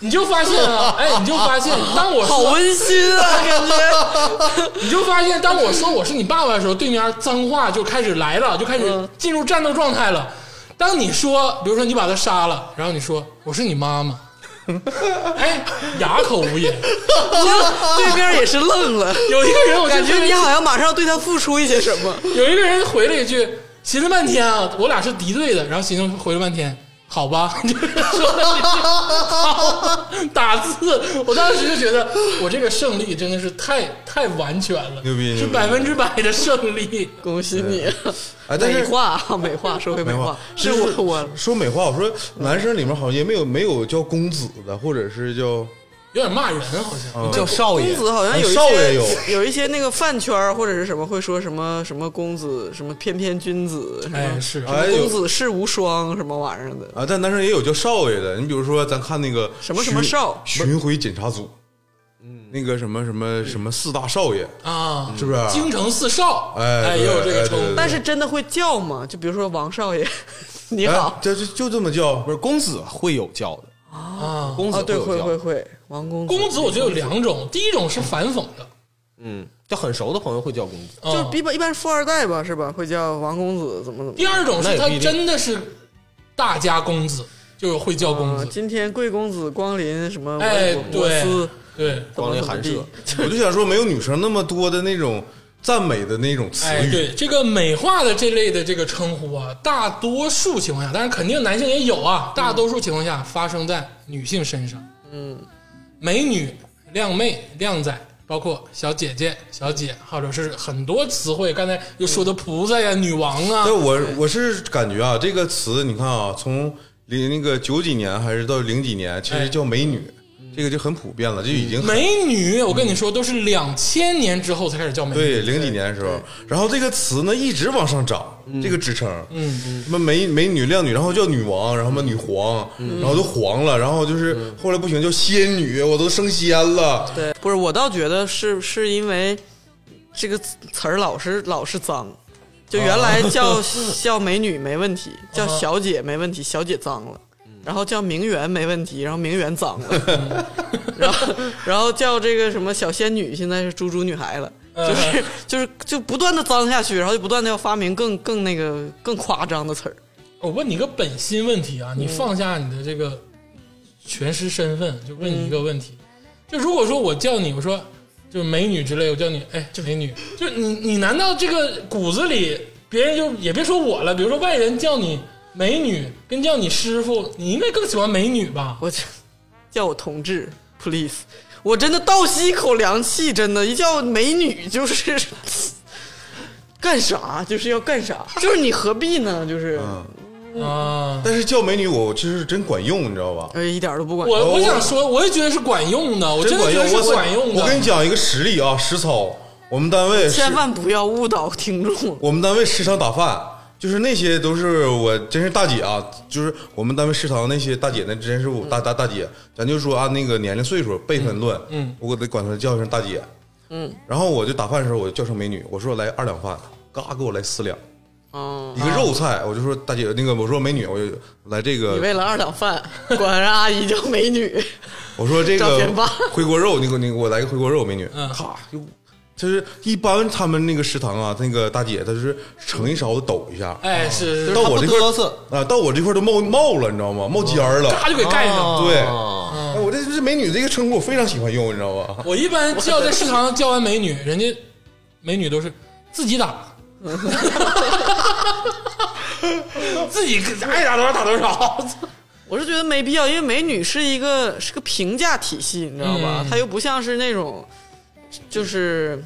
你就发现啊，哎，你就发现，当我好说温 馨啊，感觉。你就发现，当我说我是你爸爸的时候，对面脏话就开始来了，就开嗯始进入战斗状态了。当你说，比如说你把他杀了，然后你说我是你妈妈， 哎，哑口无言。对面也是愣 了，有一个人，我就感觉特别你好像马上要对他付出一些什么。 有一个人回了一句，寻思半天啊，我俩是敌对的，然后寻思回了半天，好吧， 就是说的是好打字，我当时就觉得我这个胜利真的是太太完全了，牛逼牛逼是百分之百的胜利。 恭喜你，哎，美但是化 啊，美化，说回美美化化，是我我说美化，我说男生里面好像也没有没有叫公子的，或者是叫有点骂人，啊好像哦叫少公爷，子好像有一些少爷有一些那个饭圈儿或者是什么会说什么什么公子什么翩翩君子什么。哎是什么哎公有子世无双什么玩意儿的，啊，但男生也有叫少爷的。你比如说，咱看那个什么什么巡少巡回检查组，嗯，那个什么什么什么四大少爷，啊，是不是？京城四少，哎哎，对也有这个哎称对对呼。但是真的会叫吗？就比如说王少爷，你哎好，这就就这么叫不是公子会有叫的啊，公啊，子对，会会有会叫，会，王公子，公子我觉得有两种，第一种是反讽的，嗯，就很熟的朋友会叫公子，嗯就是一般一般是富二代吧，是吧？会叫王公子怎么怎么。第二种那是也他不一定真的是大家公子，就是会叫公啊子，今天贵公子光临什么我？哎我，我对司对，怎么光临怎么寒地舍 我就想说，没有女生那么多的那种赞美的那种词哎，语。对这个美化的这类的这个称呼啊，大多数情况下，当然肯定男性也有啊，大多数情况下发生在女性身上。嗯，美女、靓妹、靓仔，包括小姐姐、小姐，或者是很多词汇，刚才又说的菩萨呀、女王啊但，我我是感觉啊，这个词你看啊，从零那个九几年还是到零几年，其哎实叫美女，嗯这个就很普遍了，就已经很美女，我跟你说，都是两千年之后才开始叫美女。对，零几年的时候，然后这个词呢一直往上涨，这个职称，嗯嗯，什么美美女、靓女，然后叫女王，然后什么女皇，嗯然后都黄了，然后就是后来不行叫仙女，我都升仙了，对，不是，我倒觉得是是因为这个词儿老是老是脏，就原来 叫、叫美女没问题，啊叫小姐没问题，小姐脏了。嗯然后叫名媛没问题，然后名媛脏了， 然后然后叫这个什么小仙女，现在是猪猪女孩了，嗯就是就是就不断的脏下去，然后就不断的要发明更更那个更夸张的词儿。我问你个本心问题啊，你放下你的这个全师身份，就问你一个问题，就如果说我叫你，我说就是美女之类，我叫你哎，这美女，就你你难道这个骨子里别人就也别说我了，比如说外人叫你美女，跟叫你师傅，你应该更喜欢美女吧？我这叫我同志，please。我真的倒吸一口凉气，真的，一叫美女就是 干啥，就是要干啥，就是你何必呢？就是，嗯啊。但是叫美女，我其实真管用，你知道吧？哎，一点都不管用。我我想说，我也觉得是管用的，我真的啊管觉用得，是我管用的。我跟你讲一个实例啊，实操，我们单位是千万不要误导听众。我们单位食堂打饭，就是那些都是我真是大姐啊，就是我们单位食堂那些大姐，那真是我大大大姐，咱就说按啊那个年龄岁数辈分论，嗯，我得管她叫一声大姐，嗯，然后我就打饭的时候我就叫声美女，我说来二两饭，嘎给我来四两，嗯，一个肉菜，我就说大姐那个我说美女，我就来嗯这你个，为了二两饭， 管人阿姨叫美女，我说这赵个天霸回锅肉，那个那个我来个回锅肉美女，嗯咔就。就是一般他们那个食堂啊，那个大姐她就是盛一勺子抖一下，哎，是是到是，我这块她不嘚瑟啊，到我这块都冒冒了，你知道吗？冒尖儿了。啪就给盖上。哦对，哎我这这美女这个称呼我非常喜欢用，你知道吧？我一般叫在食堂叫完美女，人家美女都是自己打，自己爱打多少打多少。我是觉得没必要，因为美女是一个是个评价体系，你知道吧？嗯她又不像是那种，就是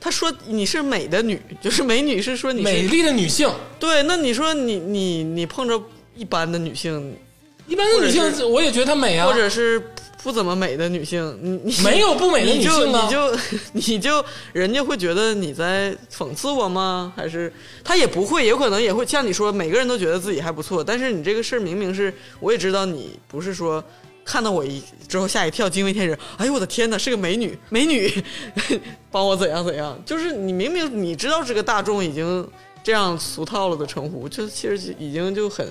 她说你是美的女，就是美女是说你美是丽的女性，对，那你说你你你碰着一般的女性，一般的女或者是性我也觉得她美啊或。者是不不怎么美的女性，你 你没有不美的女性啊你就 你就你就人家会觉得你在讽刺我吗？还是他也不会，有可能也会像你说，每个人都觉得自己还不错，但是你这个事儿明明是，我也知道你不是说。看到我一之后吓一跳，惊为天人。哎呦我的天哪，是个美女， 美女，帮我怎样怎样？就是你明明你知道这个大众已经这样俗套了的称呼，就其实已经就很，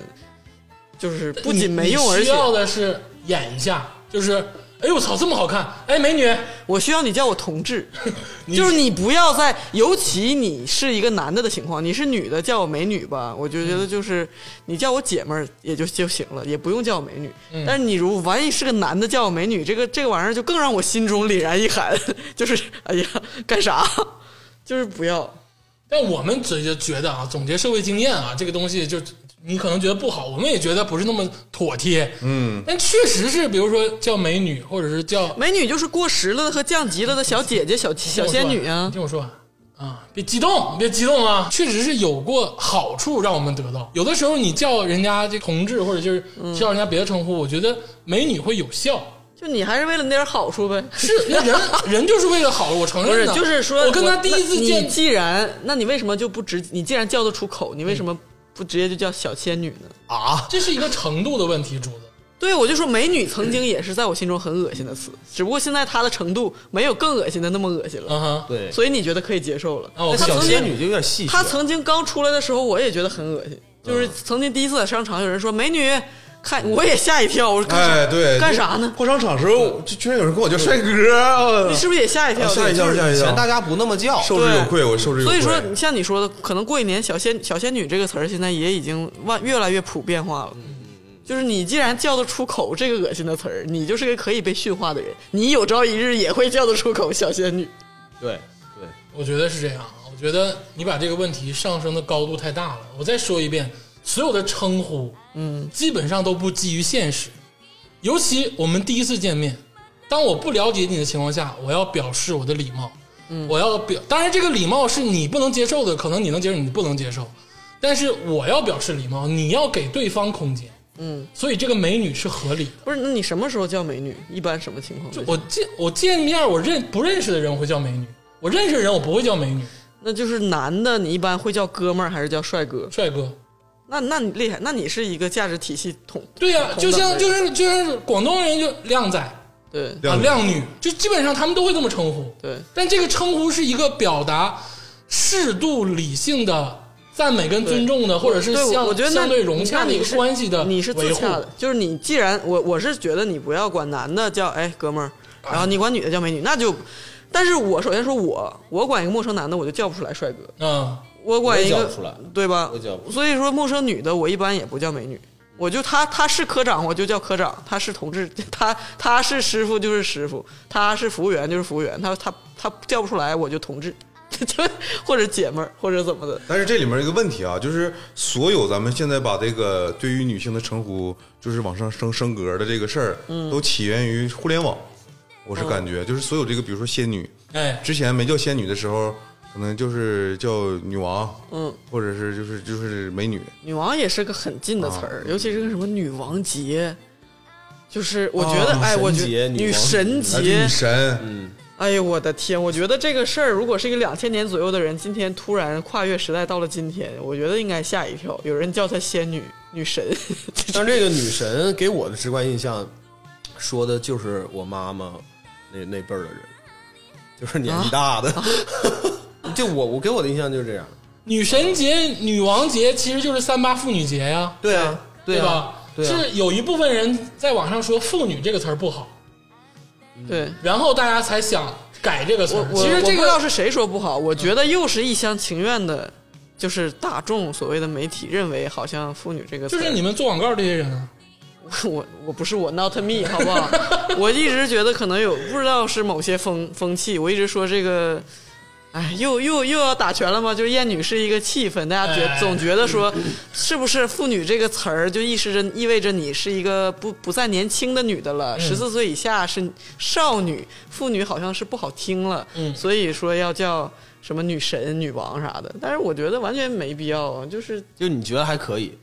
就是不仅没用，你而你需且要的是演一下，就是哎呦我操这么好看，哎美女，我需要你叫我同志，就是你不要在，尤其你是一个男的的情况，你是女的叫我美女吧，我就觉得就是你叫我姐们儿也就就行了，也不用叫我美女。但是你如万一是个男的叫我美女，这个这个玩意儿就更让我心中凛然一寒， 就是哎呀干啥，就是不要。但我们只是觉得啊，总结社会经验啊，这个东西就你可能觉得不好，我们也觉得不是那么妥帖。嗯，但确实是，比如说叫美女，或者是叫美女就是过时了的和降级了的小姐姐、小小仙女啊你。听我说完你听我说完啊，别激动，别激动啊！确实是有过好处让我们得到。有的时候你叫人家这同志，或者就是嗯叫人家别的称呼，我觉得美女会有效。就你还是为了那点好处呗。是，那人人就是为了好，我承不认是的。，就是说，我跟他第一次那你见，既然，那你为什么就不直？你既然叫得出口，你为什么不直接就叫小仙女呢？这是一个程度的问题，主子。对，我就说美女曾经也是在我心中很恶心的词，只不过现在她的程度没有更恶心的那么恶心了，嗯哼，对，所以你觉得可以接受了。哦那她小曾仙经，女就有点戏谑。她曾经刚出来的时候，我也觉得很恶心，就是曾经第一次在商场有人说美女，看我也吓一跳，我说干啥？哎，对，干啥呢？逛商场时候，就居然有人跟我叫帅哥啊，你是不是也吓一跳？啊吓一跳，吓一以前大跳，家不那么叫，受之有愧，我受之有所愧。以说，像你说的，可能过一年“小仙小仙女”这个词儿现在也已经万越来越普遍化嗯了。就是你既然叫得出口这个恶心的词儿，你就是个可以被驯化的人，你有朝一日也会叫得出口“小仙女对对，我觉得是这样啊。我觉得你把这个问题上升的高度太大了。我再说一遍，所有的称呼，嗯，基本上都不基于现实。尤其我们第一次见面，当我不了解你的情况下，我要表示我的礼貌，嗯，我要表，当然这个礼貌是你不能接受的，可能你能接受，你不能接受，但是我要表示礼貌，你要给对方空间，嗯，所以这个美女是合理的”。。不是，那你什么时候叫美女？一般什么情况之就下？我见我见面，我认不认识的人我会叫美女，我认识的人我不会叫美女，那就是男的，你一般会叫哥们儿还是叫帅哥？帅哥。那那你厉害，那你是一个价值体系统。对呀、同等就像的就是就是广东人就靓仔啊对靓女靓女，就基本上他们都会这么称呼。对，但这个称呼是一个表达适度理性的赞美跟尊重的，或者是对，相我觉得那相对融洽那的一你个是关系的你是自维护。洽的，就是你既然我我是觉得你不要管男的叫哎哥们儿，然后你管女的叫美女，那就，但是我首先说我我管一个陌生男的我就叫不出来帅哥，嗯，我管一我也个叫不出来对吧我也叫不？出所以说陌生女的我一般也不叫美女，我就他他是科长我就叫科长，他是同志 他他是师傅就是师傅，他是服务员就是服务员，他他他叫不出来我就同志， 就或者姐们儿或者怎么的，但是这里面有一个问题啊，就是所有咱们现在把这个对于女性的称呼，就是往上升升格的这个事儿，都起源于互联网。我是感觉就是所有这个，比如说仙女，哎，之前没叫仙女的时候，可能就是叫女王，嗯，或者是就是就是美女，女王也是个很近的词儿，尤其是个什么女王节，就是我觉得，哦哎，女神我觉节得女王女神而且节女，神，哎呦我的天，我觉得这个事儿，如果是一个两千年左右的人，今天突然跨越时代到了今天，我觉得应该吓一跳，有人叫她仙女、女神，但这个女神给我的直观印象，说的就是我妈妈那那辈儿的人，就是年纪大 的。就我我给我的印象就是这样。女神节、女王节其实就是三八妇女节呀、对啊，对啊吧？，对啊。是有一部分人在网上说“妇女”这个词儿不好，对。然后大家才想改这个词儿。我其实我这不知道个是谁说不好，我觉得又是一厢情愿的，就是大众所谓的媒体认为好像妇女这个词就儿是你们做广告这些人啊， 我我不是我 not me 好不好？我一直觉得可能有不知道是某些风风气，我一直说这个，哎，又又又要打拳了吗？就是厌女是一个气氛，大家觉哎总觉得说是不是“妇女”这个词儿就意示着意味着你是一个不不再年轻的女的了，嗯十四岁以下是少女，妇女好像是不好听了，嗯所以说要叫什么女神、女王啥的。但是我觉得完全没必要啊，就是就你觉得还可以，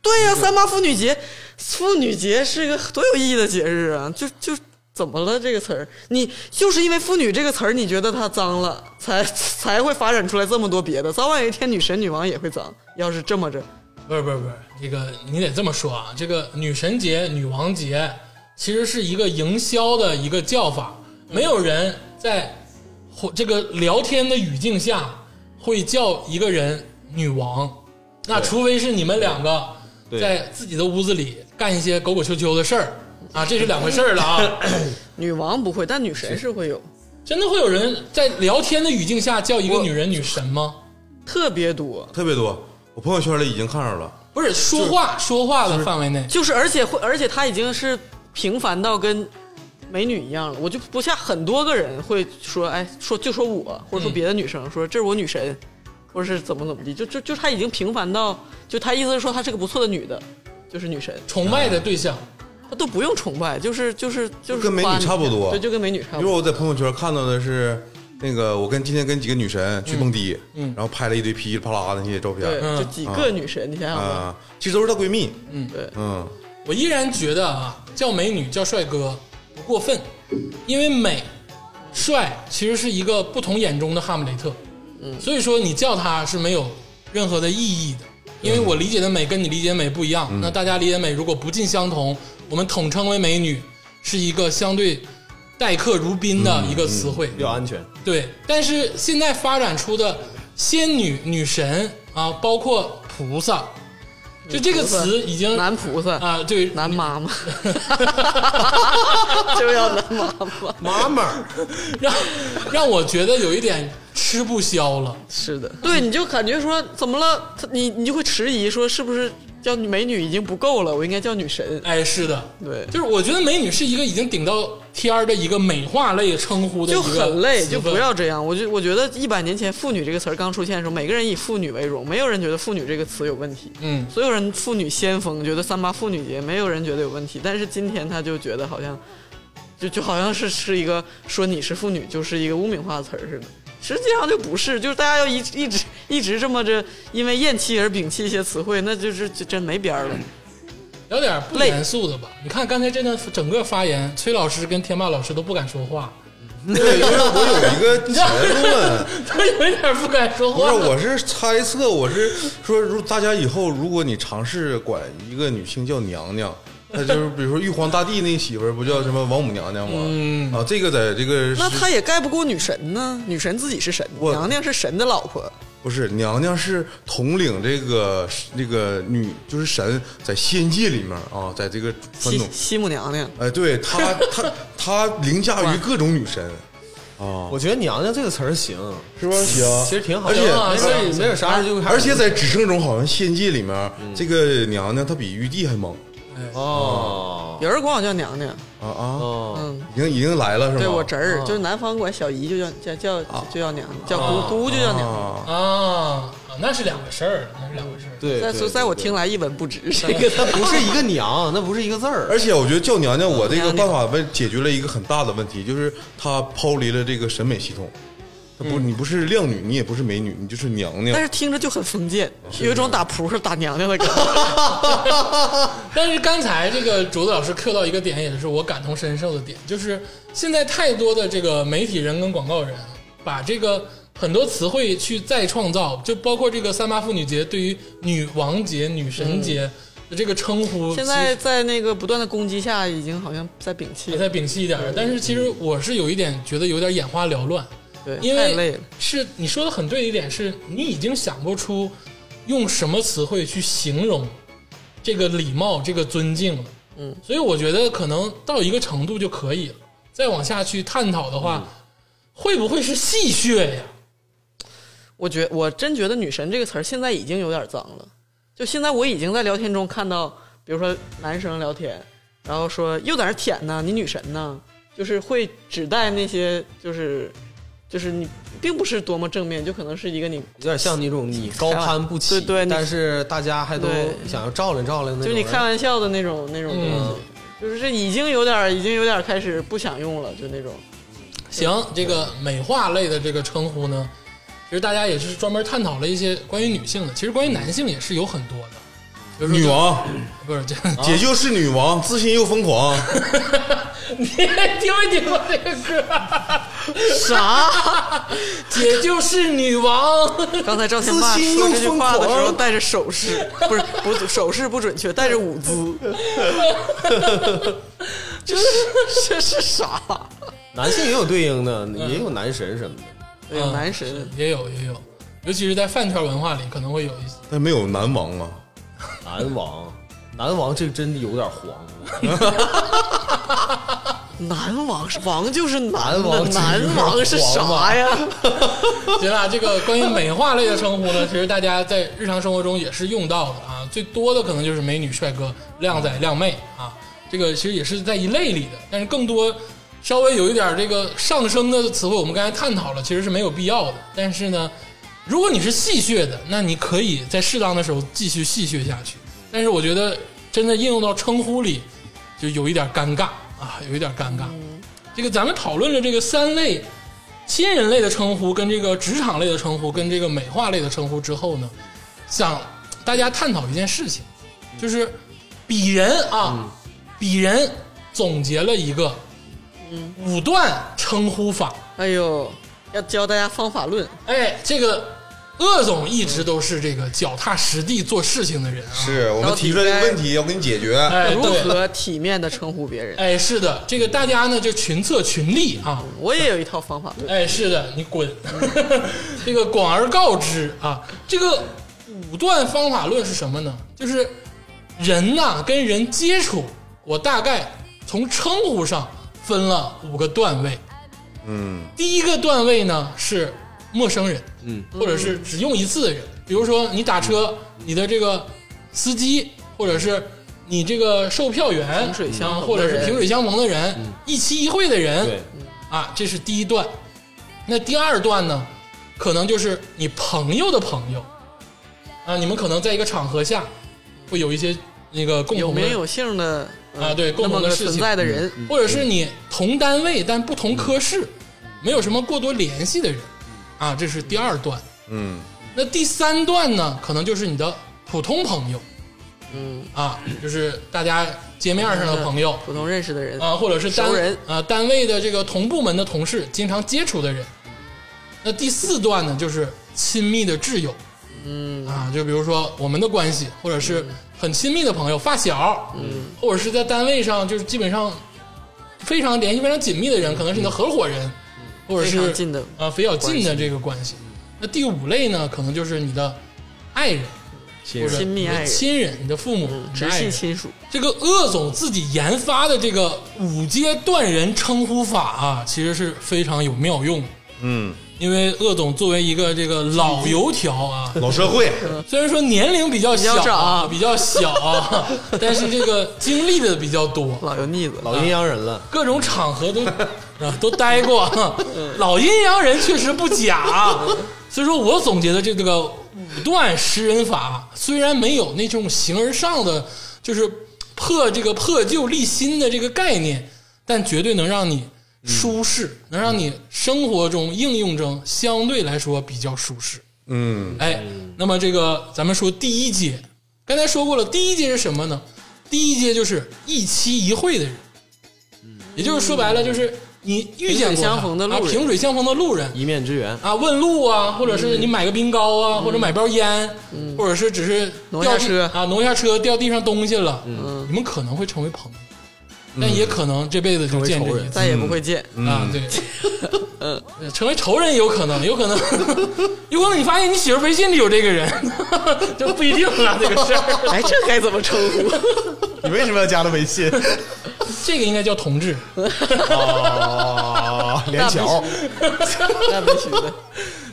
对呀、三八妇女节，妇女节是个多有意义的节日啊！就就怎么了这个词儿？你就是因为“妇女”这个词儿，你觉得它脏了，才才会发展出来这么多别的。早晚有一天，女神、女王也会脏。要是这么着，不是不是不是，这个你得这么说啊，这个女神节、女王节其实是一个营销的一个叫法，没有人在或这个聊天的语境下会叫一个人女王，那除非是你们两个对在自己的屋子里干一些狗狗秋秋的事儿啊，这是两回事儿了啊。女王不会，但女神是会有，真的会有人在聊天的语境下叫一个我女人女神吗？特别多。特别多。我朋友圈里已经看着了，不是说话说话的范围内，就是而且会，而且她已经是平凡到跟美女一样了。我就不下很多个人会说，哎，说就说我，或者说别的女生、说这是我女神，或者是怎么怎么地，就就就她已经平凡到，就她意思是说她是个不错的女的，就是女神，崇拜的对象。她都不用崇拜，就是就是就是跟美女夸你差不多对，就跟美女差不因为多。我在朋友圈看到的是那个我跟今天跟几个女神去蹦迪，嗯，然后拍了一堆噼里啪啦的那些照片，对，嗯就几个女神，你想想吧，啊，其实都是她闺蜜，对，嗯，我依然觉得啊，叫美女叫帅哥不过分，因为美、帅其实是一个不同眼中的哈姆雷特。嗯，所以说你叫他是没有任何的意义的，因为我理解的美跟你理解的美不一样。嗯那大家理解的美如果不尽相同，我们统称为美女，是一个相对待客如宾的一个词汇。嗯比较安全。对，但是现在发展出的仙女、女神啊，包括菩萨，就这个词已经男菩萨。啊， 对，男妈妈，就要男妈妈，妈妈， 让让我觉得有一点吃不消了。是的，对，你就感觉说怎么了？他你你就会迟疑说是不是叫女美女已经不够了？我应该叫女神。哎，是的，对就是我觉得美女是一个已经顶到天儿的一个美化类称呼的一就个很累，词就汇不要这样。我就我觉得一百年前“妇女”这个词儿刚出现的时候，每个人以妇女为荣，没有人觉得“妇女”这个词有问题。嗯，所有人妇女先锋，觉得三八妇女节没有人觉得有问题，但是今天他就觉得好像，就就好像是是一个说你是妇女就是一个污名化的词儿似的，实际上就不是，就是大家要一一直一直这么着，因为厌弃而摒弃一些词汇，那就是就真没边儿嗯了。聊点不累严肃的吧。你看刚才这段整个发言，崔老师跟天霸老师都不敢说话， 对，因为我有一个结论。他有一点不敢说 不话是，了。我是猜测，我是说，如大家以后如果你尝试管一个女性叫娘娘，那就是比如说玉皇大帝那媳妇儿不叫什么王母娘娘吗？嗯啊，这个在这个那是他也盖不过女神呢，女神自己是神，我娘娘是神的老婆。不是娘娘是统领这个这个女就是神在仙界里面啊，在这个传西统，西姆娘娘，哎，对她她她凌驾于各种女神，我觉得“娘娘”这个词儿行，哦是吧？行，其实挺好。而且行啊没事行儿没有啥事儿就开始而且在嗯只剩中好像仙界里面，这个娘娘她比玉帝还猛。哦，啊有人管我叫娘娘，啊啊，哦，嗯，已经已经来了是吗？对我侄儿，就是南方管小姨就叫叫叫就叫娘，叫哦姑姑就叫娘。啊，啊，那是两回事儿，那是两回事儿。对，在对在我听来一文不 值，这个他不是一个娘，那不是一个字儿，而且我觉得叫娘娘，我这个娘办娘法问解决了一个很大的问题，就是她抛离了这个审美系统。她嗯不，你不是靓女，你也不是美女，你就是娘娘但。是听着就很封建，有一种打扑克打娘娘的感觉。但是刚才这个竹子老师 Q 到一个点，也是我感同身受的点，就是现在太多的这个媒体人跟广告人，把这个很多词汇去再创造，就包括这个三八妇女节对于女王节、女神节的这个称呼，现在在那个不断的攻击下，已经好像在摒弃也了，在摒弃一点儿。但是其实我是有一点觉得有点眼花缭乱，对，因太累为了。是你说的很对的一点是，你已经想不出用什么词汇去形容这个礼貌、这个尊敬了。嗯，所以我觉得可能到一个程度就可以了。再往下去探讨的话，会不会是戏谑呀？我觉我真觉得“女神”这个词儿现在已经有点脏了，就现在我已经在聊天中看到，比如说男生聊天，然后说又在那儿舔呢，你女神呢，就是会指代那些就是就是你并不是多么正面，就可能是一个你嗯有点像那种你高攀不起，对对你但是大家还都对想要照亮照亮那就种是人。你开玩笑的那种那种东西，就是这已经有点儿已经有点儿开始不想用了，就那种行，这个美化类的这个称呼呢，其实大家也是专门探讨了一些关于女性的，其实关于男性也是有很多的。比如说女王，不是这，姐就是女王，自信又疯狂。 你听没听过这个歌？啥？姐就是女王。刚才赵天霸说这句话的时候带着手势，不是不手势不准确，带着舞姿，这是这是啥？男性也有对应的，嗯也有男神什么的。哎呦，嗯男神也有也有，尤其是在饭圈文化里，可能会有一些。但没有男王啊，男王，男王这真的有点黄。男王是王就是男男王的，男王是啥呀？ 行了，这个关于美化类的称呼呢，其实大家在日常生活中也是用到的啊。最多的可能就是美女、帅哥、靓仔、靓妹啊，这个其实也是在一类里的。但是更多稍微有一点这个上升的词汇，我们刚才探讨了，其实是没有必要的。但是呢，如果你是戏谑的，那你可以在适当的时候继续戏谑下去。但是我觉得真的应用到称呼里，就有一点尴尬啊，有一点尴尬。这个咱们讨论了这个三类亲人类的称呼、跟这个职场类的称呼、跟这个美化类的称呼之后呢，想大家探讨一件事情，就是鄙人啊，鄙人总结了一个嗯五段称呼法。哎呦，要教大家方法论，哎，这个鄂总一直都是这个脚踏实地做事情的人啊。是我们提出来这个问题要给你解决。哎，如对，何体面的称呼别人？哎，是的，这个大家呢就群策群力啊。我也有一套方法论，哎，是的，你滚！ 这个广而告之啊，这个五段方法论是什么呢？就是人呐、跟人接触，我大概从称呼上分了五个段位。嗯，第一个段位呢是陌生人，嗯，或者是只用一次的人，比如说你打车，你的这个司机，或者是你这个售票员，萍水相啊逢的或者是人萍水相逢的人，一期一会的哎人，对，嗯啊，这是第一段。那第二段呢，可能就是你朋友的朋友啊，你们可能在一个场合下会有一些那个共有同的名有姓的嗯啊对共那同么的个事情嗯存在的人，嗯或者是你同单位但不同科室，没有什么过多联系的人，啊，这是第二段。嗯，那第三段呢，可能就是你的普通朋友，嗯啊，就是大家街面上的朋友普通认识的人，啊，或者是单熟人啊单位的这个同部门的同事，经常接触的人。那第四段呢，就是亲密的挚友，嗯啊，就比如说我们的关系，或者嗯是很亲密的朋友、发小，嗯，或者是在单位上就是基本上非常联系非常紧密的人，可能是你的合伙人，或者嗯非是常近的嗯啊比较近的这个关系。那第五类呢，可能就是你的爱人，或者亲密你的爱人嗯亲人、你的父母、你的直爱系人亲属。这个鄂总自己研发的这个五阶段人称呼法啊，其实是非常有妙用的。嗯，因为鄂总作为一个这个老油条啊， 老社会，虽然说年龄比较小比较长啊，啊比较小啊， 但是这个经历的比较多，老油腻子，老阴阳人了，各种场合都 啊都待过。 老阴阳人确实不假，所以说我总结的这个五段识人法，虽然没有那种形而上的，就是破这个破旧立新的这个概念，但绝对能让你舒适，能让你生活中应用中相对来说比较舒适。嗯，哎，那么这个咱们说第一阶，刚才说过了，第一阶是什么呢？第一阶就是一期一会的人，也就是说白了，就是你遇见过嗯萍水相他逢的路啊人嗯萍水相逢的路人一面之缘。啊，问路啊，或者是你买个冰糕啊，或者买包烟，或者是只是嗯挪掉一下地车嗯啊，挪一下车掉地上东西了，你们可能会成为朋友，但也可能这辈子就见这仇一人次再也不会见。啊，对， 呃成为仇人也有可能，有可能， 有可能你发现你媳妇微信里有这个人， 这不一定了， 这个事 儿， 哎，这该怎么称呼？你为什么要加他微 信？这个应该叫同志。哦，连桥， 那必须的，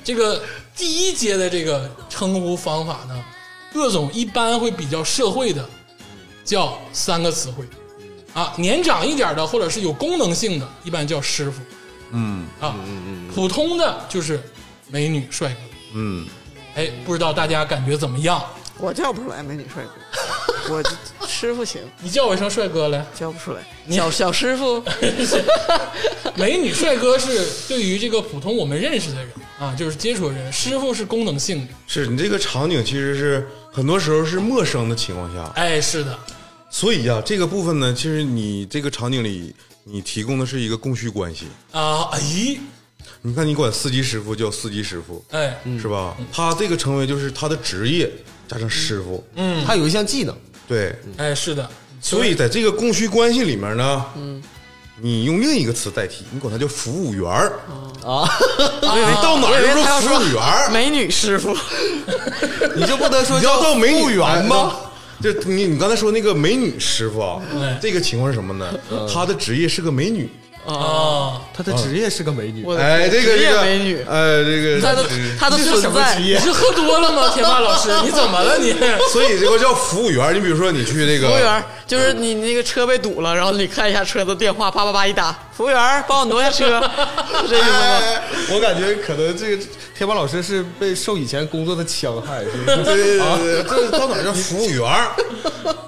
这个第一阶的这个称呼方法呢，各种一般会比较社会的，叫三个词汇，啊，年长一点的或者是有功能性的，一般叫师傅，嗯啊，普通的就是美女帅哥，嗯，哎，不知道大家感觉怎么样？ 我叫不出来美女帅哥，我这师傅行，你叫我一声帅哥来。叫不出来。小小师 傅， 美女帅哥是对于这个普通我们认识的人啊，就是接触的人，师傅是功能性的。是你这个场景其实是很多时候是陌生的情况下，哎，是的，所以呀、啊这个部分呢，其实你这个场景里你提供的是一个供需关系。啊，哎，你看，你管司机师傅叫司机师傅，哎，嗯是吧？他这个成为就是他的职业加上师傅，嗯，他有一项技能，对。哎，是的，所以在这个供需关系里面呢，嗯，你用另一个词代替，你管它叫服务员儿哦啊。 你到哪儿都是服务员儿，美女师傅，你就不能说你要到美服女务员吗吗？？就你你刚才说那个美女师傅啊嗯，这个情况是什么呢？嗯她的职业是个美女，啊，他的职业是个美女，我的哎，这个呃职这业个美女哎，这个她的她的存在，你是喝多了吗，铁马老师？你 怎么了你？所以这个叫服务员儿。你比如说你去这个服务员儿就是你那个车被堵了，然后你看一下车的电话，叭叭叭一打，服务员儿帮我挪下车， 是哎这意思吗？我感觉可能这个天马老师是被受以前工作的戕害，是吧对对对对，这到哪儿叫服务员儿？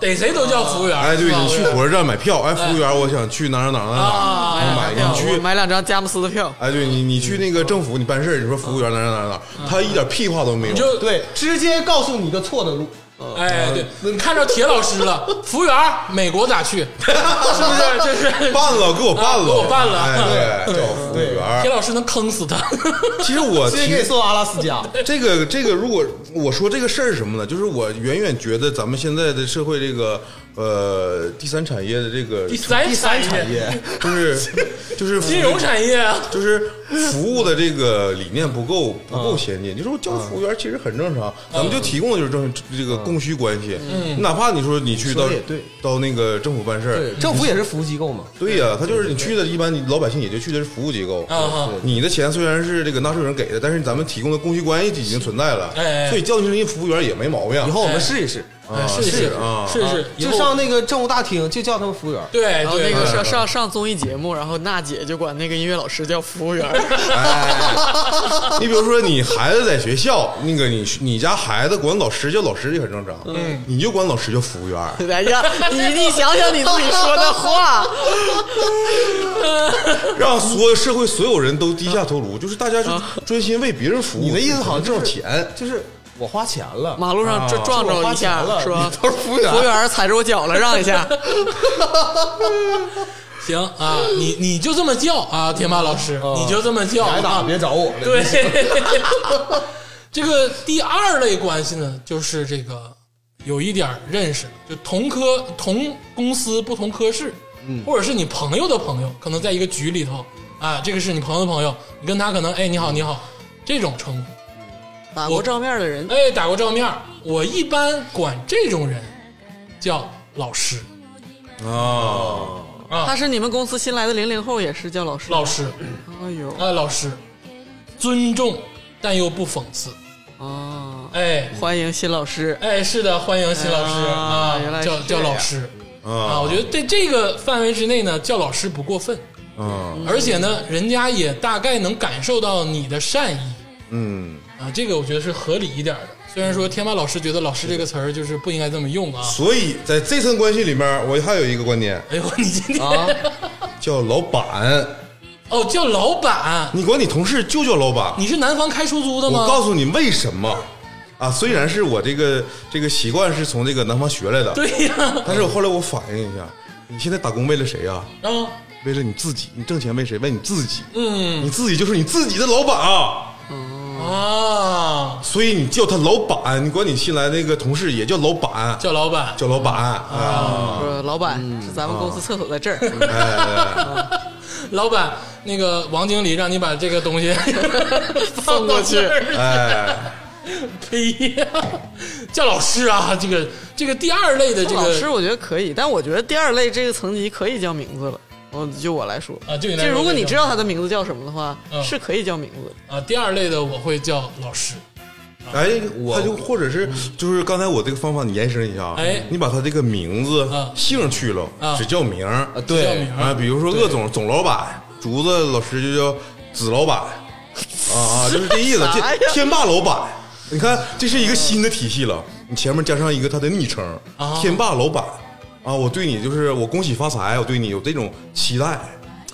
逮谁都叫服务员。 哎，对是吧你去火车站买票，哎，服务员儿，我想去哪儿哪儿哪儿哪儿，买你我去。买两张佳木斯的票，哎，对你，你去那个政府，你办事儿，你说服务员儿哪儿哪儿哪儿，他一点屁话都没你有。就对，直接告诉你一个错的路，哎，对，你看着铁老师了，服务员，美国咋去？是不是？就是办了，给我办了，啊给我办了哎，对，叫服务员儿铁。老师能坑死他。其实我直接提给你送阿拉斯加。 这个这个，如果我说这个事儿是什么呢？就是我远远觉得咱们现在的社会这个呃第三产业的这个第三第三产产业，业， 就是就是服务金融产业啊，就是服务的这个理念不嗯够不够先进。你说叫服务员其实很正常，咱们就提供的就是正这个供需关系。嗯哪怕你说你去到说得也对到那个政府办事儿对，，政府也是服务机构嘛，对呀，他就是你去的，一般你老百姓也就去的是服务机构。啊哈，你的钱虽然是这个纳税人给的，但是咱们提供的供需关系已经存在了哎哎哎，所以叫你一服务员也没毛病。以后我们试一试，哎是是是啊是是，以就后上那个政务大厅就叫他们服务员。对然啊后那对个哎上上上综艺节目，然后娜姐就管那个音乐老师叫服务员儿，哎你比如说，你孩子在学校，那个你你家孩子管老师叫老师也很正常，嗯，你就管老师叫服务员。 哎呀，你你想想你自己说的 话，让所有社会所有人都低下头颅，就是大家就专心为别人服务。你的意思好像挣就是钱，就是我花钱了，马路上撞撞着一下我花钱了，说 你都是服务员服务员儿踩着我脚了，让一下，行啊，你你就这么叫啊，天霸老师，你就这么叫哦挨打啊，别找我了。对。这个第二类关系呢，就是这个有一点认识，就同科同公司不同科室，嗯或者是你朋友的朋友，可能在一个局里头啊，这个是你朋友的朋友，你跟他可能哎你好你好这种称呼。 打过照面的人哎，打过照面儿，我一般管这种人叫老师，他是你们公司新来的零零后，也是叫老师。呃老师，哎呦，啊，老师，尊重但又不讽刺。啊，哎欢迎新老师，哎，是的，欢迎新老师啊啊原来，是叫这叫样老师啊，啊我觉得在这个范围之内呢，叫老师不过分，啊而且呢，人家也大概能感受到你的善意嗯，啊，这个我觉得是合理一点的。虽然说天霸老师觉得“老师”这个词儿就是不应该这么用啊，所以在这层关系里面，我还有一个观点哎呦，你今天啊叫老板，哦叫老板，你管你同事就叫老板，你是南方开出租的我吗？告诉你为什么啊？虽然是我这个这个习惯是从这个南方学来的，对呀，但是我后来我反应一下，你现在打工为了谁呀、啊，为了你自己，你挣钱为谁？为你自己，嗯你自己就是你自己的老板啊！啊，所以你叫他老板，你管你新来那个同事也叫老板，叫哦老板，叫老板啊！说老板，是咱们公司厕所在这儿，老板，那个王经理让你把这个东 西放过去，哎，呸呀！叫老师啊，这个这个第二类的这叫 老师个我觉得可以，但我觉得第二类这个层级可以叫名字了。我就我来说啊就你来就说如果你知道他的名字叫什么的话，嗯是可以叫名字的。啊，第二类的我会叫老师，哎，他就或者是就是刚才我这个方法，你延伸一下啊嗯哎你把他这个名字啊、姓去了啊，只叫名儿啊，叫对名，啊，儿比如说鄂总总老板，竹子老师就叫子老板，啊啊，就是这 意思。啥呀天天霸老板，你看这是一个新的体系了，你前面加上一个他的昵称啊，天霸老板啊，我对你就是我恭喜发财，我对你有这种期待，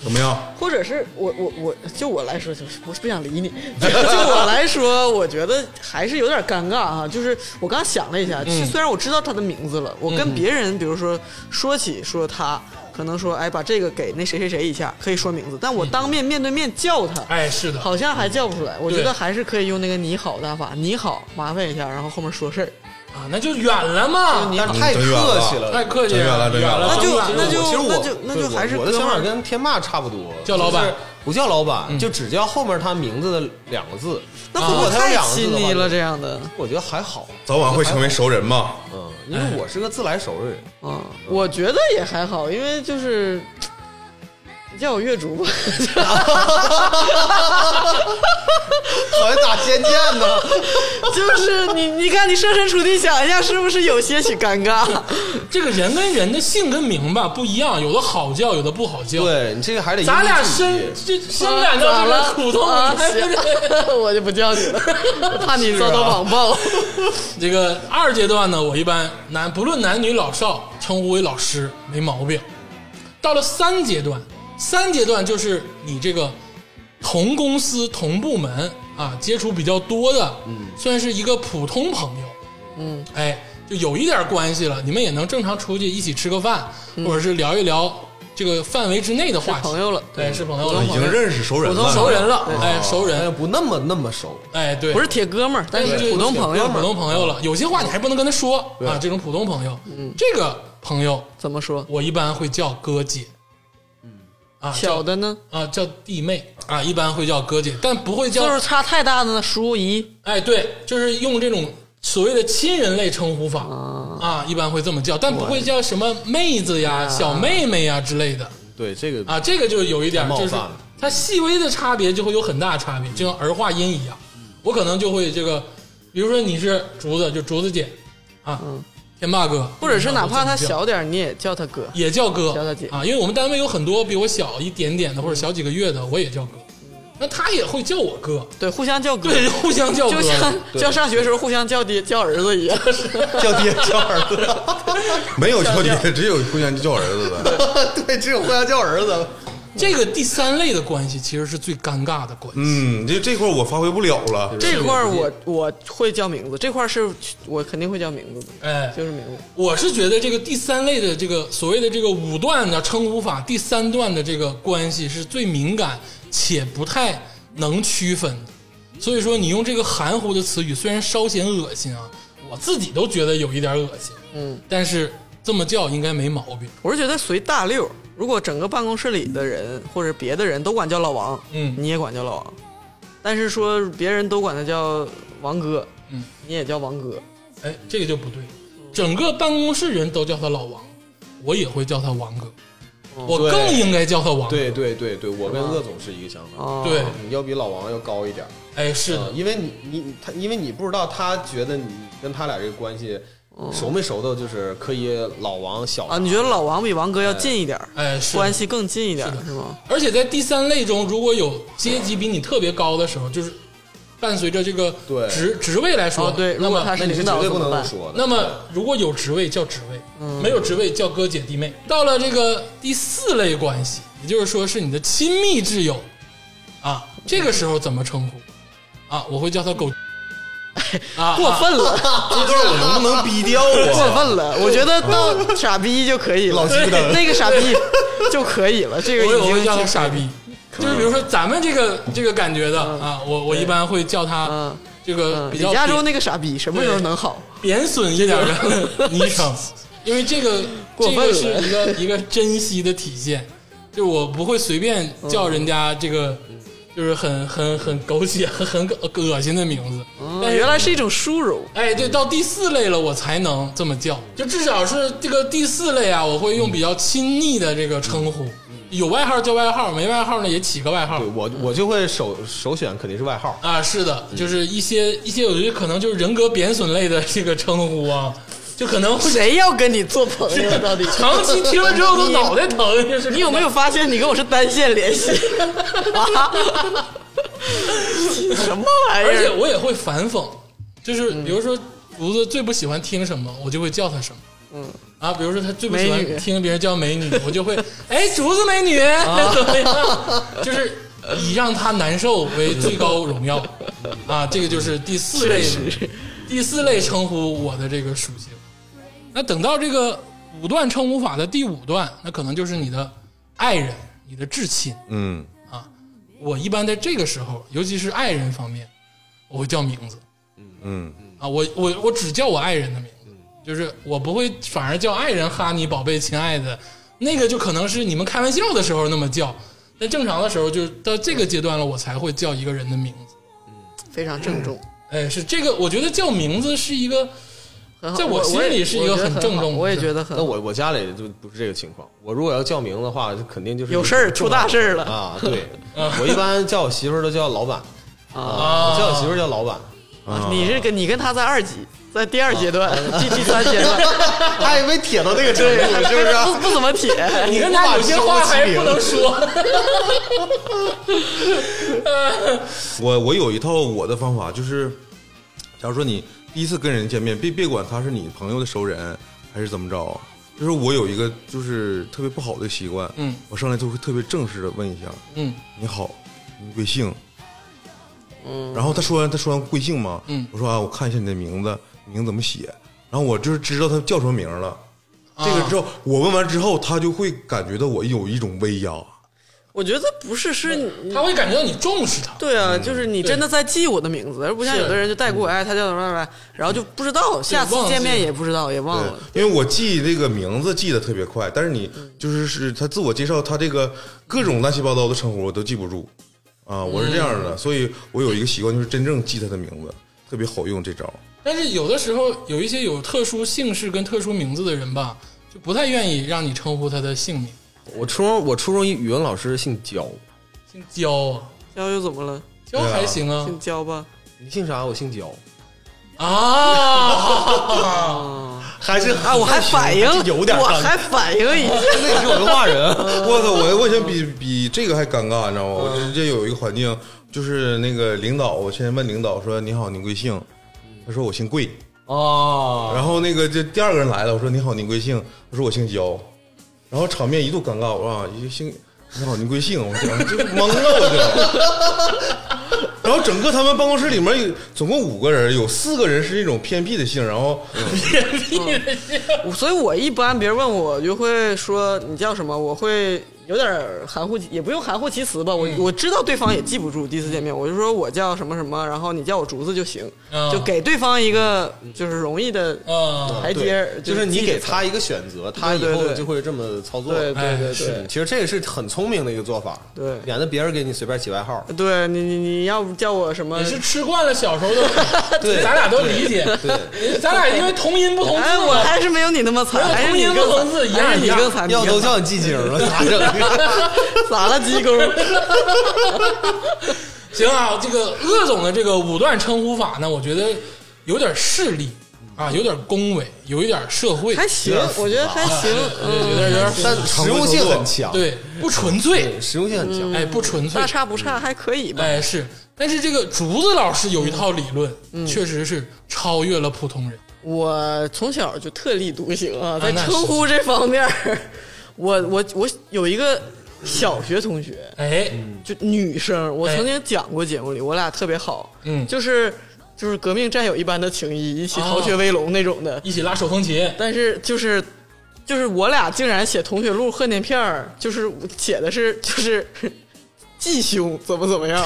怎么样？或者是我我我就我来说，就是我是不想理你。 就我来说，我觉得还是有点尴尬啊。就是我刚想了一嗯下，其实虽然我知道他的名字了，我跟别人比如说说起说他，可能说哎把这个给那谁谁谁一下，可以说名字，但我当面面对面叫他，嗯哎，是的，好像还叫不出来。我觉对得还是可以用那个你好大法，你好，麻烦一下，然后后面说事儿。啊，那就远了嘛，但是太客气了，太客气真远了了，真远远了呃那就真远那就其实我那就那就对我还是我的哥想们儿法跟天霸差不多，叫老板就是不叫老板，就只叫后面他名字的两个字。嗯那会如不果会他有太两个字亲的话昵了？，这样的，我觉得还好，早晚哎会成为熟人嘛。嗯，因为我是个自来熟 人，嗯，我觉得也还好，因为就是。你叫我月竹吧，好像打仙剑呢。 就是你，你看你设身处地想一下，是不是有些许尴尬？这个人跟人的姓跟名吧不一样，有的好叫，有的不好叫。对你这个还得咱俩因地制深宜这深感到啊咋这个了苦痛，啊你还不得行 我就不叫你了，怕你遭到网暴。这个二阶段呢，我一般男不论男女老少，称呼为老师没毛病。到了三阶段，三阶段就是你这个同公司同部门啊，接触比较多的，嗯，算是一个普通朋友，嗯，哎，就有一点关系了，你们也能正常出去一起吃个饭，或者是聊一聊这个范围之内的话题，嗯朋友了嗯对，是朋友了，啊已经认识熟人了，熟人了，哎，熟哎人，不那么那么熟，哎，对，不是铁哥们儿，但对是对普通朋友普通朋友了，有些话你还不能跟他说啊，这种普通朋友，嗯这个朋友怎么说？我一般会叫哥姐，嗯，啊小叫的呢，啊叫弟妹啊，一般会叫哥姐，但不会叫岁数差太大的呢，叔姨哎对，就是用这种所谓的亲人类称呼法啊，一般会这么叫，但不会叫什么妹子呀、啊小妹妹呀之类的对这个 啊，这个就有一点太冒就是犯了它细微的差别就会有很大差别，就像儿化音一样，嗯我可能就会这个，比如说你是竹子，就竹子姐啊，嗯天霸哥，或者是哪怕他小。小点儿，你也叫他哥。也叫哥，叫他姐啊，因为我们单位有很多比我小一点点的或者小几个月嗯的，我也叫哥，那他也会叫我哥，对，互相叫哥，对，互相叫哥就，像像上学时候互相叫爹叫儿子一样。叫爹叫儿子，没有 叫爹，只有互相叫儿子的。对只有互相叫儿子。这个第三类的关系其实是最尴尬的关系，嗯，这这块儿我发挥不了了。这块儿我我会叫名字，这块儿是我肯定会叫名字的，哎，就是名字。我是觉得这个第三类的这个所谓的这个五段的称呼法，第三段的这个关系是最敏感且不太能区分的，所以说你用这个含糊的词语，虽然稍显恶心啊，我自己都觉得有一点恶心，嗯，但是这么叫应该没毛病，我是觉得随大溜儿，如果整个办公室里的人或者别的人都管叫老王，嗯你也管叫老王，但是说别人都管他叫王哥，嗯，你也叫王哥，哎，这个就不对，整个办公室人都叫他老王，我也会叫他王哥，我对更应该叫他王哥。对对对对，我跟鄂总是一个想法，嗯哦，对，你要比老王要高一点。哎，是啊的，因为你你他，因为你不知道他觉得你跟他俩这个关系熟没熟到，就是可以老王小嗯啊，你觉得老王比王哥要近一点儿，哎，是的关系更近一点儿是的是吗？而且在第三类中，如果有阶级比你特别高的时候，就是伴随着这个对职职位来说，哦，对，那如果么他那是你是领绝导对怎不能么这么办？说的。那么如果有职位叫职位，嗯没有职位叫哥姐弟妹。到了这个第四类关系，也就是说是你的亲密挚友啊，这个时候怎么称呼啊？我会叫他狗啊，过啊分了，这段我能不能逼掉过啊？分了，我觉得啊到傻逼就可以了，老鸡不等那个傻逼就可以了，这个我已我会经叫他傻逼，就是比如说咱们这个这个感觉的啊，我我一般会叫他嗯这个嗯呃比较李佳贬州那个傻逼什么时候能好？贬损一点 的昵称，因为这个过这个分了是一个一个珍惜的体现，就我不会随便嗯叫人家这个。就是很很很狗血、很很恶心的名字，但嗯是原来是一种殊荣，哎，对，到第四类了，我才能这么叫，就至少是这个第四类啊，我会用比较亲昵的这个称呼，嗯有外号叫外号，没外号呢也起个外号对 我我就会首首选肯定是外号，啊。是的，嗯就是一些一些，我觉得可能就是人格贬损类的这个称呼啊，就可能会谁要跟你做朋友？到 底长期听了之后都脑袋疼，就是 你有没有发现你跟我是单线联 系？啊什么玩意而且儿？我也会反讽，就是嗯比如说竹子最不喜欢听什么，我就会叫他什么。嗯啊，比如说他最不喜美女欢听别人叫美女， 我就会哎竹子美女 怎么样？就是以让他难受为最高荣 耀啊，这个就是第四类第四类称呼我的这个属性。那等到这个五段称呼法的第五段，那可能就是你的爱人、你的至亲。嗯，我一般在这个时候，尤其是爱人方面，我会叫名字。嗯啊，我我我只叫我爱人的名字，就是我不会反而叫爱人哈你宝贝亲爱的，那个就可能是你们开玩笑的时候那么叫，但正常的时候就是到这个阶段了，我才会叫一个人的名字。非常郑重，哎，是这个，我觉得叫名字是一个很好。在我心里是一个我觉得很郑重的好我也觉得很那好。我我家里就不是这个情况。我如果要叫名字的话，就肯定就是有事儿出大事儿了啊！对， 我一般叫我媳妇儿都叫老板嗯啊嗯我叫我媳妇儿叫老板，啊你是跟你跟他在二级，在第二阶段，第第三阶段，他也没铁到那个程对，度，是不是？ 不不怎么铁。你跟他有些话还不能说，我我有一套我的方法，就是，假如说你第一次跟人见面，别别管他是你朋友的熟人还是怎么着，就是我有一个就是特别不好的习惯，嗯，我上来就会特别正式的问一下，嗯，你好，你贵姓？嗯，然后他说完他说完贵姓吗？嗯我说啊，我看一下你的名字，名字怎么写？然后我就是知道他叫什么名了。啊这个之后，我问完之后，他就会感觉到我有一种威压。我觉得不是，是你他会感觉到你重视他。对啊，就是你真的在记我的名字，而不像是有的人就带过哎，他叫什么什么，然后就不知道，下次忘记见面了也不知道，也忘了。对，因为我记这个名字记得特别快，但是你嗯就是是他自我介绍，他这个各种乱七八糟的称呼我都记不住啊，我是这样嗯的，所以我有一个习惯，就是真正记他的名字，特别好用这招。但是有的时候有一些有特殊姓氏跟特殊名字的人吧，就不太愿意让你称呼他的姓名，我初中我初中一语文老师姓焦，姓焦啊，娇又怎么了？焦还行啊，姓娇吧？你姓啥？我姓焦。啊，还是啊，我还反 应，有点儿我还反应一下。 那你是我文化人，我操！我我以前比比这个还尴尬，你知道吗？我嗯直接有一个环境，就是那个领导，我先问领导说：“你好，你贵姓？”他说：“我姓桂。”哦，然后那个这第二个人来了，我说：“你好，你贵姓？”他说：“我姓焦。”然后场面一度尴尬，我说：“啊，一个姓你好，你贵姓？”我讲就懵了，我就。然后整个他们办公室里面有总共五个人，有四个人是那种偏僻的姓，然后所以我一般别人问我，我就会说你叫什么，我会有点儿含糊，也不用含糊其辞吧。我、嗯我知道对方也记不住，第一次见面我就说我叫什么什么，然后你叫我竹子就行，啊就给对方一个嗯就是容易的啊，台阶儿，对就是你记着给他一个选择，他以对对后对就会这么操作。对对哎对是对。嗯其实这个是很聪明的一个做法，对免得别人给你随便起外号。对你你你要不叫我什么也？是吃惯了小时候的， 对咱俩都理解，咱俩因为同音不同字哎，我嘛，还是没有你那么惨，没有还是同你音更不同字一样还是你一样更惨，要你 更都叫 你记精了，咋整？ 惨咋了，鸡公？行啊，这个鄂总的这个五段称呼法呢，我觉得有点势利啊，有点恭维，有一点社会，还行，我觉得还行，有嗯，点有点但实用性很强，对不纯粹，实用性很强。哎，不纯粹大，差不差，还可以吧。哎是。但是这个竹子老师有一套理论，嗯确实是超越了普通人。我从小就特立独行啊，在那是称呼这方面儿， 我我我有一个小学同学，哎，就女生，我哎曾经讲过节目里，我俩特别好，嗯哦就是就是革命战友一般的情谊，一起逃学威龙那种的。一起拉手风琴，但是就是就是我俩竟然写同学录贺年片儿，就是写的是就是。 继兄怎么怎么样，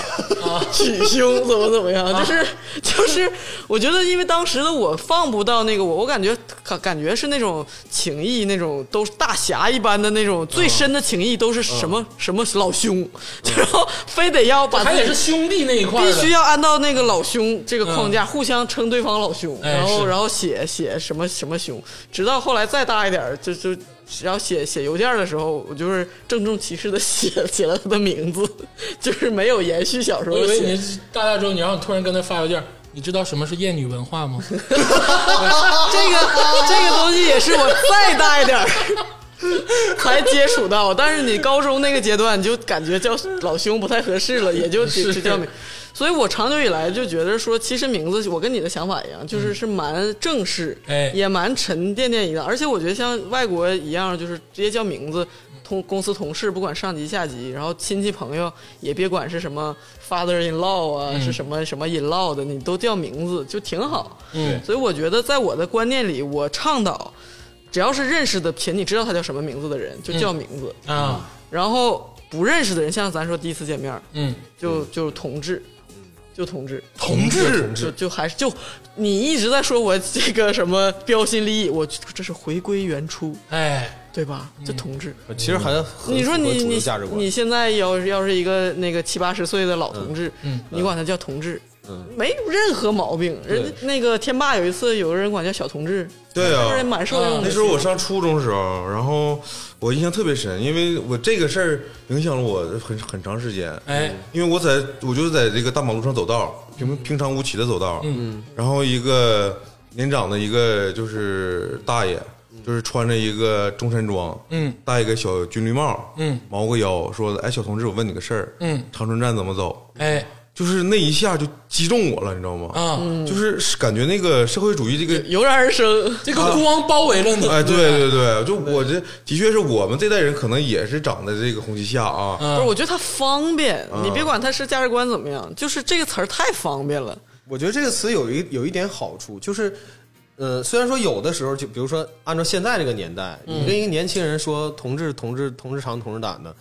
娶兄怎么怎么样，就是就是，我觉得因为当时的我放不到那个我，我感觉感感觉是那种情谊，那种都是大侠一般的那种最深的情谊，都是什么什么老兄， 然后非得要把还自得是己兄弟那一块儿必的嗯须要按照那个老兄这个框架，互相称对方老兄，哎然是后然后写写什么什么兄，直到后来再大一点儿，就就然后写写邮件的时候，我就是郑重其事的写写了他的名字， 就是没有延续小时候我以的为写。你大大之后，你让我突然跟他发邮件，你知道什么是厌女文化吗？这 个这个东西也是我再大一点儿 才接触到，但是你高中那个阶段，你就感觉叫老兄不太合适了，也就只 是只叫名。所以我长久以来就觉得说，其实名字我跟你的想法一样，就是是蛮正式，嗯哎也蛮沉甸甸一样。而且我觉得像外国一样，就是直接叫名字，同公司同事不管上级下级，然后亲戚朋友也别管是什么 father in law 嗯啊，是什么什么 in law 的，你都叫名字就挺好。嗯所以我觉得在我的观念里，我倡导，只要是认识的且你知道他叫什么名字的人，就叫名字。嗯啊，然后不认识的人，像咱说第一次见面儿，嗯，就就同志，就同志，同志，就就还是就你一直在说我这个什么标新立异，我这是回归原初，哎，对吧？就同志，其实还很嗯你说嗯符合你主流你价值观你现在要是要是一个那个七八十岁的老同志，嗯你管他叫同志，没任何毛病。人家那个天霸有一次有个人管叫小同志，对啊让人蛮受用那的时。候我上初中的时候，然后我印象特别深，因为我这个事儿影响了我很很长时间。哎，因为我在我就在这个大马路上走道，平平常无奇的走道，嗯，然后一个年长的一个就是大爷，就是穿着一个中山装，嗯，戴一个小军绿帽，嗯，猫个腰，说：“哎，小同志，我问你个事儿，嗯长春站怎么走？”哎，就是那一下就击中我了，你知道吗？啊，就是感觉那个社会主义这个油然而生，这个光包围了你，哎，对对对，就我这的确是我们这代人可能也是长在这个红旗下嗯啊，不是？我觉得他方便，你别管他是价值观怎么样，就是这个词儿太方便了。我觉得这个词有一有一点好处，就是，呃，虽然说有的时候，就比如说按照现在这个年代，嗯你跟一个年轻人说“同志”“同志”“同志长”“同志胆”的，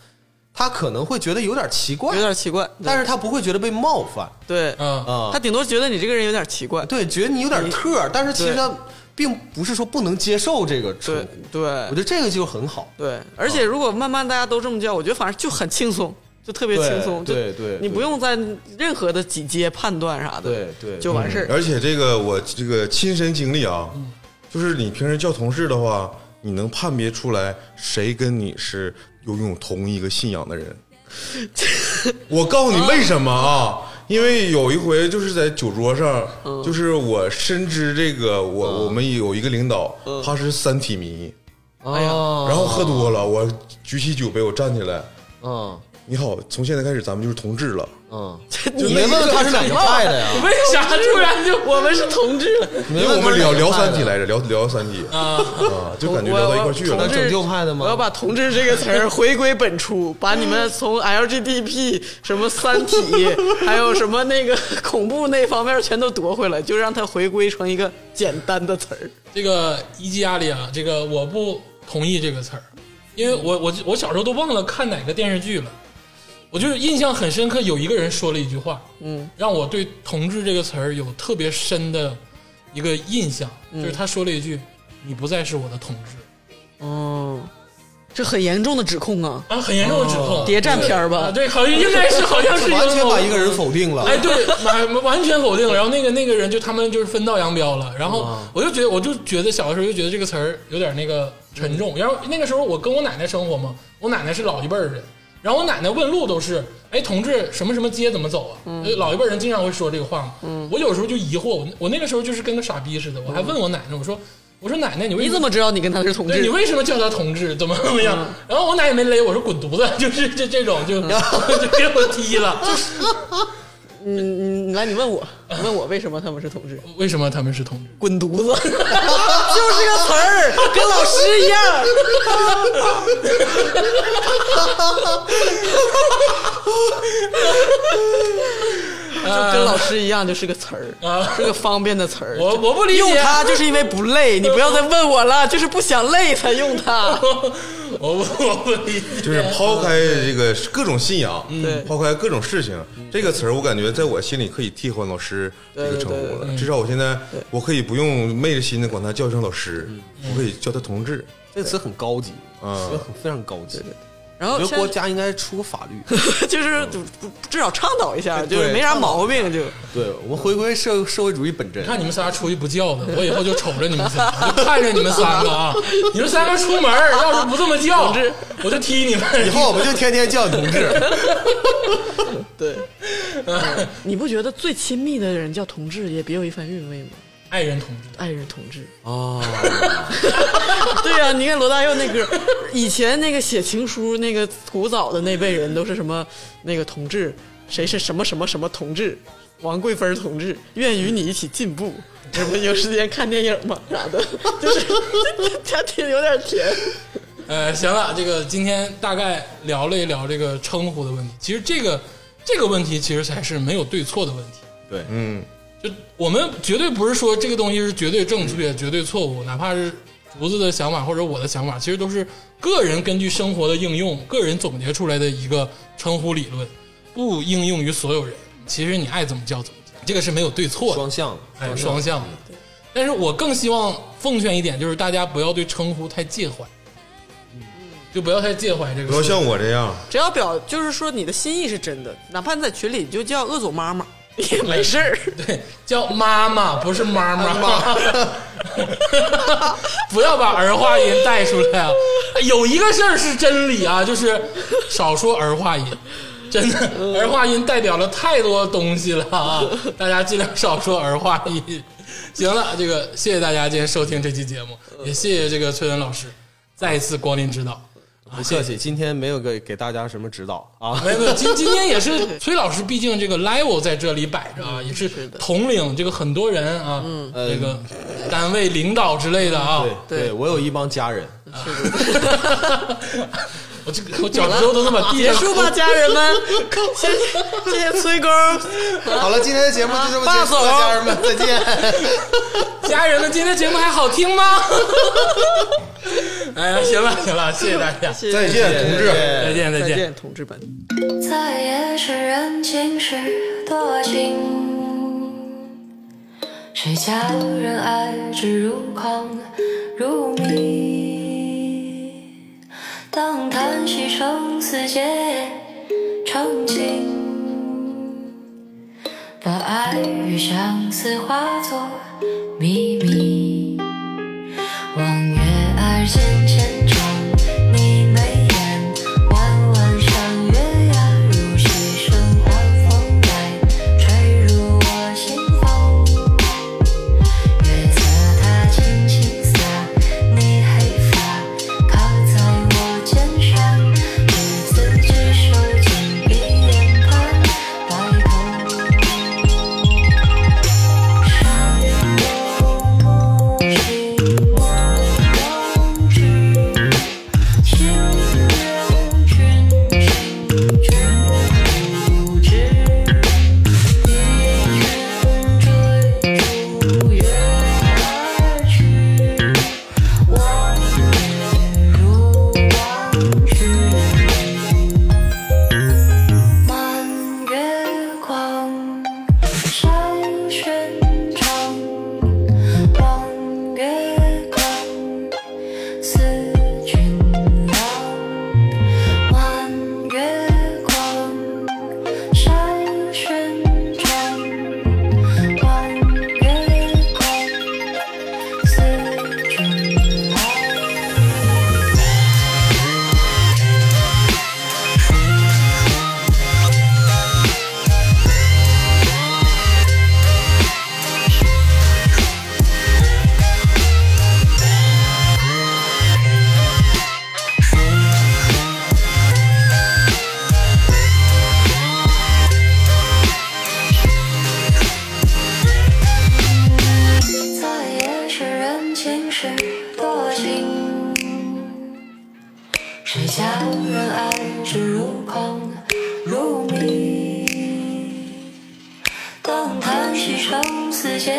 他可能会觉得有点奇怪有，点奇怪，但是他不会觉得被冒犯对，啊，啊他。顶多觉得你这个人有点奇怪，对，觉得你有点特儿，但是其实他并不是说不能接受这个称对呼，我对觉得这个就很好。对，而且如果慢慢大家都这么叫，我觉得反正就很轻松，就特别对轻松，就对对你对不用在任何的几阶判断啥的，对对就完事儿。而且这个我这个亲身经历啊，就是你平时叫同事的话，你能判别出来谁跟你是拥有同一个信仰的人。 我告诉你为什么哦啊？因为有一回就是在酒桌上，嗯就是我深知这个我我们有一个领导，嗯他是《三体》迷，哎呀，哦然后喝多了，我举起酒杯，我站起来，嗯你好，从现在开始咱们就是同志了。嗯，你你没问他是哪个派的呀？ 为啥突然就我们是同志了？因因为我们聊聊三体来着，聊聊三体啊就感觉聊到一块儿去我要了那。拯救派的吗我要把“同志”这个词儿回归本初，把你们从 LGBT 什么《三体》，还有什么那个恐怖那方面全都夺回来，就让它回归成一个简单的词儿。这个一季阿里啊，这个我不同意这个词儿，因为我我我小时候都忘了看哪个电视剧了。我就是印象很深刻，有一个人说了一句话，嗯，让我对“同志”这个词儿有特别深的一个印象，就是他说了一句：“你不再是我的同志。”哦，这很严重的指控啊！啊，很严重的指控，谍战片儿吧啊，对，好像应该是好像是完全把某一个人否定了。哎，对，完完全否定。然后那个那个人就他们就是分道扬镳了。然哦后我就觉得，我就觉得小的时候就觉得这个词儿有点那个沉重。然后那个时候我跟我奶奶生活嘛，我奶奶是老一辈儿人，然后我奶奶问路都是，哎，同志，什么什么街怎么走啊？嗯呃老一辈人经常会说这个话嘛。我有时候就疑惑，我我那个时候就是跟个傻逼似的，我还问我奶奶，我说我说奶奶，你为嗯你什么怎么知道你跟他是同对志你？为什么叫他同志？怎么怎么样？然后我奶也没勒我，说滚犊子，就是这这种 就就给我踢 了。你你你嗯来，你问我，你问我为什么他们是同志？为什么他们是同志？滚犊子， 就是个词儿，跟老师 一样。就跟老师一样，就是个词儿，啊是个方便的词儿。我我不理解用它就是因为不累，你不要再问我了，就是不想累才用 它。 我不我不理解。就是抛开这个各种信仰，对抛开各种事情，这个词儿我感觉在我心里可以替换老师这个称呼了。至少我现在我可以不用昧着心的管他叫一声老师，我可以叫他同志。这个词很高级，嗯词很非常高级。然我后觉得现国在家应该出个法律， 就是至少倡导一下，就是对没啥毛病就。 对我们回归社社会主义本真。看你们仨出去不叫的，我以后就瞅着你们仨，我就看着你们三个啊！你们三个出门，要是不这么叫，我就踢你们。以后我们就天天叫同志，对，你不觉得最亲密的人叫同志也别有一番韵味吗？爱人同志，爱人同志哦， 对呀、你看罗大佑那歌，以前那个写情书那个古早的那辈人都是什么那个同志，谁是什么什么什么同志，王桂芬同志，愿与你一起进步。什么有时间看电影吗？啥的，就是 他挺有点甜。呃，行了，这个今天大概聊了一聊这个称呼的问题。其实这个这个问题其实才是没有对错的问题。对，嗯，就我们绝对不是说这个东西是绝对正确、绝对错误，哪怕是竹子的想法或者我的想法，其实都是个人根据生活的应用、个人总结出来的一个称呼理论，不应用于所有人。其实你爱怎么叫怎么叫，这个是没有对错的， 双向，哎，双向的。但是我更希望奉劝一点，就是大家不要对称呼太介怀，就不要太介怀这个。不要像我这样，只要表就是说你的心意是真的，哪怕你在群里就叫恶总妈妈也没事儿。对，叫妈妈不是妈妈， 不要把儿化音带出来啊！有一个事儿是真理啊，就是少说儿化音，真的，儿化音代表了太多东西了啊！大家尽量少说儿化音。行了，这个谢谢大家今天收听这期节目，也谢谢这个崔文老师再一次光临指导。不客气。今天没有给给大家什么指导啊， 没有没有，今今天也是崔老师，毕竟这个 level 在这里摆着啊，也是统领这个很多人啊，呃这个单位领导之类的啊。对对，我有一帮家人， 我这个我脚趾头都能把地结上 束吧，家人们，谢谢谢谢崔工。好了，今天的节目就这么霸结束了，总家人们，再 见。家人们，今天节目还好听吗？ 哎呀，行了行了，谢谢大家，谢谢再见，同志。再见再再见。见，同志们。在夜深人静时多情，谁叫人爱之如狂如迷？当叹息声嘶皆成烬，把爱与相思化作秘密。望月儿渐渐长，你眉眼弯弯上，月牙如细声，晚风来吹入我心房。月色它轻轻洒，你黑发靠在我肩上，执子之手，紧闭眼盼白头。世界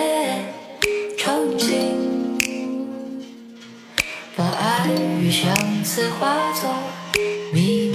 憧憬，把爱与相思化作秘密。